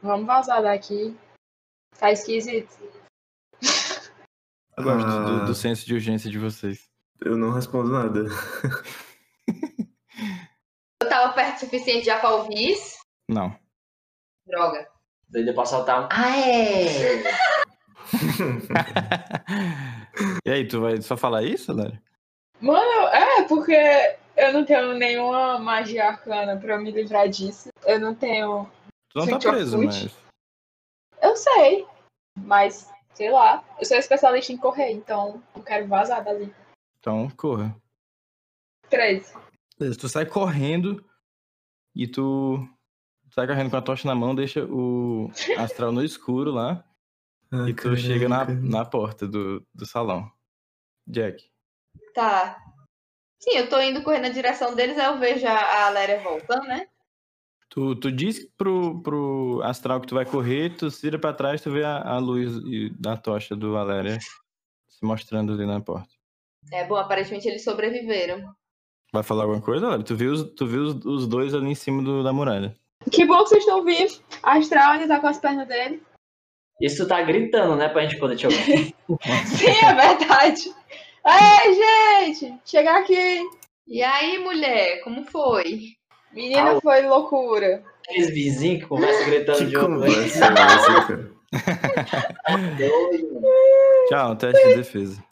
[SPEAKER 5] vamos vazar daqui. Tá esquisito.
[SPEAKER 2] Eu gosto do,
[SPEAKER 1] Ah.
[SPEAKER 2] do senso de urgência de vocês.
[SPEAKER 1] Eu não respondo nada.
[SPEAKER 3] Eu tava perto o suficiente já pra ouvir isso?
[SPEAKER 2] Não.
[SPEAKER 3] Droga.
[SPEAKER 4] Daí depois soltar um. Ah, é!
[SPEAKER 2] e aí, tu vai só falar isso, Valéria?
[SPEAKER 5] Mano, é, porque eu não tenho nenhuma magia arcana pra eu me livrar disso. Eu não tenho.
[SPEAKER 2] Tu não tá
[SPEAKER 5] Gente, eu
[SPEAKER 2] preso,
[SPEAKER 5] fui.
[SPEAKER 2] mas.
[SPEAKER 5] Eu sei, mas sei lá. Eu sou especialista em correr, então eu quero vazar dali.
[SPEAKER 2] Então, corra.
[SPEAKER 5] 13.
[SPEAKER 2] Beleza, tu sai correndo e tu. sai correndo com a tocha na mão, deixa o astral no escuro lá
[SPEAKER 1] Ah,
[SPEAKER 2] e tu chega na,
[SPEAKER 1] caraca.
[SPEAKER 2] na porta do, do salão. Jack.
[SPEAKER 3] Tá. Sim, eu tô indo correndo na direção deles, aí eu vejo a a Léria voltando, né?
[SPEAKER 2] Tu, tu diz pro, pro astral que tu vai correr, tu se vira pra trás, tu vê a, a luz e- da tocha do Valéria se mostrando ali na porta.
[SPEAKER 3] É bom, aparentemente eles sobreviveram.
[SPEAKER 2] Vai falar alguma coisa, Valéria? Tu viu, os- tu viu os, os dois ali em cima do- da muralha.
[SPEAKER 5] Que bom que vocês estão vivos. A Astral ainda tá com as pernas dele.
[SPEAKER 4] Isso tá gritando, né? Pra gente poder te ouvir.
[SPEAKER 3] Sim, é verdade.
[SPEAKER 5] Ei, gente! Chegar aqui!
[SPEAKER 3] E aí, mulher, como foi?
[SPEAKER 5] Menina,
[SPEAKER 4] Au.
[SPEAKER 5] foi loucura.
[SPEAKER 4] Aqueles vizinhos que conversam gritando Tá de
[SPEAKER 1] Que
[SPEAKER 4] outro. né?
[SPEAKER 1] conversa é essa, cara?
[SPEAKER 2] Tchau, teste de defesa.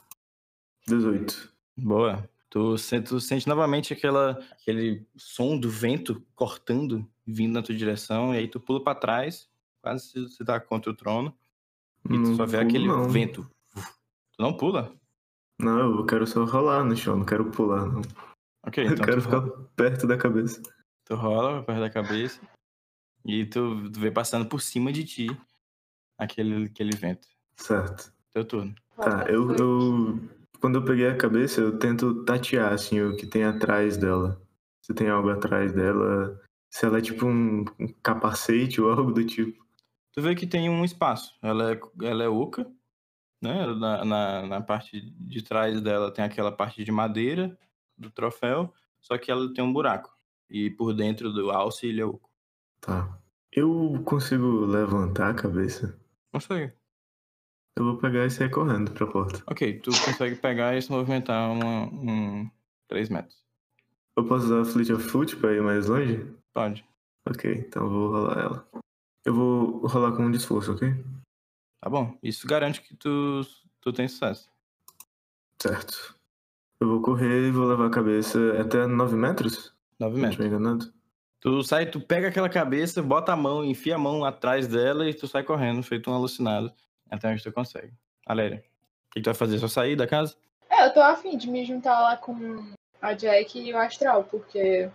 [SPEAKER 1] 18.
[SPEAKER 2] Boa. Tu, sen- tu sente novamente aquela, aquele som do vento cortando, vindo na tua direção, e aí tu pula pra trás, quase se se dá contra o trono, e tu
[SPEAKER 1] Não
[SPEAKER 2] só vê
[SPEAKER 1] pulo,
[SPEAKER 2] aquele
[SPEAKER 1] não.
[SPEAKER 2] vento. Tu não pula?
[SPEAKER 1] Não, eu quero só rolar no chão, não quero pular. Não.
[SPEAKER 2] Ok,
[SPEAKER 1] Eu
[SPEAKER 2] então
[SPEAKER 1] quero
[SPEAKER 2] tu
[SPEAKER 1] ficar perto da cabeça.
[SPEAKER 2] Tu rola perto da cabeça e tu tu vê passando por cima de ti aquele, aquele vento.
[SPEAKER 1] Certo.
[SPEAKER 2] Teu turno.
[SPEAKER 1] Tá, eu, eu. Quando eu peguei a cabeça, eu tento tatear, assim, o que tem atrás dela. Se tem algo atrás dela. Se ela é tipo um, um capacete ou algo do tipo.
[SPEAKER 2] Tu vê que tem um espaço. Ela é, ela é oca, né? Na, na, na parte de trás dela tem aquela parte de madeira do troféu, só que ela tem um buraco. E por dentro do alce ele é oco.
[SPEAKER 1] Tá. Eu consigo levantar a cabeça.
[SPEAKER 2] Consegue.
[SPEAKER 1] Eu vou pegar e sair correndo pra porta.
[SPEAKER 2] Ok, tu consegue pegar e se movimentar uma, um 3 metros.
[SPEAKER 1] Eu posso usar a Fleet of Foot pra ir mais longe?
[SPEAKER 2] Pode.
[SPEAKER 1] Ok, então eu vou rolar ela. Eu vou rolar com um esforço, ok?
[SPEAKER 2] Tá bom. Isso garante que tu, tu tem sucesso.
[SPEAKER 1] Certo. Eu vou correr e vou levar a cabeça até 9 metros?
[SPEAKER 2] 9
[SPEAKER 1] Não
[SPEAKER 2] metros.
[SPEAKER 1] estiver enganado?
[SPEAKER 2] Tu sai, tu pega aquela cabeça, bota a mão, enfia a mão atrás dela e tu sai correndo, feito um alucinado, até onde tu consegue. Aléria, o que, que tu vai fazer? Só sair da casa?
[SPEAKER 5] É, eu tô afim de me juntar lá com a Jack e o Astral, porque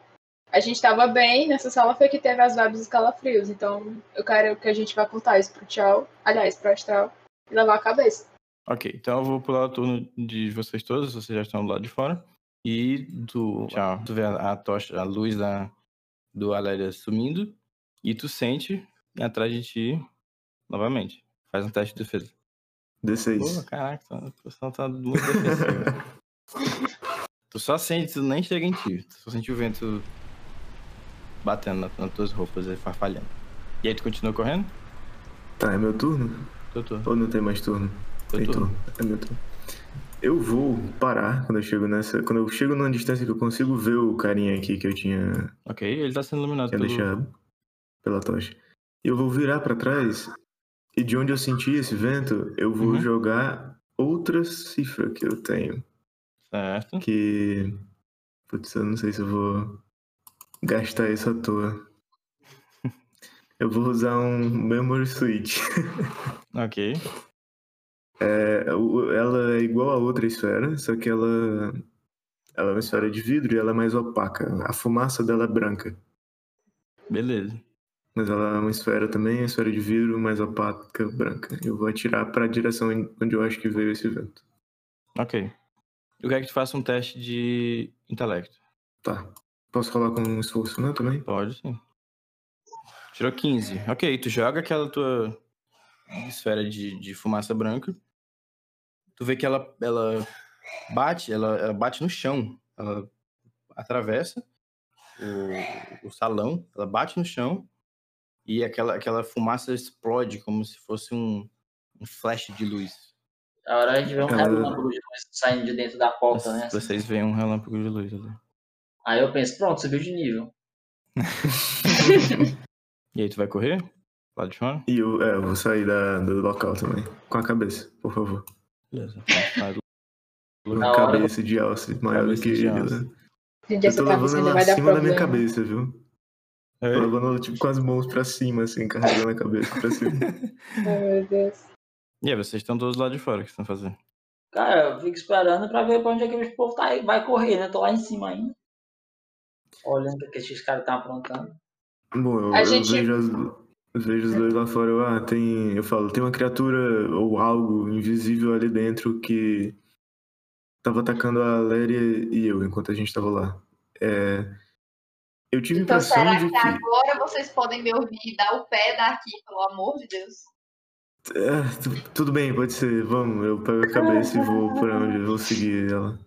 [SPEAKER 5] a gente tava bem nessa sala, foi que teve as vibes dos calafrios. Então eu quero que a gente vá contar isso pro Tchau, aliás, pro Astral, e levar a cabeça.
[SPEAKER 2] Ok, então eu vou pular o turno de vocês todos, vocês já estão do lado de fora. E tu, tchau, tu vê a, a tocha, a luz da, do Aléria sumindo e tu sente atrás de ti novamente. Faz um teste de defesa. Pô,
[SPEAKER 1] D6.
[SPEAKER 2] caraca, tá- o pessoal tá muito defensivo. Tu só sente, tu nem chega em ti. Tu só sente o vento batendo na- nas tuas roupas e farfalhando. E aí tu continua correndo?
[SPEAKER 1] Tá, é meu turno?
[SPEAKER 2] Teu turno.
[SPEAKER 1] Ou não tem mais turno?
[SPEAKER 2] Teu
[SPEAKER 1] Tem
[SPEAKER 2] turno.
[SPEAKER 1] É meu turno. Eu vou parar quando eu chego nessa. Quando eu chego numa distância que eu consigo ver o carinha aqui que eu tinha,
[SPEAKER 2] Ok, ele tá sendo iluminado
[SPEAKER 1] tinha
[SPEAKER 2] pelo...
[SPEAKER 1] deixado pela tocha. Eu vou virar pra trás e de onde eu senti esse vento, eu vou
[SPEAKER 2] Uhum.
[SPEAKER 1] jogar outra cifra que eu tenho.
[SPEAKER 2] Certo.
[SPEAKER 1] Que. Putz, eu não sei se eu vou gastar isso à toa. Eu vou usar um Memory Switch.
[SPEAKER 2] Ok.
[SPEAKER 1] É, o- ela é igual a outra esfera, só que ela, ela é uma esfera de vidro e ela é mais opaca. A fumaça dela é branca,
[SPEAKER 2] Beleza.
[SPEAKER 1] mas ela é uma esfera também, é esfera de vidro mais opaca, branca. Eu vou atirar pra direção em- onde eu acho que veio esse vento.
[SPEAKER 2] Ok. Eu quero que tu faça um teste de intelecto.
[SPEAKER 1] Tá. Posso rolar com um esforço, né, também?
[SPEAKER 2] Pode, sim. Tirou 15. Ok, tu joga aquela tua esfera de, de fumaça branca. Tu vê que ela, ela bate, ela, ela bate no chão. Ela atravessa o, o salão, ela bate no chão e aquela, aquela fumaça explode como se fosse um, um flash de luz.
[SPEAKER 4] A hora a gente vê um
[SPEAKER 1] Cara.
[SPEAKER 4] relâmpago de luz saindo de dentro da porta, né?
[SPEAKER 2] Vocês veem um relâmpago de luz ali.
[SPEAKER 4] Aí eu penso, pronto, subiu de nível.
[SPEAKER 2] E aí tu vai correr? Lá de fora?
[SPEAKER 1] E eu, é, eu vou sair da, do local também. Com a cabeça, por favor.
[SPEAKER 2] Beleza. Então, sai do-
[SPEAKER 1] Com
[SPEAKER 4] Na
[SPEAKER 1] a
[SPEAKER 4] hora-
[SPEAKER 1] cabeça de alce maior do
[SPEAKER 2] Cabeça
[SPEAKER 1] que
[SPEAKER 2] de
[SPEAKER 1] ele.
[SPEAKER 2] alce.
[SPEAKER 1] né?
[SPEAKER 5] Gente,
[SPEAKER 1] Eu tô
[SPEAKER 5] essa
[SPEAKER 1] levando
[SPEAKER 5] cabeça ainda
[SPEAKER 1] ela
[SPEAKER 5] vai dar
[SPEAKER 1] acima da
[SPEAKER 5] problema.
[SPEAKER 1] minha cabeça, viu? Tô levando ela tipo, com as mãos pra cima, assim, carregando a cabeça pra cima.
[SPEAKER 5] Ai, meu Deus.
[SPEAKER 2] E aí, vocês estão todos lá de fora, o que vocês estão fazendo?
[SPEAKER 4] Cara, eu fico esperando pra ver pra onde é que o povo tá é aí. Vai correr, né? Tô lá em cima ainda. Olhando o que esses caras estão aprontando.
[SPEAKER 1] Bom, eu,
[SPEAKER 5] A
[SPEAKER 1] eu
[SPEAKER 5] gente-
[SPEAKER 1] vejo, as, eu vejo os dois lá fora. Eu, ah, tem, eu falo, tem uma criatura ou algo invisível ali dentro que tava atacando a Léria e eu enquanto a gente tava lá. É, eu tive a
[SPEAKER 3] Então,
[SPEAKER 1] impressão
[SPEAKER 3] será
[SPEAKER 1] de
[SPEAKER 3] que
[SPEAKER 1] que.
[SPEAKER 3] agora vocês podem me ouvir e dar o pé daqui, pelo amor de Deus?
[SPEAKER 1] Ah, tu- tudo bem, pode ser. Vamos, eu pego a cabeça e vou pra onde eu vou seguir ela.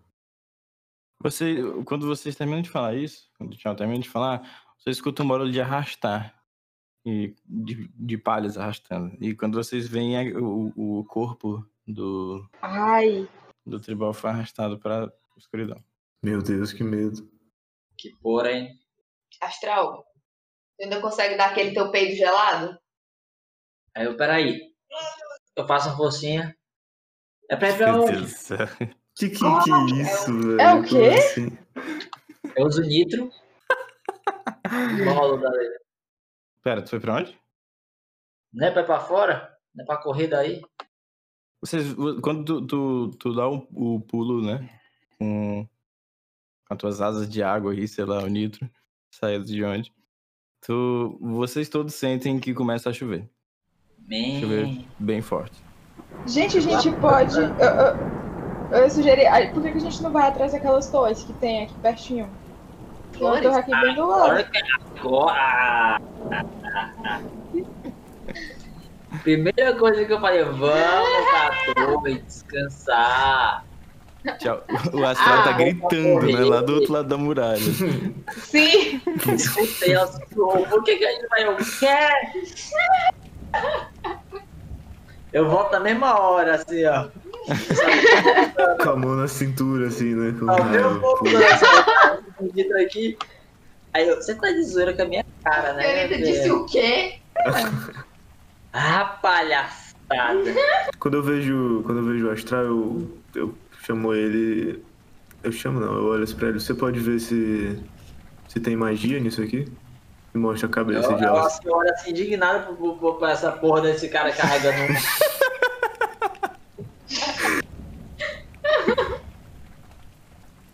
[SPEAKER 2] Você, quando vocês terminam de falar isso, quando o Thiago termina de falar, você escuta um barulho de arrastar. E de, de palhas arrastando. E quando vocês veem a- o, o corpo do,
[SPEAKER 5] Ai.
[SPEAKER 2] do tribal foi arrastado pra escuridão.
[SPEAKER 1] Meu Deus, que medo.
[SPEAKER 4] Que porra, hein?
[SPEAKER 3] Astral, tu ainda consegue dar aquele teu peito gelado?
[SPEAKER 4] Aí eu, peraí. Eu faço uma forcinha. É pra ir pra
[SPEAKER 2] Meu
[SPEAKER 4] onde?
[SPEAKER 2] Deus do céu.
[SPEAKER 1] Que que, que isso, velho?
[SPEAKER 5] É o quê?
[SPEAKER 1] Como assim?
[SPEAKER 4] Eu uso nitro. Rolo da
[SPEAKER 2] Pera, tu foi pra onde?
[SPEAKER 4] Não é pra ir pra fora? Não é pra corrida aí?
[SPEAKER 2] Vocês, quando tu, tu, tu dá o, o pulo, né? Com, com as tuas asas de água aí, sei lá, o nitro, saindo de onde. Tu, vocês todos sentem que começa a chover.
[SPEAKER 4] Man.
[SPEAKER 2] Bem forte.
[SPEAKER 5] Gente, a gente pode. Eu, eu, eu sugeri. ai, Por que que a gente não vai atrás daquelas torres que tem aqui pertinho? Tem uma
[SPEAKER 3] Flores?
[SPEAKER 5] torre aqui bem do lado.
[SPEAKER 4] Agora! Primeira coisa que eu falei, vamos pra torre descansar.
[SPEAKER 2] Tchau. O astral tá
[SPEAKER 3] Ah,
[SPEAKER 2] gritando, né?
[SPEAKER 4] correr.
[SPEAKER 2] Lá do outro lado da muralha.
[SPEAKER 5] Sim!
[SPEAKER 4] Escutei ela sussurrou, por que, que a gente vai? Eu quero! Eu volto na mesma hora, assim, ó.
[SPEAKER 1] Com a mão na cintura, assim, né? Com
[SPEAKER 4] Ao
[SPEAKER 1] raiva,
[SPEAKER 4] mesmo pouco
[SPEAKER 1] pô.
[SPEAKER 4] eu aqui. Aí eu, você tá de zoeira com a minha cara,
[SPEAKER 3] A
[SPEAKER 4] né?
[SPEAKER 3] senhorita disse o quê?
[SPEAKER 4] Ah, palhaçada.
[SPEAKER 1] Quando eu vejo, quando eu vejo o astral, eu, eu chamo ele. Eu chamo não, eu olho assim pra ele. Você pode ver se se tem magia nisso aqui? E mostra a
[SPEAKER 4] Eu,
[SPEAKER 1] cabeça de
[SPEAKER 4] eu,
[SPEAKER 1] Alice.
[SPEAKER 4] assim, eu olho assim, indignado por, por- por- por essa porra desse cara carregando um.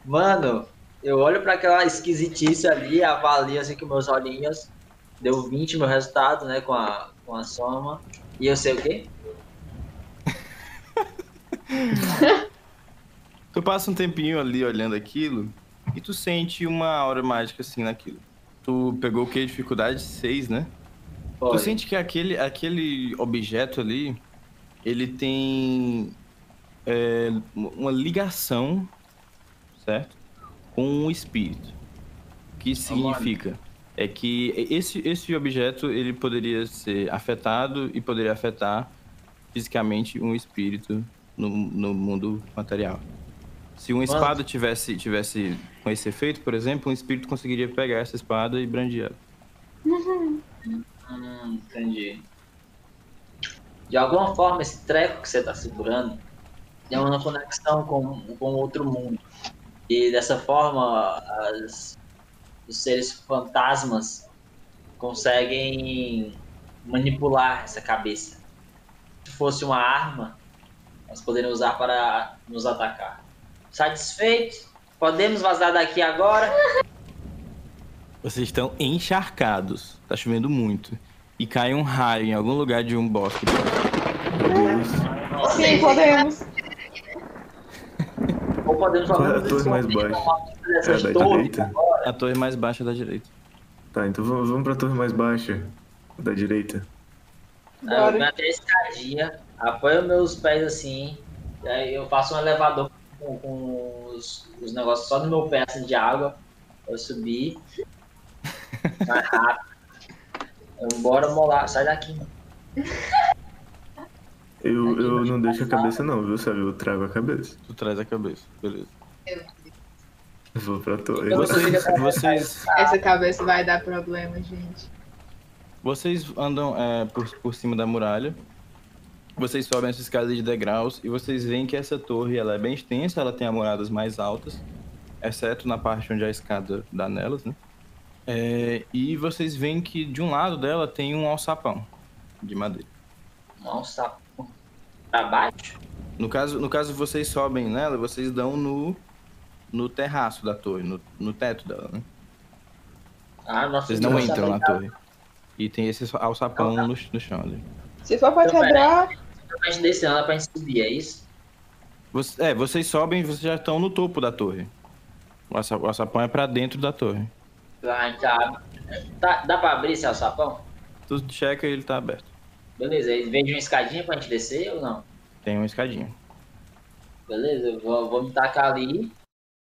[SPEAKER 4] Mano, eu olho pra aquela esquisitice ali, avalio assim com meus olhinhos. Deu 20 meu resultado, né, com a, com a soma. E eu sei o quê?
[SPEAKER 2] Tu passa um tempinho ali olhando aquilo e tu sente uma aura mágica assim naquilo. Tu pegou o que? Dificuldade 6, né?
[SPEAKER 4] Foi.
[SPEAKER 2] Tu sente que aquele, aquele objeto ali, ele tem é, uma ligação, certo? Com um espírito. O que significa? É que esse, esse objeto, ele poderia ser afetado e poderia afetar fisicamente um espírito no, no mundo material. Se uma
[SPEAKER 4] Mano.
[SPEAKER 2] espada tivesse, tivesse com esse efeito, por exemplo, um espírito conseguiria pegar essa espada e brandir ela.
[SPEAKER 4] Hum, entendi. De alguma forma, esse treco que você tá segurando tem uma conexão com, com outro mundo. E dessa forma, as- os seres fantasmas conseguem manipular essa cabeça. Se fosse uma arma, nós poderíamos usar para nos atacar. Satisfeito? Podemos vazar daqui agora?
[SPEAKER 2] Vocês estão encharcados. Tá chovendo muito. E cai um raio em algum lugar de um bosque.
[SPEAKER 1] Meu Deus.
[SPEAKER 5] Sim, podemos.
[SPEAKER 4] Ou podemos
[SPEAKER 1] Qual é a
[SPEAKER 4] nos
[SPEAKER 1] torre mais
[SPEAKER 4] esconder
[SPEAKER 1] baixa? É
[SPEAKER 4] dessas
[SPEAKER 1] a da
[SPEAKER 4] torres?
[SPEAKER 1] direita?
[SPEAKER 2] A torre mais baixa da direita.
[SPEAKER 1] Tá, então vamos, vamos pra torre mais baixa. Da direita.
[SPEAKER 4] Aí Eu
[SPEAKER 5] Bora.
[SPEAKER 4] venho até a escadinha, apoio meus pés assim, aí eu faço um elevador com, com os, os negócios só no meu pé assim, de água. Eu subi. Mais rápido. Eu, bora molar, sai daqui, mano.
[SPEAKER 1] Eu, eu não deixo a cabeça não, viu, sabe? Eu trago a cabeça.
[SPEAKER 2] Tu traz a cabeça. Beleza.
[SPEAKER 1] Eu vou pra torre.
[SPEAKER 4] Eu-
[SPEAKER 2] Vocês, vocês,
[SPEAKER 5] Essa cabeça vai dar problema, gente.
[SPEAKER 2] vocês andam é, por, por cima da muralha. Vocês sobem essa escada de degraus e vocês veem que essa torre ela é bem extensa, ela tem moradas mais altas, exceto na parte onde a escada dá nelas, né? É, e vocês veem que de um lado dela tem um alçapão de madeira.
[SPEAKER 4] Nossa, pô. pra baixo?
[SPEAKER 2] No caso, no caso vocês sobem nela, vocês dão no, no terraço da torre, no, no teto dela, né?
[SPEAKER 4] Ah, nossa,
[SPEAKER 2] Vocês não
[SPEAKER 4] nossa,
[SPEAKER 2] entram na
[SPEAKER 4] mas
[SPEAKER 2] torre. E tem esse alçapão no, no chão ali.
[SPEAKER 5] Se for pra
[SPEAKER 4] Então,
[SPEAKER 5] quebrar,
[SPEAKER 4] A gente descendo lá pra gente subir, é isso?
[SPEAKER 2] Você- é, vocês sobem e vocês já estão no topo da torre. O alça- o alçapão é pra dentro da torre.
[SPEAKER 4] Ah, tá. Tá- Dá pra abrir esse alçapão?
[SPEAKER 2] Tu checa e ele tá aberto.
[SPEAKER 4] Beleza, aí vejo uma escadinha pra gente descer ou não?
[SPEAKER 2] Tem uma escadinha.
[SPEAKER 4] Beleza, eu vou, vou me tacar ali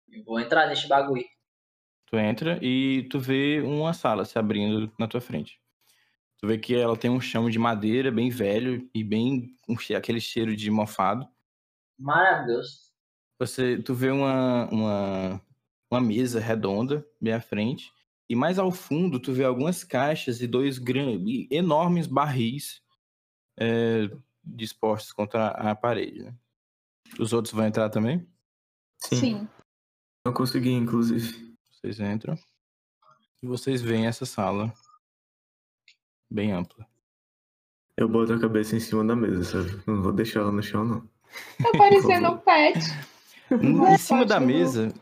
[SPEAKER 4] e vou entrar nesse bagulho.
[SPEAKER 2] Tu entra e tu vê uma sala se abrindo na tua frente. Tu vê que ela tem um chão de madeira bem velho e bem um che- aquele cheiro de mofado.
[SPEAKER 4] Maravilhoso.
[SPEAKER 2] Você, tu vê uma, uma, uma mesa redonda bem à frente. E mais ao fundo, tu vê algumas caixas e dois gran- e enormes barris eh, dispostos contra a parede. né? Os outros vão entrar também?
[SPEAKER 1] Sim. Não consegui, inclusive.
[SPEAKER 2] Vocês entram. E vocês veem essa sala bem ampla.
[SPEAKER 1] Eu boto a cabeça em cima da mesa, sabe? Não vou deixar ela no chão, não.
[SPEAKER 5] tá parecendo um pet.
[SPEAKER 2] em cima da
[SPEAKER 5] Ótimo.
[SPEAKER 2] mesa,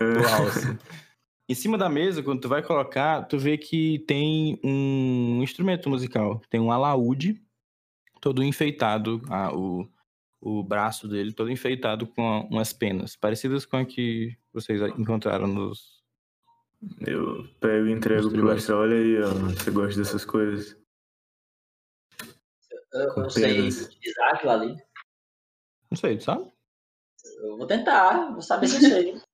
[SPEAKER 1] É,
[SPEAKER 2] do alce. Em cima da mesa, quando tu vai colocar, tu vê que tem um instrumento musical. Tem um alaúde todo enfeitado, ah, o, o braço dele todo enfeitado com umas penas, parecidas com a que vocês encontraram nos...
[SPEAKER 1] eu pego e entrego pro Astral, olha aí, ó. Você gosta dessas coisas?
[SPEAKER 4] Eu,
[SPEAKER 1] Com
[SPEAKER 4] eu sei
[SPEAKER 1] penas.
[SPEAKER 4] utilizar aquilo ali.
[SPEAKER 2] Não sei, tu sabe?
[SPEAKER 4] Eu vou tentar, vou saber se eu sei.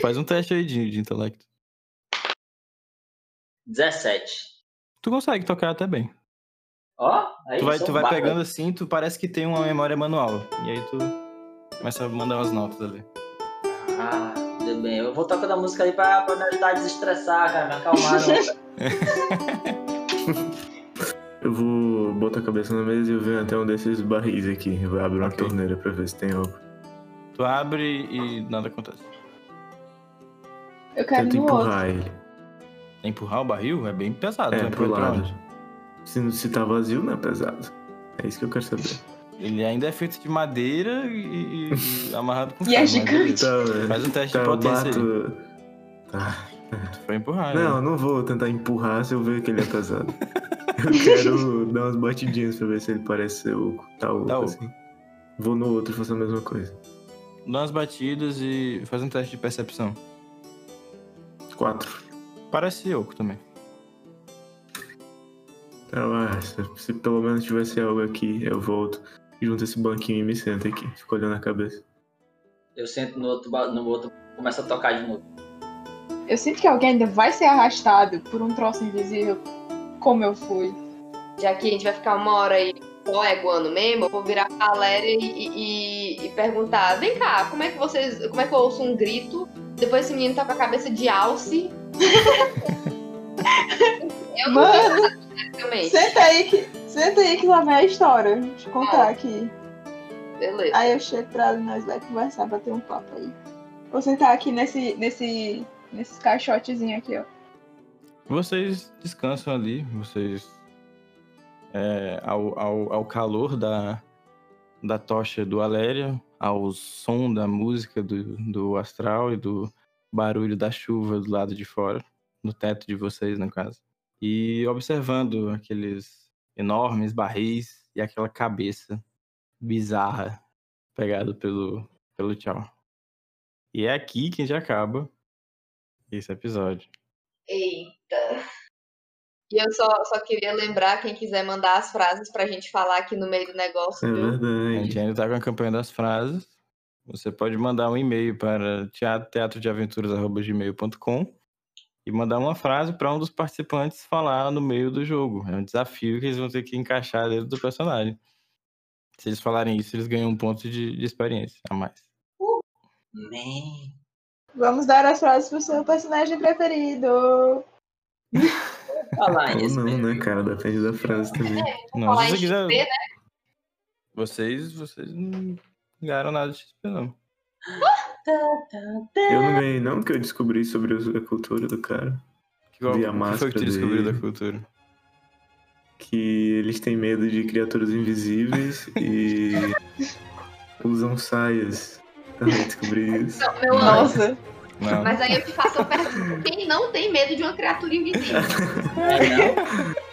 [SPEAKER 2] Faz um teste aí de, de intelecto.
[SPEAKER 4] 17.
[SPEAKER 2] Tu consegue tocar até bem.
[SPEAKER 4] Ó, aí
[SPEAKER 2] Tu vai,
[SPEAKER 4] sou
[SPEAKER 2] tu
[SPEAKER 4] um
[SPEAKER 2] vai
[SPEAKER 4] bárbaro.
[SPEAKER 2] pegando assim, tu parece que tem uma memória manual. E aí tu começa a mandar umas notas ali.
[SPEAKER 4] Ah, tudo bem. Eu vou tocando a música ali pra, pra me ajudar a desestressar, cara, me acalmar. não.
[SPEAKER 1] Eu vou botar a cabeça na mesa e eu venho até um desses barris aqui. Eu vou abrir uma
[SPEAKER 2] Ok.
[SPEAKER 1] torneira pra ver se tem algo.
[SPEAKER 2] Tu abre e nada acontece.
[SPEAKER 5] Eu quero
[SPEAKER 1] Tento
[SPEAKER 5] no outro.
[SPEAKER 1] empurrar ele.
[SPEAKER 2] Empurrar o barril é bem pesado.
[SPEAKER 1] É,
[SPEAKER 2] tu vai
[SPEAKER 1] pro
[SPEAKER 2] empurrar ele pra
[SPEAKER 1] lado.
[SPEAKER 2] onde?
[SPEAKER 1] Se, não- se tá vazio, não é pesado. É isso que eu quero saber.
[SPEAKER 2] Ele ainda é feito de madeira e, e amarrado com
[SPEAKER 5] E é
[SPEAKER 2] mas
[SPEAKER 5] gigante.
[SPEAKER 2] beleza.
[SPEAKER 1] Tá, velho.
[SPEAKER 2] Faz um teste
[SPEAKER 1] Tá,
[SPEAKER 2] de
[SPEAKER 1] eu
[SPEAKER 2] potência aí.
[SPEAKER 1] bato. Tá.
[SPEAKER 2] Tu foi empurrar.
[SPEAKER 1] Não,
[SPEAKER 2] né?
[SPEAKER 1] eu não vou tentar empurrar se eu ver que ele é pesado. eu quero dar umas batidinhas pra ver se ele parece ser oco. Tá oco,
[SPEAKER 2] Tá oco.
[SPEAKER 1] assim. Vou no outro e faço a mesma coisa.
[SPEAKER 2] Dá umas batidas e faz um teste de percepção.
[SPEAKER 1] Quatro.
[SPEAKER 2] Parece oco também.
[SPEAKER 1] Tá lá. Se, se pelo menos tivesse algo aqui, eu volto. Junto esse banquinho e me sento aqui. Fico olhando a cabeça.
[SPEAKER 4] Eu sento no outro, ba- no outro, começo a tocar de novo.
[SPEAKER 5] Eu sinto que alguém ainda vai ser arrastado por um troço invisível, como eu fui.
[SPEAKER 3] Já que a gente vai ficar uma hora aí só eguando mesmo, eu vou virar pra galera e, e- e- e perguntar: vem cá, como é que vocês. Como é que eu ouço um grito? Depois esse menino tá com a cabeça de alce. eu não
[SPEAKER 5] Mano.
[SPEAKER 3] sei nada, praticamente.
[SPEAKER 5] Senta aí que, senta aí que lá vem a história. Deixa eu contar
[SPEAKER 3] Ah.
[SPEAKER 5] aqui.
[SPEAKER 3] Beleza.
[SPEAKER 5] Aí eu chego pra nós vai conversar, bater um papo aí. Vou sentar aqui nesse, nesse, nesse caixotezinho aqui, ó.
[SPEAKER 2] Vocês descansam ali, vocês. é, ao, ao, ao calor da, da tocha do Aléria, ao som da música do, do astral e do barulho da chuva do lado de fora, no teto de vocês, no caso. E observando aqueles enormes barris e aquela cabeça bizarra pegada pelo, pelo tchau. E é aqui que já acaba esse episódio.
[SPEAKER 3] Eita. E eu só, só queria lembrar quem quiser mandar as frases pra gente falar aqui no meio do negócio,
[SPEAKER 1] É
[SPEAKER 2] né?
[SPEAKER 3] viu?
[SPEAKER 2] A
[SPEAKER 1] verdade.
[SPEAKER 2] gente ainda tá com a campanha das frases. Você pode mandar um e-mail para tea- teatrodeaventuras.gmail.com e mandar uma frase para um dos participantes falar no meio do jogo. É um desafio que eles vão ter que encaixar dentro do personagem. Se eles falarem isso, eles ganham um ponto de, de experiência a mais.
[SPEAKER 4] Man.
[SPEAKER 5] Vamos dar as frases pro seu personagem preferido.
[SPEAKER 4] Falar
[SPEAKER 1] Ou
[SPEAKER 4] nisso,
[SPEAKER 1] não,
[SPEAKER 4] né?
[SPEAKER 1] né, cara? Depende da frase também.
[SPEAKER 2] Não,
[SPEAKER 3] falar
[SPEAKER 2] se você
[SPEAKER 3] em
[SPEAKER 2] quiser.
[SPEAKER 3] XP,
[SPEAKER 2] Vocês, vocês não ganharam nada de XP, não.
[SPEAKER 1] Eu não ganhei, não, que eu descobri sobre os- a cultura do cara.
[SPEAKER 2] Que,
[SPEAKER 1] Vi a
[SPEAKER 2] o que foi que
[SPEAKER 1] máscara
[SPEAKER 2] tu descobriu
[SPEAKER 1] dele.
[SPEAKER 2] da cultura?
[SPEAKER 1] que eles têm medo de criaturas invisíveis e usam saias. Também descobri isso.
[SPEAKER 3] né, Meu anjo.
[SPEAKER 5] Nossa.
[SPEAKER 2] Não.
[SPEAKER 3] Mas aí eu te faço a pergunta: quem não tem medo de uma criatura invisível?
[SPEAKER 4] Não,